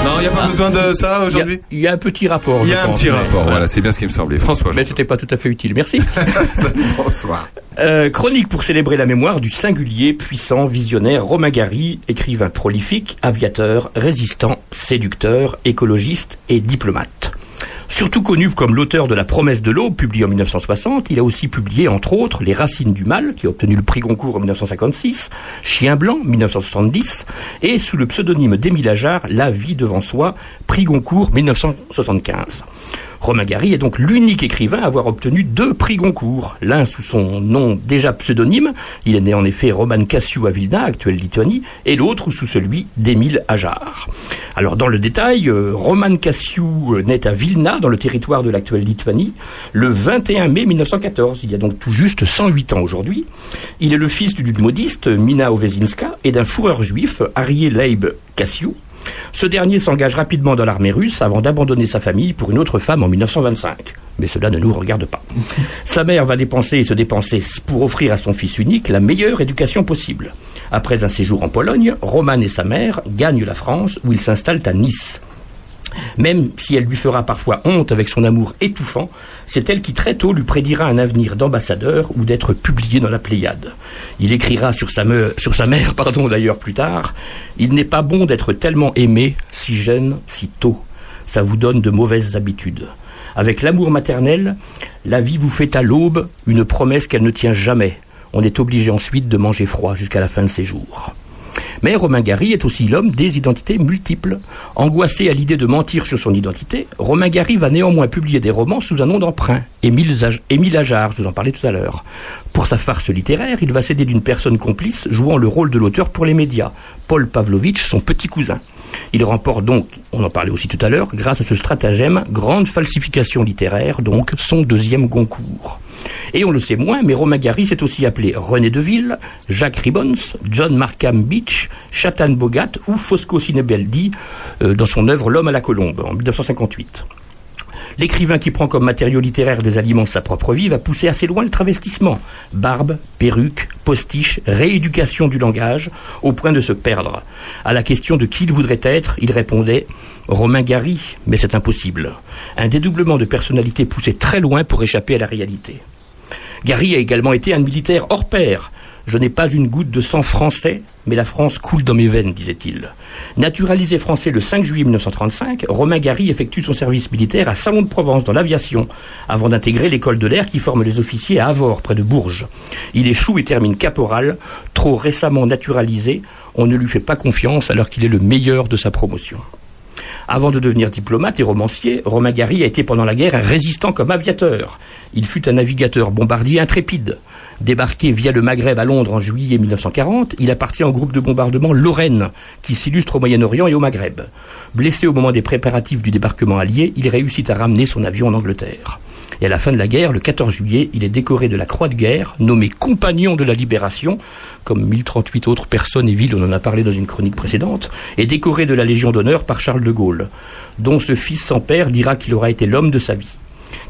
Non, il n'y a pas besoin de ça aujourd'hui Ah. Il y, a un petit rapport. Il y je a un pense, petit mais- rapport, voilà, c'est bien ce qui me semblait. François Mais c'était pas tout à fait utile, merci. François. Euh, chronique pour célébrer la mémoire du singulier, puissant, visionnaire Romain Gary, écrivain prolifique, aviateur, résistant, séducteur, écologiste et diplomate. Surtout connu comme l'auteur de La promesse de l'aube, publié en 1960, il a aussi publié, entre autres, Les racines du mal, qui a obtenu le prix Goncourt en 1956, Chien blanc, 1970, et sous le pseudonyme d'Émile Ajar, La vie devant soi, prix Goncourt, 1975. Romain Gary est donc l'unique écrivain à avoir obtenu deux prix Goncourt, l'un sous son nom déjà pseudonyme, il est né en effet Roman Cassiou à Vilna, actuelle Lituanie, et l'autre sous celui d'Émile Ajar. Alors dans le détail, euh, Roman Cassiou euh, naît à Vilna, dans le territoire de l'actuelle Lituanie, le 21 mai 1914, il y a donc tout juste 108 ans aujourd'hui. Il est le fils d'une modiste, Mina Ovezinska, et d'un fourreur juif, Harry Leib Cassiou. Ce dernier s'engage rapidement dans l'armée russe avant d'abandonner sa famille pour une autre femme en 1925. Mais cela ne nous regarde pas. Sa mère va dépenser et se dépenser pour offrir à son fils unique la meilleure éducation possible. Après un séjour en Pologne, Roman et sa mère gagnent la France où ils s'installent à Nice. Même si elle lui fera parfois honte avec son amour étouffant, c'est elle qui très tôt lui prédira un avenir d'ambassadeur ou d'être publié dans la Pléiade. Il écrira sur sa, meur- sur sa mère, pardon d'ailleurs plus tard, Il n'est pas bon d'être tellement aimé, si jeune, si tôt. Ça vous donne de mauvaises habitudes. Avec l'amour maternel, la vie vous fait à l'aube une promesse qu'elle ne tient jamais. On est obligé ensuite de manger froid jusqu'à la fin de ses jours. Mais Romain Gary est aussi l'homme des identités multiples. Angoissé à l'idée de mentir sur son identité, Romain Gary va néanmoins publier des romans sous un nom d'emprunt, Émile Zaj- Émile Ajar, je vous en parlais tout à l'heure. Pour sa farce littéraire, il va s'aider d'une personne complice jouant le rôle de l'auteur pour les médias, Paul Pavlovitch, son petit cousin. Il remporte donc, on en parlait aussi tout à l'heure, grâce à ce stratagème, grande falsification littéraire, donc son deuxième Goncourt. Et on le sait moins, mais Romagari s'est aussi appelé René Deville, Jacques Ribbons, John Markham Beach, Chatan Bogat ou Fosco Sinebeldi euh, dans son œuvre L'homme à la colombe en 1958. L'écrivain qui prend comme matériau littéraire des aliments de sa propre vie va pousser assez loin le travestissement. Barbe, perruque, postiche, rééducation du langage, au point de se perdre. À la question de qui il voudrait être, il répondait Romain Gary, mais c'est impossible. Un dédoublement de personnalité poussé très loin pour échapper à la réalité. Gary a également été un militaire hors pair. Je n'ai pas une goutte de sang français, mais la France coule dans mes veines, disait-il. Naturalisé français le 5 juillet 1935, Romain Gary effectue son service militaire à Salon de Provence dans l'aviation, avant d'intégrer l'école de l'air qui forme les officiers à Avord, près de Bourges. Il échoue et termine caporal, trop récemment naturalisé, on ne lui fait pas confiance alors qu'il est le meilleur de sa promotion. Avant de devenir diplomate et romancier, Romain Gary a été pendant la guerre un résistant comme aviateur. Il fut un navigateur bombardier intrépide. Débarqué via le Maghreb à Londres en juillet 1940, il appartient au groupe de bombardement Lorraine, qui s'illustre au Moyen-Orient et au Maghreb. Blessé au moment des préparatifs du débarquement allié, il réussit à ramener son avion en Angleterre. Et à la fin de la guerre, le 14 juillet, il est décoré de la Croix de guerre, nommé compagnon de la libération, comme 1038 autres personnes et villes, on en a parlé dans une chronique précédente, et décoré de la Légion d'honneur par Charles de Gaulle, dont ce fils sans père dira qu'il aura été l'homme de sa vie,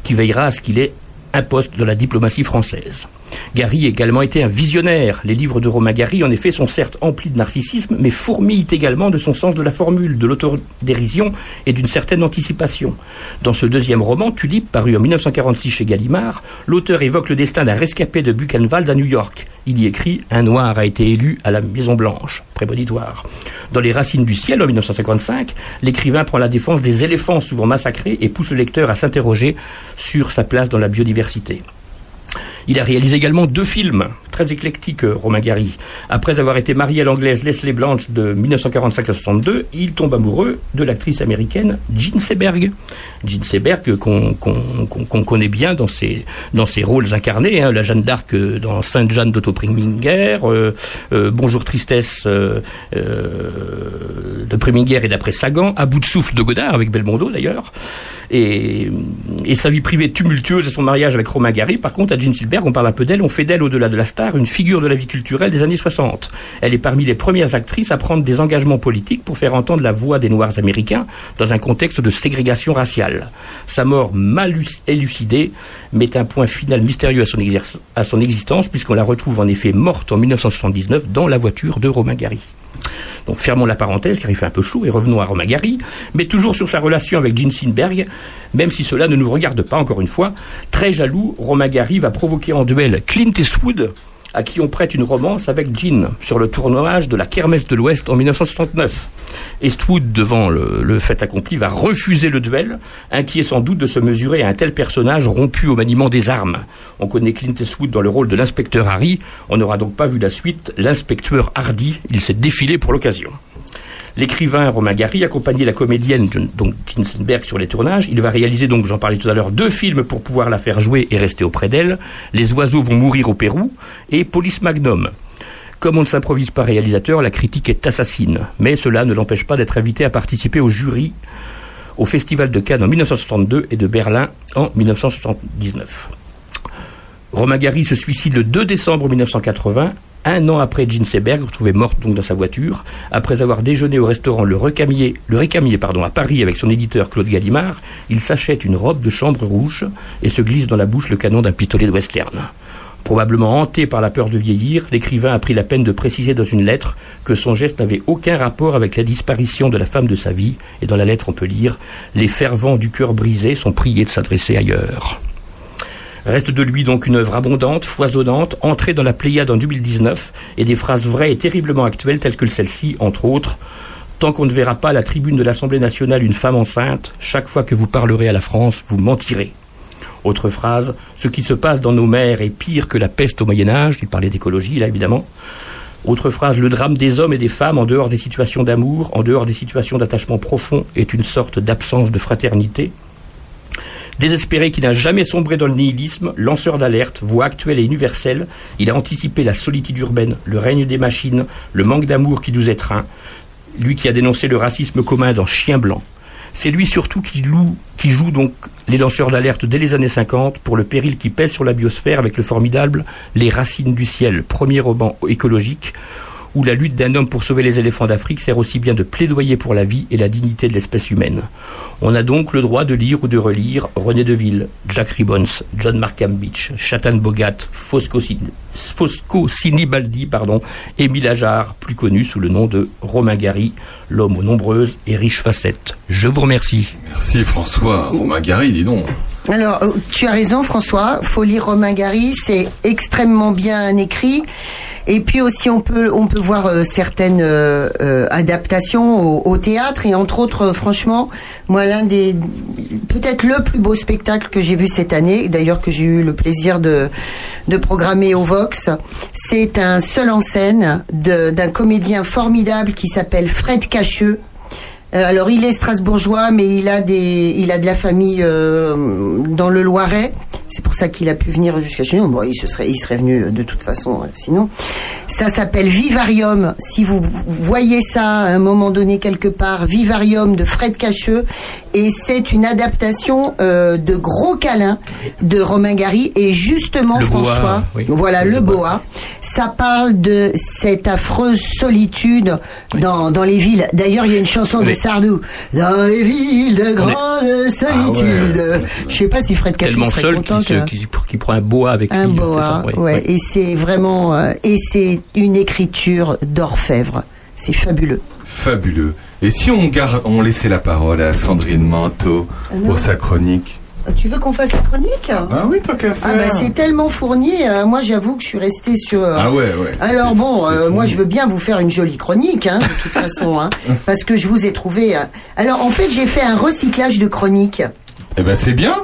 qui veillera à ce qu'il ait un poste dans la diplomatie française. Gary a également été un visionnaire. Les livres de Romain Gary, en effet, sont certes emplis de narcissisme, mais fourmillent également de son sens de la formule, de l'autodérision et d'une certaine anticipation. Dans ce deuxième roman, Tulipe, paru en 1946 chez Gallimard, l'auteur évoque le destin d'un rescapé de Buchenwald à New York. Il y écrit Un noir a été élu à la Maison-Blanche. Prémonitoire. Dans Les Racines du ciel, en 1955, l'écrivain prend la défense des éléphants souvent massacrés et pousse le lecteur à s'interroger sur sa place dans la biodiversité. Il a réalisé également deux films, très éclectiques, euh, Romain Gary. Après avoir été marié à l'anglaise Leslie Blanche de 1945 à 62, il tombe amoureux de l'actrice américaine Jean Seberg. Jean Seberg, euh, qu'on qu'on- qu'on- qu'on connaît bien dans ses, dans ses rôles incarnés, hein, la Jeanne d'Arc euh, dans Sainte-Jeanne d'Otto-Preminger, euh, euh, Bonjour Tristesse euh, euh, de Preminger et d'après Sagan, À bout de souffle de Godard, avec Belmondo d'ailleurs, et, et sa vie privée tumultueuse et son mariage avec Romain Gary. Par contre, à Jean Silberg, on parle un peu d'elle, on fait d'elle au-delà de la star une figure de la vie culturelle des années 60. Elle est parmi les premières actrices à prendre des engagements politiques pour faire entendre la voix des Noirs américains dans un contexte de ségrégation raciale. Sa mort mal luc- élucidée met un point final mystérieux à son, exerce- à son existence puisqu'on la retrouve en effet morte en 1979 dans la voiture de Romain Gary. Donc fermons la parenthèse car il fait un peu chaud et revenons à Romain Gary, mais toujours sur sa relation avec Jean Sinberg, même si cela ne nous regarde pas encore une fois. Très jaloux, Romain Gary va provoquer en duel Clint Eastwood, à qui on prête une romance avec Jean sur le tournage de la Kermesse de l'Ouest en 1969. Eastwood, devant le, le fait accompli, va refuser le duel, inquiet sans doute de se mesurer à un tel personnage rompu au maniement des armes. On connaît Clint Eastwood dans le rôle de l'inspecteur Harry, on n'aura donc pas vu la suite, l'inspecteur Hardy, il s'est défilé pour l'occasion. L'écrivain Romain Gary accompagnait la comédienne John- donc Kinsenberg sur les tournages. Il va réaliser donc, j'en parlais tout à l'heure, deux films pour pouvoir la faire jouer et rester auprès d'elle. Les oiseaux vont mourir au Pérou et Police Magnum. Comme on ne s'improvise pas réalisateur, la critique est assassine. Mais cela ne l'empêche pas d'être invité à participer au jury au Festival de Cannes en 1962 et de Berlin en 1979. Romain Gary se suicide le 2 décembre 1980, un an après Jean Seberg, retrouvée morte donc dans sa voiture, après avoir déjeuné au restaurant Le Recamier, le Récamier pardon, à Paris avec son éditeur Claude Gallimard, il s'achète une robe de chambre rouge et se glisse dans la bouche le canon d'un pistolet de western. Probablement hanté par la peur de vieillir, l'écrivain a pris la peine de préciser dans une lettre que son geste n'avait aucun rapport avec la disparition de la femme de sa vie, et dans la lettre on peut lire Les fervents du cœur brisé sont priés de s'adresser ailleurs. Reste de lui donc une œuvre abondante, foisonnante, entrée dans la Pléiade en 2019, et des phrases vraies et terriblement actuelles telles que celle-ci, entre autres. Tant qu'on ne verra pas à la tribune de l'Assemblée nationale une femme enceinte, chaque fois que vous parlerez à la France, vous mentirez. Autre phrase, ce qui se passe dans nos mers est pire que la peste au Moyen Âge, il parlait d'écologie là évidemment. Autre phrase, le drame des hommes et des femmes en dehors des situations d'amour, en dehors des situations d'attachement profond, est une sorte d'absence de fraternité. Désespéré qui n'a jamais sombré dans le nihilisme, lanceur d'alerte, voix actuelle et universelle, il a anticipé la solitude urbaine, le règne des machines, le manque d'amour qui nous étreint, lui qui a dénoncé le racisme commun dans Chien Blanc. C'est lui surtout qui, loue- qui joue donc les lanceurs d'alerte dès les années 50 pour le péril qui pèse sur la biosphère avec le formidable Les Racines du Ciel, premier roman écologique, où la lutte d'un homme pour sauver les éléphants d'Afrique sert aussi bien de plaidoyer pour la vie et la dignité de l'espèce humaine. On a donc le droit de lire ou de relire René Deville, Jack Ribbons, John Markham Beach, Chatan Bogat, Fosco Sin- Fosco Sinibaldi, pardon, Émile Ajar, plus connu sous le nom de Romain Gary, l'homme aux nombreuses et riches facettes. Je vous remercie. Merci François. Oh, Magari, dis donc. Alors, euh, tu as raison, François. Faut lire Romain Gary, c'est extrêmement bien écrit. Et puis aussi, on peut on peut voir euh, certaines euh, euh, adaptations au, au théâtre et entre autres, euh, franchement, moi l'un des peut-être le plus beau spectacle que j'ai vu cette année, et d'ailleurs que j'ai eu le plaisir de de programmer au Vox, c'est un seul en scène de- d'un comédien formidable qui s'appelle Fred Cacheux. Euh, Alors, il est strasbourgeois, mais il a, des, il a de la famille euh, dans le Loiret. C'est pour ça qu'il a pu venir jusqu'à chez nous. Bon, il, se serait, il serait venu euh, de toute façon, euh, sinon. Ça s'appelle Vivarium. Si vous voyez ça à un moment donné quelque part, Vivarium de Fred Cacheux. Et c'est une adaptation euh, de Gros Câlin de Romain Gary. Et justement, Le Boa, François, oui. voilà, Euh, le Boa. Ça parle de cette affreuse solitude dans, dans les villes. D'ailleurs, il y a une chanson de Oui. Sardou. Dans les villes de On est- grande solitude. Je sais pas si Fred Cachou Tellement serait seul content qui, se- que- qui- qui prend un boa avec un lui. euh, boa, c'est ça, ouais. ouais. Et c'est vraiment, euh, et c'est une écriture d'orfèvre. C'est fabuleux. Fabuleux. Et si on, gar- on laissait la parole à Sandrine Manteau Ah non. pour sa chronique Euh, Tu veux qu'on fasse la chronique Ah oui, toi qu'à Ah bah c'est tellement fourni. euh, moi, j'avoue que je suis restée sur. euh, Ah ouais, ouais. Alors bon, euh, moi je veux bien vous faire une jolie chronique, hein, de toute façon, hein, parce que je vous ai trouvé. euh, Alors en fait, j'ai fait un recyclage de chroniques. Eh ben c'est bien.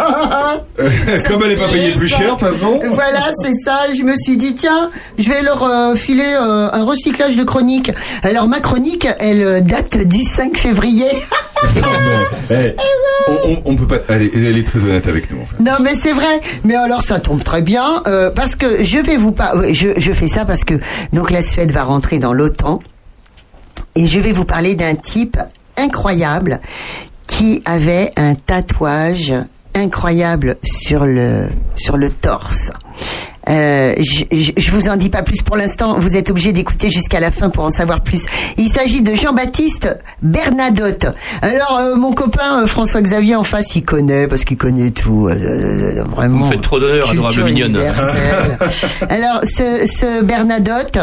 Comme elle n'est pas payée plus cher, de toute façon. Voilà, c'est ça. Je me suis dit, tiens, je vais leur euh, filer euh, un recyclage de chronique. Alors, ma chronique, elle euh, date du 5 février. Eh, on, on- on peut pas. Elle est, elle est très honnête avec nous, en fait. non, mais c'est vrai. Mais alors, ça tombe très bien, euh, parce que je vais vous pas. ouais, Je, je fais ça parce que donc la Suède va rentrer dans l'OTAN, et je vais vous parler d'un type incroyable qui avait un tatouage incroyable sur le sur le torse. Euh, je, je- je vous en dis pas plus pour l'instant. Vous êtes obligés d'écouter jusqu'à la fin pour en savoir plus. Il s'agit de Jean-Baptiste Bernadotte. Alors euh, mon copain euh, François-Xavier en face, il connaît parce qu'il connaît tout. euh, euh, vraiment. Vous faites trop d'honneur, Culture adorable mignonne. universelle. Alors, ce, ce Bernadotte,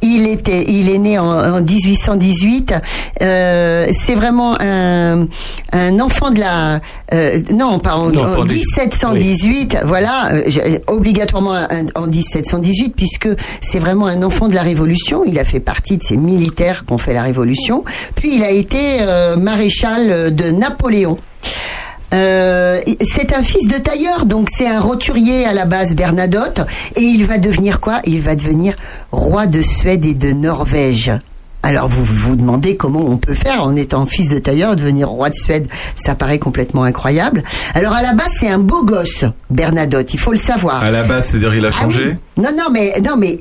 il était, il est né en, en 1818. Euh, c'est vraiment un, un enfant de la, euh, non, pas en, Non, en pas en 1718. Voilà, euh, j'ai- obligatoirement un- en 1718 puisque c'est vraiment un enfant de la Révolution. Il a fait partie de ces militaires qui ont fait la Révolution. Puis il a été euh, maréchal de Napoléon. Euh, c'est un fils de tailleur, donc c'est un roturier à la base, Bernadotte. Et il va devenir quoi Il va devenir roi de Suède et de Norvège. Alors vous vous demandez comment on peut faire en étant fils de tailleur devenir roi de Suède, ça paraît complètement incroyable. Alors à la base c'est un beau gosse Bernadotte, il faut le savoir. Ah À la base, c'est-à-dire, il a changé Non, non, mais non, mais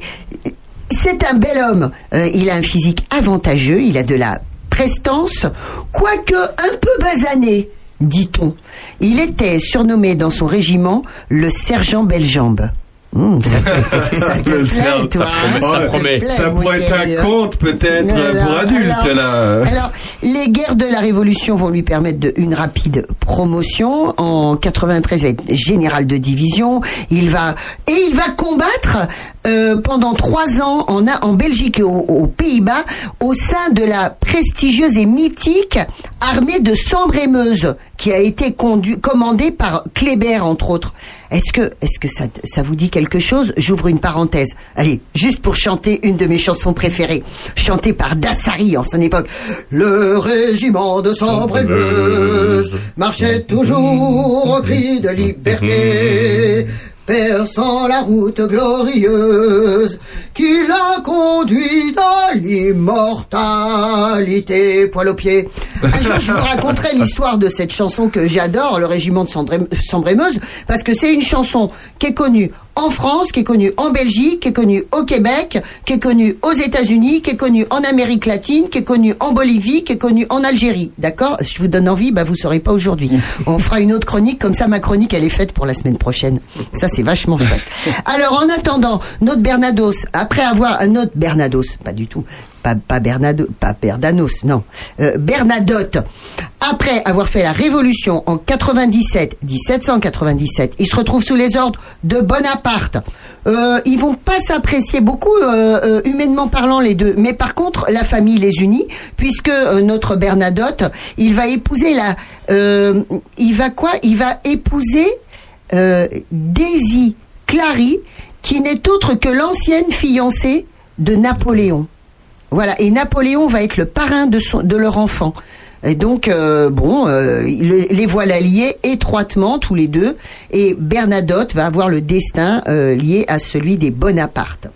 c'est un bel homme. Euh, il a un physique avantageux, il a de la prestance, quoique un peu basané, dit-on. Il était surnommé dans son régiment le sergent Bellejambe. Hum, ça te, ça te Le cerf, plaît, toi, hein, ça te promet. plaît, Ça mon pourrait être chéri, un hein. conte, peut-être, Voilà, pour adultes, alors, là. alors, les guerres de la Révolution vont lui permettre de- une rapide promotion. En 93, il va être général de division. Il va et il va combattre euh, pendant trois ans en, A- en Belgique et au- aux, Pays-Bas au sein de la prestigieuse et mythique armée de Sambre-et-Meuse qui a été condu- commandée par Kléber entre autres. Est-ce que est-ce que ça te- ça vous dit quelque chose J'ouvre une parenthèse. Allez, juste pour chanter une de mes chansons préférées, chantée par Dassari en son époque. Le régiment de Sambre-et-Meuse marchait toujours au cri de liberté. perçant la route glorieuse qui l'a conduit à l'immortalité, poil aux pieds. Un jour, je vous raconterai l'histoire de cette chanson que j'adore, le régiment de Sandré- Sambrémeuse, parce que c'est une chanson qui est connue en France, qui est connue en Belgique, qui est connue au Québec, qui est connue aux États-Unis, qui est connue en Amérique latine, qui est connue en Bolivie, qui est connue en Algérie. D'accord Si je vous donne envie, bah vous saurez pas aujourd'hui. On fera une autre chronique, comme ça ma chronique elle est faite pour la semaine prochaine. Ça c'est vachement chouette. Alors en attendant, notre Bernados, après avoir un autre Bernados, pas du tout, pas, pas Bernado, pas Bernanos, non, Euh, Bernadotte. Après avoir fait la révolution en 97, 1797, il se retrouve sous les ordres de Bonaparte. Euh, ils vont pas s'apprécier beaucoup, euh, euh, humainement parlant, les deux. Mais par contre, la famille les unit, puisque euh, notre Bernadotte, il va épouser la, euh, il va quoi Il va épouser euh, Daisy Clary, qui n'est autre que l'ancienne fiancée de Napoléon. Voilà, et Napoléon va être le parrain de, son- de leur enfant. Et donc, euh, bon, euh, il- les voilà liés étroitement tous les deux, et Bernadotte va avoir le destin euh, lié à celui des Bonaparte.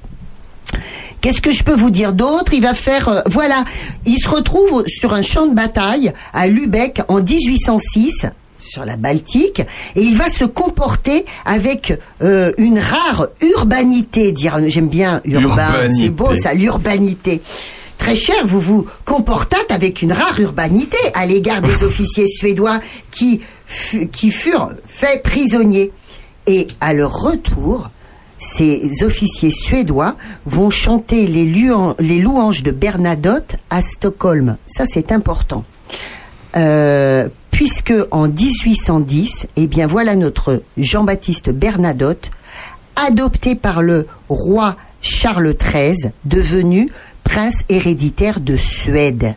Qu'est-ce que je peux vous dire d'autre Il va faire, euh, voilà, il se retrouve au- sur un champ de bataille à Lübeck en 1806 sur la Baltique, et il va se comporter avec euh, une rare urbanité, dire j'aime bien urbain, Urbanité. c'est beau ça, l'urbanité. Très cher, vous vous comportâtes avec une rare urbanité à l'égard des officiers suédois qui, fu- qui furent faits prisonniers. Et à leur retour, ces officiers suédois vont chanter les, luan- les louanges de Bernadotte à Stockholm. Ça, c'est important. Euh, puisque en 1810, eh bien voilà notre Jean-Baptiste Bernadotte, adopté par le roi Charles XIII, devenu prince héréditaire de Suède.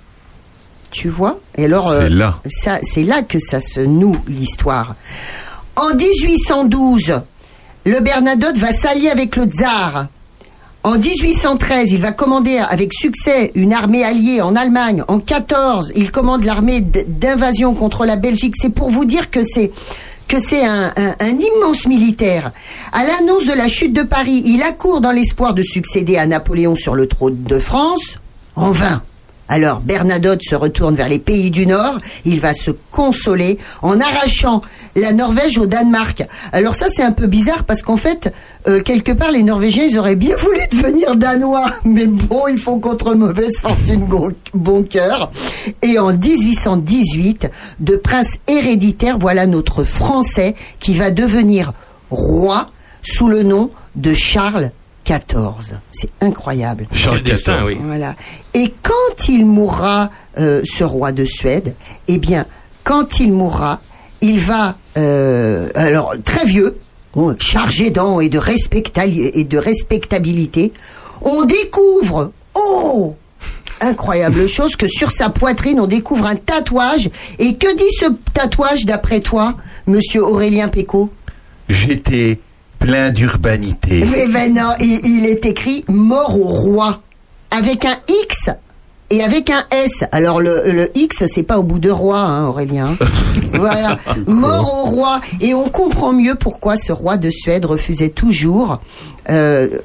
Tu vois Et alors, euh, C'est là. ça, c'est là que ça se noue l'histoire. En 1812, le Bernadotte va s'allier avec le tsar. En 1813, il va commander avec succès une armée alliée en Allemagne. En 14, il commande l'armée d- d'invasion contre la Belgique. C'est pour vous dire que c'est que c'est un, un- un immense militaire. À l'annonce de la chute de Paris, il accourt dans l'espoir de succéder à Napoléon sur le trône de France. En vain. Alors Bernadotte se retourne vers les pays du Nord, il va se consoler en arrachant la Norvège au Danemark. Alors ça c'est un peu bizarre parce qu'en fait, euh, quelque part les Norvégiens ils auraient bien voulu devenir Danois, mais bon ils font contre mauvaise fortune bon, bon cœur. Et en 1818, de prince héréditaire, voilà notre Français qui va devenir roi sous le nom de Charles XIV. C'est incroyable. Charles Quel destin, XIV. oui. Voilà. Et quand il mourra, euh, ce roi de Suède, eh bien, quand il mourra, il va, euh, alors très vieux, bon, chargé d'an et de respectali- et de respectabilité, on découvre, oh, incroyable chose, que sur sa poitrine on découvre un tatouage. Et que dit ce tatouage d'après toi, Monsieur Aurélien Pécaud J'étais plein d'urbanité. Mais ben non, il, il est écrit mort au roi avec un X et avec un S. Alors le, le X, c'est pas au bout de roi, hein, Aurélien. voilà, mort au roi. Et on comprend mieux pourquoi ce roi de Suède refusait toujours. euh,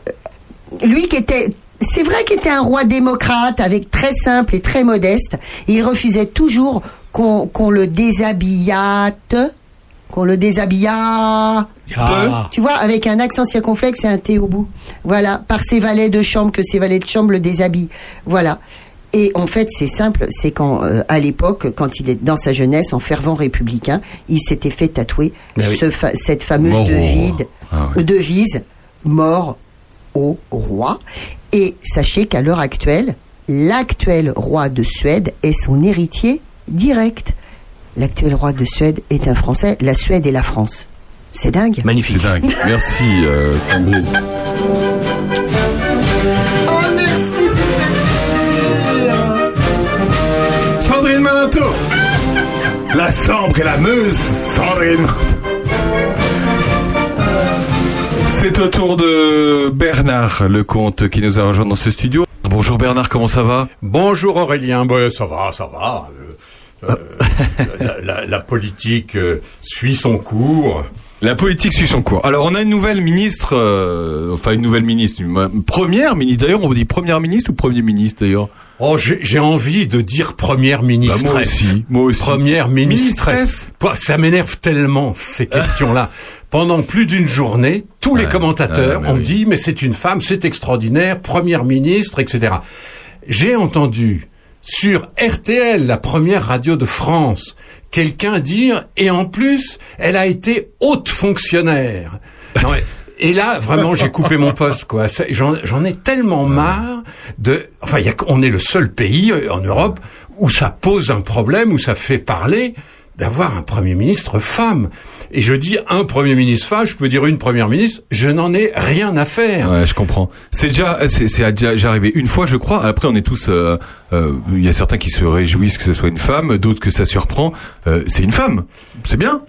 lui qui était. C'est vrai qu'il était un roi démocrate, avec très simple et très modeste. Il refusait toujours qu'on qu'on le déshabillate, qu'on le déshabillât. Ah. Tu vois, avec un accent circonflexe et un T au bout. Voilà, par ses valets de chambre, que ses valets de chambre le déshabillent. Voilà. Et en fait, c'est simple, c'est quand, euh, à l'époque, quand il est dans sa jeunesse, en fervent républicain, il s'était fait tatouer Mais oui. ce fa- cette fameuse Mort au devide- Ah oui. devise mort au roi. Et sachez qu'à l'heure actuelle, l'actuel roi de Suède est son héritier direct. L'actuel roi de Suède est un Français, la Suède et la France. C'est dingue. Magnifique. C'est dingue. Merci, euh, Cambro. Sandrine Manteau La Sambre et la Meuse, Sandrine Manteau C'est au tour de Bernard, le comte, qui nous a rejoint dans ce studio. Bonjour Bernard, comment ça va Bonjour Aurélien, Bon, ça va, ça va. Euh, euh, la, la- la politique euh, suit son cours. La politique suit son cours. Alors, on a une nouvelle ministre, euh, enfin une nouvelle ministre, une ma- première ministre d'ailleurs. On vous dit première ministre ou premier ministre d'ailleurs Oh, j'ai j'ai envie de dire première ministresse. Bah, moi aussi, Première ministresse. Pouah, Ça m'énerve tellement, ces questions-là. Pendant plus d'une journée, tous les commentateurs ouais, mais ont oui. dit, mais c'est une femme, c'est extraordinaire, première ministre, etc. J'ai entendu sur RTL, la première radio de France, quelqu'un dire, et en plus, elle a été haute fonctionnaire. Non, mais- et là, vraiment, j'ai coupé mon poste, quoi. Ça, J'en j'en ai tellement marre de. Enfin, il y a, qu- on est le seul pays euh, en Europe où ça pose un problème, où ça fait parler d'avoir un premier ministre femme. Et je dis un premier ministre femme, je peux dire une première ministre, je n'en ai rien à faire. Ouais, je comprends. C'est déjà, c'est c'est déjà déjà arrivé une fois, je crois. Après, on est tous, euh, euh, il y a certains qui se réjouissent que ce soit une femme, d'autres que ça surprend. Euh, c'est une femme, c'est bien.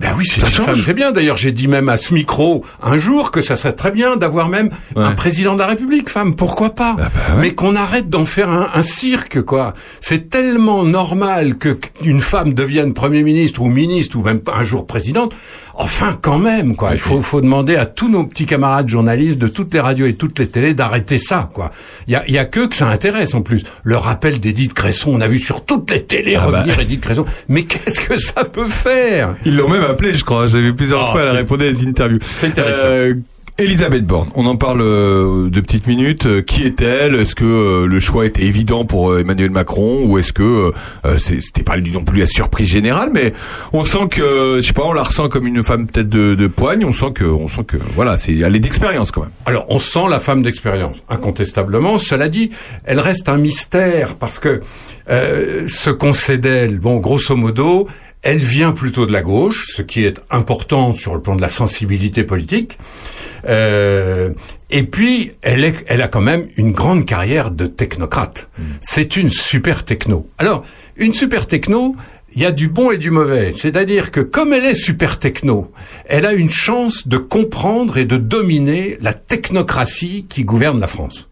Ben oui, c'est Ça une change. femme, c'est bien. D'ailleurs, j'ai dit même à ce micro un jour que ça serait très bien d'avoir même un président de la République femme. Pourquoi pas Ah bah Mais qu'on arrête d'en faire un, un cirque, quoi. C'est tellement normal que qu'une femme devienne premier ministre ou ministre ou même un jour présidente. Enfin, quand même, quoi. Il faut, faut demander à tous nos petits camarades journalistes de toutes les radios et toutes les télés d'arrêter ça, quoi. Il y a, il y a que que ça intéresse en plus. Le rappel d'Edith Cresson, on a vu sur toutes les télés Ah bah. revenir Edith Cresson. Mais qu'est-ce que ça peut faire Ils l'ont même appelée, je crois. J'avais plusieurs Oh, fois, elle c'est- répondait à des interviews. C'est terrifiant. Euh, Elisabeth Borne, on en parle euh, de petites minutes. Euh, Qui est-elle Est-ce que euh, le choix était évident pour euh, Emmanuel Macron ou est-ce que euh, c'est- c'était pas non plus la surprise générale Mais on sent que, euh, je sais pas, on la ressent comme une femme peut-être de, de poigne. On sent que, on sent que, voilà, c'est elle est d'expérience quand même. Alors, on sent la femme d'expérience, incontestablement. Cela dit, elle reste un mystère parce que euh, ce qu'on sait d'elle, bon, grosso modo, elle vient plutôt de la gauche, ce qui est important sur le plan de la sensibilité politique. Euh, et puis, elle, est, elle a quand même une grande carrière de technocrate. Mm. C'est une super techno. Alors, une super techno, il y a du bon et du mauvais. C'est-à-dire que comme elle est super techno, elle a une chance de comprendre et de dominer la technocratie qui gouverne la France.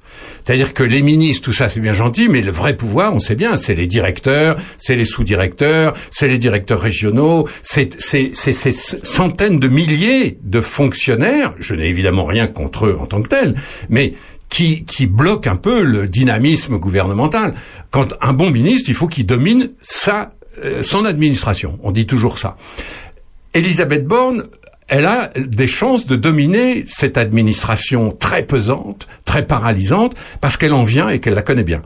C'est-à-dire que les ministres, tout ça, c'est bien gentil, mais le vrai pouvoir, on sait bien, c'est les directeurs, c'est les sous-directeurs, c'est les directeurs régionaux, c'est c'est- c'est ces centaines de milliers de fonctionnaires, je n'ai évidemment rien contre eux en tant que tels, mais qui, qui bloquent un peu le dynamisme gouvernemental. Quand un bon ministre, il faut qu'il domine sa, euh, son administration. On dit toujours ça. Elisabeth Borne, elle a des chances de dominer cette administration très pesante, très paralysante, parce qu'elle en vient et qu'elle la connaît bien.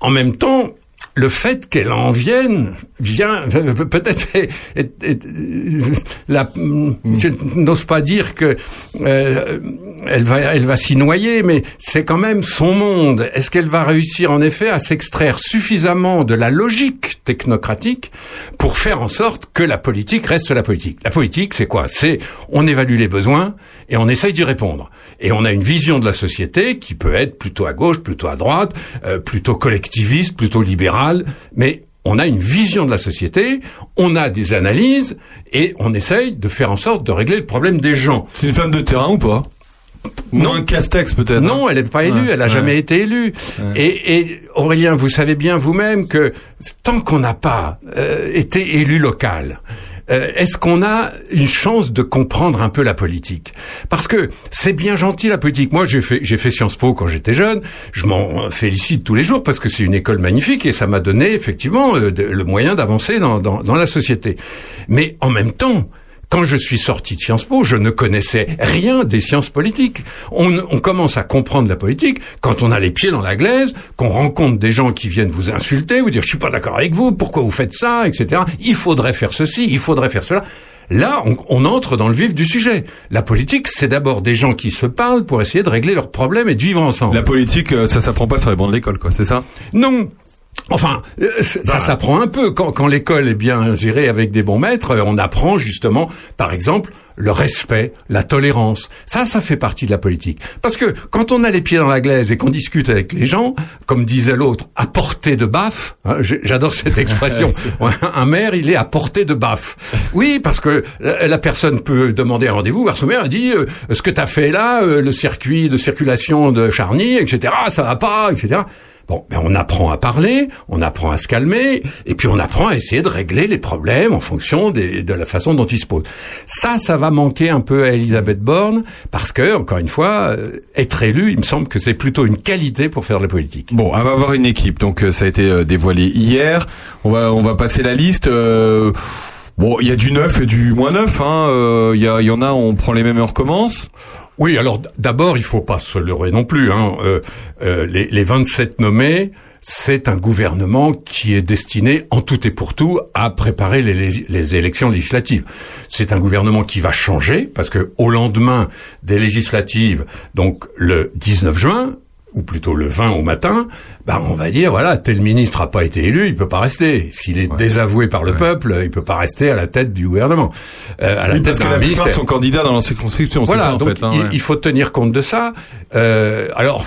En même temps, le fait qu'elle en vienne vient peut-être est- est- est- euh, la- je n'ose pas dire que euh, elle va elle va s'y noyer mais c'est quand même son monde est-ce qu'elle va réussir en effet à s'extraire suffisamment de la logique technocratique pour faire en sorte que la politique reste la politique la politique c'est quoi c'est on évalue les besoins et on essaye d'y répondre et on a une vision de la société qui peut être plutôt à gauche plutôt à droite euh, plutôt collectiviste plutôt libérale mais on a une vision de la société, on a des analyses et on essaye de faire en sorte de régler le problème des gens. C'est une femme de terrain ou pas Non, Castex peut-être. hein non, elle n'est pas élue, Ouais, elle n'a ouais. jamais été élue. Et, et Aurélien, vous savez bien vous-même que tant qu'on n'a pas euh, été élu local, euh, est-ce qu'on a une chance de comprendre un peu la politique Parce que c'est bien gentil la politique. Moi, j'ai fait, j'ai fait Sciences Po quand j'étais jeune. Je m'en félicite tous les jours parce que c'est une école magnifique et ça m'a donné effectivement euh, de- le moyen d'avancer dans, dans, dans la société. Mais en même temps, quand je suis sorti de Sciences Po, je ne connaissais rien des sciences politiques. On, on commence à comprendre la politique quand on a les pieds dans la glaise, qu'on rencontre des gens qui viennent vous insulter, vous dire je suis pas d'accord avec vous, pourquoi vous faites ça, etc. Il faudrait faire ceci, il faudrait faire cela. Là, on, on entre dans le vif du sujet. La politique, c'est d'abord des gens qui se parlent pour essayer de régler leurs problèmes et de vivre ensemble. La politique, euh, ça s'apprend pas sur les bancs de l'école, quoi. C'est ça Non. Enfin, euh, c- ça s'apprend un peu. Quand, quand l'école est bien gérée avec des bons maîtres, euh, on apprend justement, par exemple, le respect, la tolérance. Ça, ça fait partie de la politique. Parce que quand on a les pieds dans la glaise et qu'on discute avec les gens, comme disait l'autre, à portée de baffe, hein, j'ai- j'adore cette expression, Ouais, un maire, il est à portée de baffe. Oui, parce que la, la personne peut demander un rendez-vous, voir son maire, elle dit, euh, ce que t'as fait là, euh, le circuit de circulation de Charny, etc., ça va pas, etc. Bon, ben on apprend à parler, on apprend à se calmer, et puis on apprend à essayer de régler les problèmes en fonction des- de la façon dont ils se posent. Ça, ça va manquer un peu à Elisabeth Borne, parce que, encore une fois, euh, être élu, il me semble que c'est plutôt une qualité pour faire de la politique. Bon, on va avoir une équipe. Donc euh, ça a été euh, dévoilé hier. On va on va passer la liste. Euh, bon, il y a du neuf et du moins neuf. Hein. Euh, Il y, a- il y en a, on prend les mêmes et on recommence. Oui, alors d- d'abord, il faut pas se leurrer non plus. Hein. Euh, euh, les, les 27 nommés, c'est un gouvernement qui est destiné, en tout et pour tout, à préparer les, lég- les élections législatives. C'est un gouvernement qui va changer, parce que au lendemain des législatives, donc le 19 juin, ou plutôt le 20 au matin, bah on va dire voilà tel ministre a pas été élu, il peut pas rester. S'il est désavoué par le peuple, il peut pas rester à la tête du gouvernement, Euh, à la Oui, tête parce que d'un la plupart ministère sont candidats dans leur circonscription. c'est voilà, ça, en donc fait, hein, il, ouais. il faut tenir compte de ça. Euh, alors.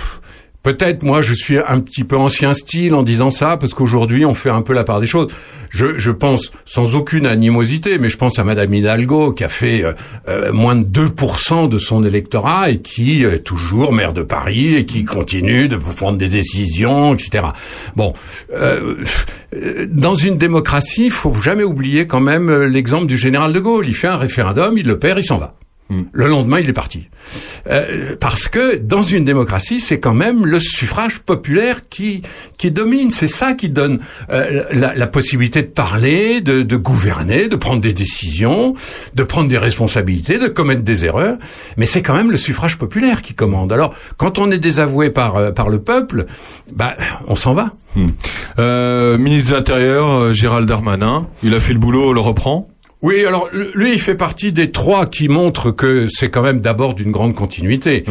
Peut-être moi je suis un petit peu ancien style en disant ça parce qu'aujourd'hui on fait un peu la part des choses. Je, je pense sans aucune animosité, mais je pense à Madame Hidalgo qui a fait euh, euh, moins de 2% de son électorat et qui est toujours maire de Paris et qui continue de prendre des décisions, etc. Bon, euh, euh, dans une démocratie, il faut jamais oublier quand même euh, l'exemple du général de Gaulle. Il fait un référendum, il le perd, il s'en va. Le lendemain, il est parti. Euh, parce que dans une démocratie, c'est quand même le suffrage populaire qui qui domine. C'est ça qui donne euh, la, la possibilité de parler, de, de gouverner, de prendre des décisions, de prendre des responsabilités, de commettre des erreurs. Mais c'est quand même le suffrage populaire qui commande. Alors, quand on est désavoué par euh, par le peuple, bah on s'en va. Hmm. Euh, ministre de l'Intérieur, euh, Gérald Darmanin, il a fait le boulot, on le reprend. Oui, alors l- lui, il fait partie des trois qui montrent que c'est quand même d'abord d'une grande continuité.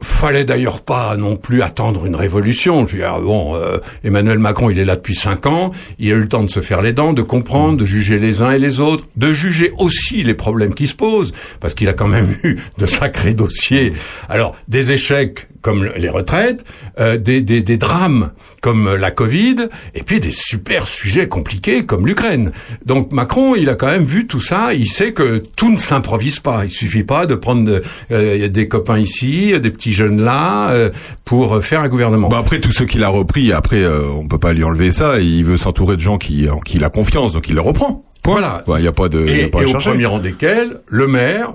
Fallait d'ailleurs pas non plus attendre une révolution. Je veux dire, bon, euh, Emmanuel Macron, il est là depuis cinq ans. Il a eu le temps de se faire les dents, de comprendre, de juger les uns et les autres, de juger aussi les problèmes qui se posent, parce qu'il a quand même eu de sacrés dossiers. Alors, des échecs comme le- les retraites, euh, des, des- des drames comme euh, la Covid, et puis des super sujets compliqués comme l'Ukraine. Donc Macron, il a quand même vu tout ça, il sait que tout ne s'improvise pas. Il suffit pas de prendre de- euh, des copains ici, des petits jeunes là, euh, pour faire un gouvernement. Bah après tout ce qu'il a repris, après euh, on peut pas lui enlever ça. Il veut s'entourer de gens qui en qui il a confiance, donc il le reprend. Voilà. Il y a pas de. y et a pas à et au chercher. premier rang desquels, le maire.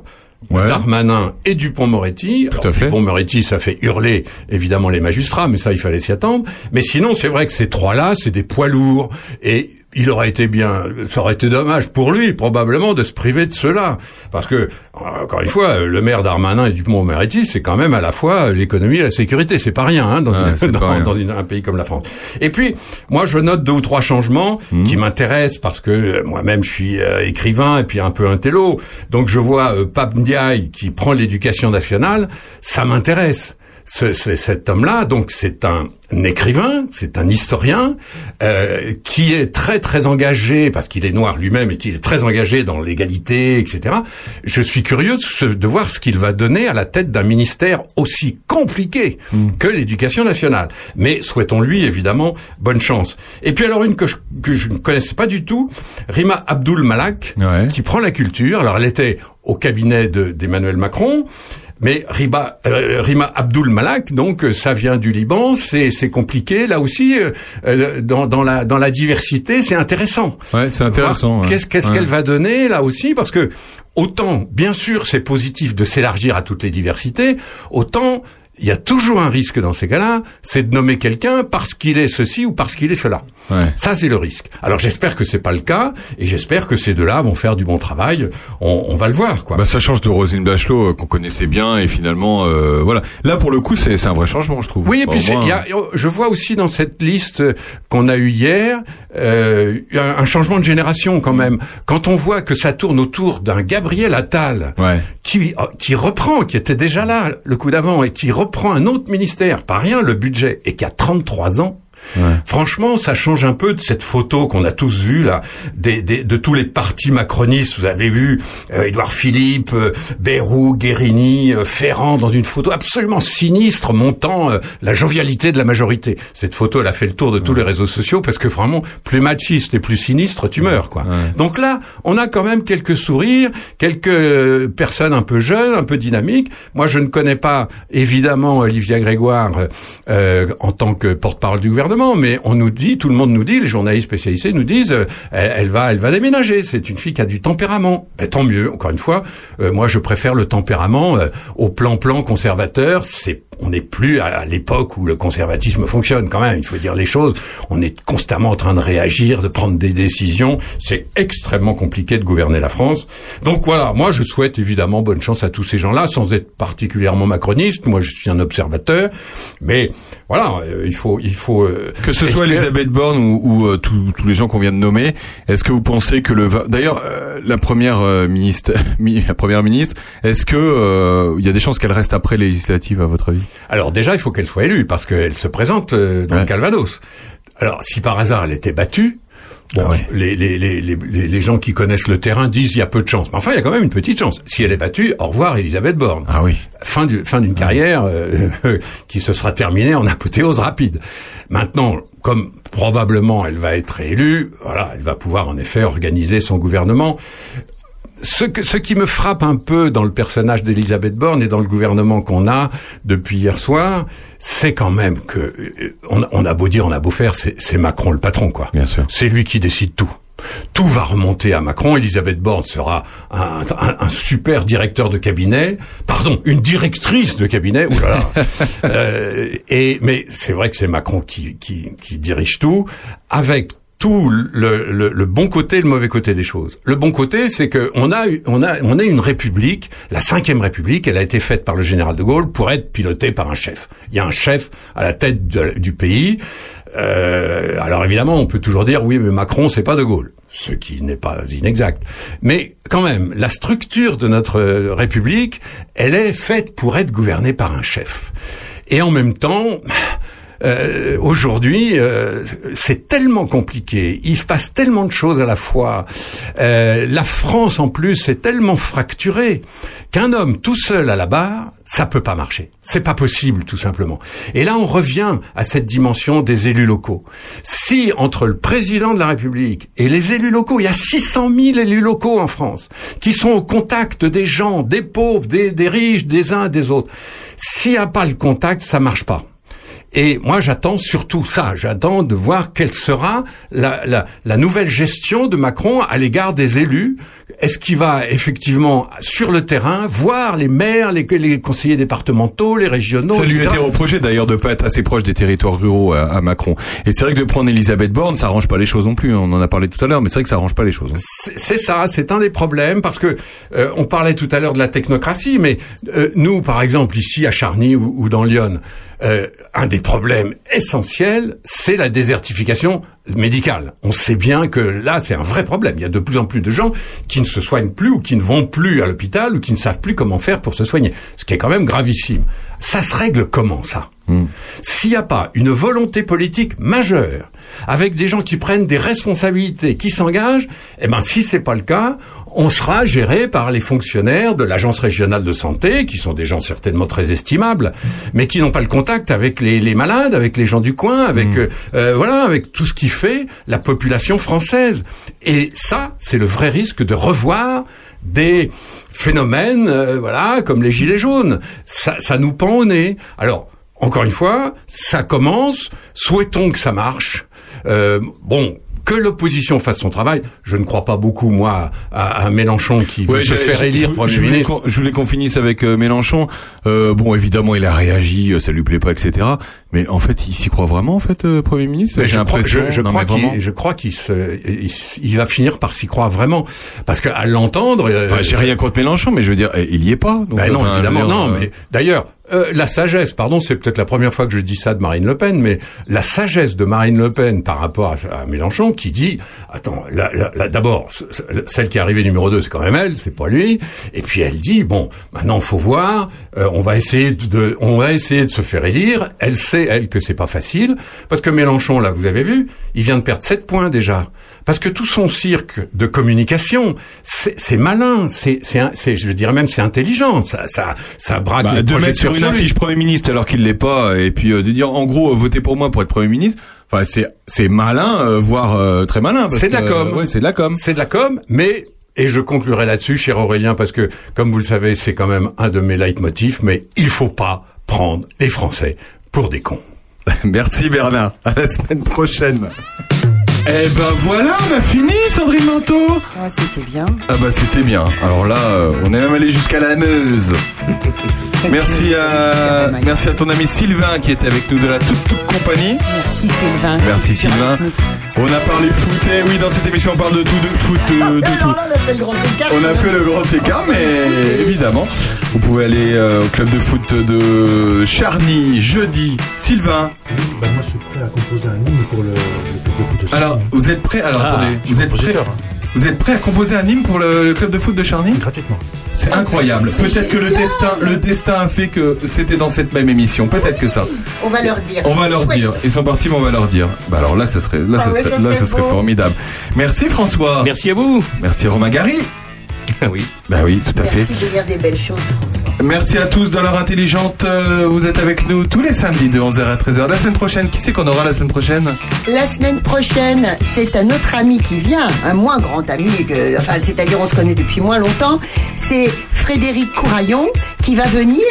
Darmanin et Dupont-Moretti. Tout à fait. Dupont-Moretti, ça fait hurler évidemment les magistrats, mais ça, il fallait s'y attendre. Mais sinon, c'est vrai que ces trois-là, c'est des poids lourds. Et il aurait été bien, ça aurait été dommage pour lui, probablement, de se priver de cela. Parce que, encore une fois, le maire Darmanin et Dupont-Moretti, c'est quand même à la fois l'économie et la sécurité. C'est pas rien, hein, dans, Ouais, une- c'est pas dans- rien. dans une- un pays comme la France. Et puis, moi, je note deux ou trois changements qui m'intéressent parce que euh, moi-même, je suis euh, écrivain et puis un peu un télo. Donc, je vois euh, Pape Ndiaye qui prend l'éducation nationale. Ça m'intéresse. Ce- ce- cet homme-là, donc c'est un écrivain, c'est un historien euh, qui est très très engagé parce qu'il est noir lui-même et qu'il est très engagé dans l'égalité, etc. Je suis curieux de, ce- de voir ce qu'il va donner à la tête d'un ministère aussi compliqué que l'éducation nationale. Mais souhaitons-lui évidemment bonne chance. Et puis alors une que je, que je ne connaissais pas du tout, Rima Abdul Malak, qui prend la culture. Alors elle était au cabinet de- d'Emmanuel Macron. Mais Riba, euh, Rima Abdul Malak, donc euh, ça vient du Liban, c'est c'est compliqué. Là aussi, euh, euh, dans, dans la dans la diversité, c'est intéressant. Ouais, c'est intéressant. Voir ouais. Qu'est-ce qu'est-ce Ouais. qu'elle va donner là aussi Parce que autant, bien sûr, c'est positif de s'élargir à toutes les diversités, autant il y a toujours un risque dans ces cas-là, c'est de nommer quelqu'un parce qu'il est ceci ou parce qu'il est cela. Ça, c'est le risque. Alors j'espère que c'est pas le cas, et j'espère que ces deux-là vont faire du bon travail. On, on va le voir, quoi. Bah, ça change de Rosine Bachelot euh, qu'on connaissait bien et finalement euh, voilà. Là pour le coup c'est c'est un vrai changement je trouve. Oui, et Enfin, puis au c'est- moins, euh, il y a- oh, je vois aussi dans cette liste qu'on a eue hier euh, un un changement de génération quand même. Quand on voit que ça tourne autour d'un Gabriel Attal qui euh, qui reprend, qui était déjà là le coup d'avant et qui reprend un autre ministère, pas rien le budget, et qui a 33 ans. Franchement, ça change un peu de cette photo qu'on a tous vue là, des, des- de tous les partis macronistes. Vous avez vu euh, Édouard Philippe, euh, Bayrou, Guérini, euh, Ferrand dans une photo absolument sinistre montant euh, la jovialité de la majorité. Cette photo, elle a fait le tour de tous les réseaux sociaux parce que vraiment, plus machiste et plus sinistre, tu meurs quoi. Donc là, on a quand même quelques sourires, quelques euh, personnes un peu jeunes, un peu dynamiques. Moi, je ne connais pas évidemment Olivia Grégoire euh, euh, en tant que porte-parole du gouvernement gouvernement, mais on nous dit, tout le monde nous dit, les journalistes spécialisés nous disent, euh, elle, elle, va, elle va déménager. C'est une fille qui a du tempérament. Ben, tant mieux. Encore une fois, euh, moi je préfère le tempérament euh, au plan-plan conservateur. C'est, on n'est plus à, à l'époque où le conservatisme fonctionne quand même. Il faut dire les choses. On est constamment en train de réagir, de prendre des décisions. C'est extrêmement compliqué de gouverner la France. Donc voilà, moi je souhaite évidemment bonne chance à tous ces gens-là, sans être particulièrement macroniste. Moi je suis un observateur, mais voilà, euh, il faut, il faut euh, que ce soit Elisabeth Borne ou, ou euh, tous tous les gens qu'on vient de nommer. Est-ce que vous pensez que le va- d'ailleurs euh, la première ministre, mi- la première ministre, est-ce que euh, il y a des chances qu'elle reste après les législatives à votre avis Alors déjà, il faut qu'elle soit élue parce qu'elle se présente euh, dans le Calvados. Alors si par hasard elle était battue, Ah bon, les, les, les, les, les- les gens qui connaissent le terrain disent il y a peu de chance. Mais enfin, il y a quand même une petite chance. Si elle est battue, au revoir Elisabeth Borne. Ah oui. Ah Fin du, fin d'une carrière euh, qui se sera terminée en apothéose rapide. Maintenant, comme probablement elle va être élue, voilà, elle va pouvoir en effet organiser son gouvernement ce, que- ce qui me frappe un peu dans le personnage d'Elisabeth Borne et dans le gouvernement qu'on a depuis hier soir, c'est quand même que euh, on, on a beau dire, on a beau faire, c'est c'est Macron le patron, quoi. Bien sûr. C'est lui qui décide tout. Tout va remonter à Macron. Elisabeth Borne sera un, un- un super directeur de cabinet, pardon, une directrice de cabinet. Ouh là là. Euh, et mais c'est vrai que c'est Macron qui, qui, qui dirige tout avec tout le, le- le bon côté et le mauvais côté des choses. Le bon côté, c'est que on a, eu- on a, on a une république, la cinquième république, elle a été faite par le général de Gaulle pour être pilotée par un chef. Il y a un chef à la tête de- du pays. Euh, alors évidemment, on peut toujours dire oui, mais Macron, c'est pas de Gaulle, ce qui n'est pas inexact. Mais quand même, la structure de notre euh, république, elle est faite pour être gouvernée par un chef. Et en même temps, euh, aujourd'hui, euh, c'est tellement compliqué. Il se passe tellement de choses à la fois. Euh, la France, en plus, est tellement fracturée qu'un homme tout seul à la barre, ça peut pas marcher. C'est pas possible, tout simplement. Et là, on revient à cette dimension des élus locaux. Si entre le président de la République et les élus locaux, il y a 600 000 élus locaux en France qui sont au contact des gens, des pauvres, des, des riches, des uns et des autres. S'il n'y a pas le contact, ça marche pas. Et moi, j'attends surtout ça. J'attends de voir quelle sera la, la- la nouvelle gestion de Macron à l'égard des élus. Est-ce qu'il va effectivement sur le terrain voir les maires, les, les conseillers départementaux, les régionaux ça lui a etc. été reproché d'ailleurs de pas être assez proche des territoires ruraux à, à Macron. Et c'est vrai que de prendre Elisabeth Borne, ça arrange pas les choses non plus. hein. On en a parlé tout à l'heure, mais c'est vrai que ça arrange pas les choses. hein. C'est- c'est ça, c'est un des problèmes parce que euh, on parlait tout à l'heure de la technocratie, mais euh, nous, par exemple, ici à Charny ou, ou dans Lyon, euh, un des problèmes essentiels, c'est la désertification médicale. On sait bien que là, c'est un vrai problème. Il y a de plus en plus de gens qui ne se soignent plus ou qui ne vont plus à l'hôpital ou qui ne savent plus comment faire pour se soigner, ce qui est quand même gravissime. Ça se règle comment ça s'il n'y a pas une volonté politique majeure, avec des gens qui prennent des responsabilités, qui s'engagent, eh ben si c'est pas le cas, on sera géré par les fonctionnaires de l'agence régionale de santé, qui sont des gens certainement très estimables, mais qui n'ont pas le contact avec les, les malades, avec les gens du coin, avec euh, euh, voilà, avec tout ce qui fait la population française. Et ça, c'est le vrai risque de revoir des phénomènes, euh, voilà, comme les gilets jaunes. Ça, ça nous pend au nez. Alors. Encore une fois, ça commence. Souhaitons que ça marche. Euh, bon. Que l'opposition fasse son travail, je ne crois pas beaucoup moi à, à Mélenchon qui veut Ouais, se je- faire je- élire je- premier je voulais ministre. qu'on- Je voulais qu'on finisse avec euh, Mélenchon. Euh, bon, évidemment, il a réagi, euh, ça lui plaît pas, etc. Mais en fait, il s'y croit vraiment, en fait, euh, Premier ministre. Mais J'ai je crois- l'impression. Je, je Non, crois mais vraiment. qu'il, je crois qu'il se- il, s- il va finir par s'y croire vraiment, parce que à l'entendre. euh, Enfin, j'ai rien contre Mélenchon, mais je veux dire, eh, il y est pas. donc, Ben non, enfin, évidemment, je veux dire, non. euh, Mais d'ailleurs, euh, la sagesse, pardon, c'est peut-être la première fois que je dis ça de Marine Le Pen, mais la sagesse de Marine Le Pen par rapport à, à Mélenchon, qui dit, attends, la- la- la- d'abord, ce- ce- celle qui est arrivée numéro 2, c'est quand même elle, c'est pas lui. Et puis elle dit, bon, maintenant faut voir, euh, on va essayer de, de- on va essayer de se faire élire. Elle sait elle que c'est pas facile, parce que Mélenchon, là, vous avez vu, il vient de perdre 7 points déjà. Parce que tout son cirque de communication, c'est c'est malin, c'est, c'est, un- c'est- je dirais même, c'est intelligent. Ça, ça, ça braque bah, les de mettre projecteurs sur lui. une affiche Premier ministre alors qu'il l'est pas, et puis euh, de dire, en gros, euh, votez pour moi pour être Premier ministre. Enfin, c'est c'est malin, euh, voire euh, très malin. parce C'est de la que, com. euh, ouais, c'est de la com. C'est de la com, mais et je conclurai là-dessus, cher Aurélien, parce que comme vous le savez, c'est quand même un de mes leitmotifs. Mais il faut pas prendre les Français pour des cons. Merci Bernard. À la semaine prochaine. Eh ben voilà, on a fini Sandrine Manteau. Ah, c'était bien. Ah bah c'était bien. Alors là, euh, on est même allé jusqu'à la Meuse. Merci à, merci à ton ami Sylvain qui était avec nous de la toute toute compagnie. Merci Sylvain. Merci Sylvain. On a parlé foot, et oui dans cette émission on parle de tout, de foot, euh, de, de tout. On a fait le grand écart. On a fait le grand écart, mais évidemment, vous pouvez aller euh, au club de foot de Charny jeudi. Sylvain. Bah, moi, je suis prêt à composer un hymne pour le, le club de foot de Charny. Alors vous êtes prêts Alors Ah, attendez, je suis vous êtes prêts compositeur. Vous êtes prêts à composer un hymne pour le, le club de foot de Charny Gratuitement. Ah, C'est incroyable. c'est Peut-être que le génial. destin, le destin a fait que c'était dans cette même émission. Peut-être que ça. On va leur dire. On va leur dire. Ils sont partis, mais on va leur dire. Bah alors là, ce serait, là, Ah ce ouais, serait, ça serait là, ce serait beau. formidable. Merci François. Merci à vous. Merci Romain Gary. oui. Bah oui, tout à fait. Merci de dire des belles choses, François. Merci à tous dans l'heure intelligente. Euh, Vous êtes avec nous tous les samedis de 11h à 13h. La semaine prochaine, qui c'est qu'on aura la semaine prochaine La semaine prochaine, c'est un autre ami qui vient, un moins grand ami, que- enfin, c'est-à-dire on se connaît depuis moins longtemps. C'est Frédéric Couraillon qui va venir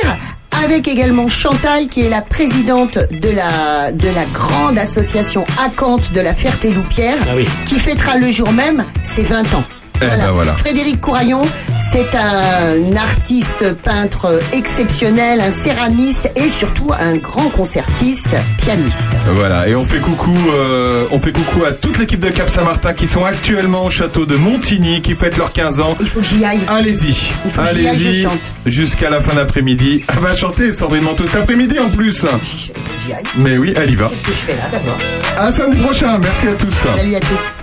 avec également Chantal qui est la présidente de la, de la grande association Acante de la Ferté-Loupière Ah qui fêtera le jour même ses 20 ans. Eh ben voilà. Frédéric Couraillon, c'est un artiste peintre exceptionnel, un céramiste et surtout un grand concertiste, pianiste. Voilà, et on fait coucou, euh, on fait coucou à toute l'équipe de Cap Saint-Martin qui sont actuellement au château de Montigny, qui fête leurs 15 ans. Il faut que j'y aille. Allez-y. Il faut que j'y aille, je Allez-y. chante. Jusqu'à la fin d'après-midi. Elle va chanter Sandrine Manteau cet après-midi en plus. J'y aille. Mais oui, elle y va. Qu'est-ce que je fais là d'abord À samedi prochain, merci à tous. Salut à tous.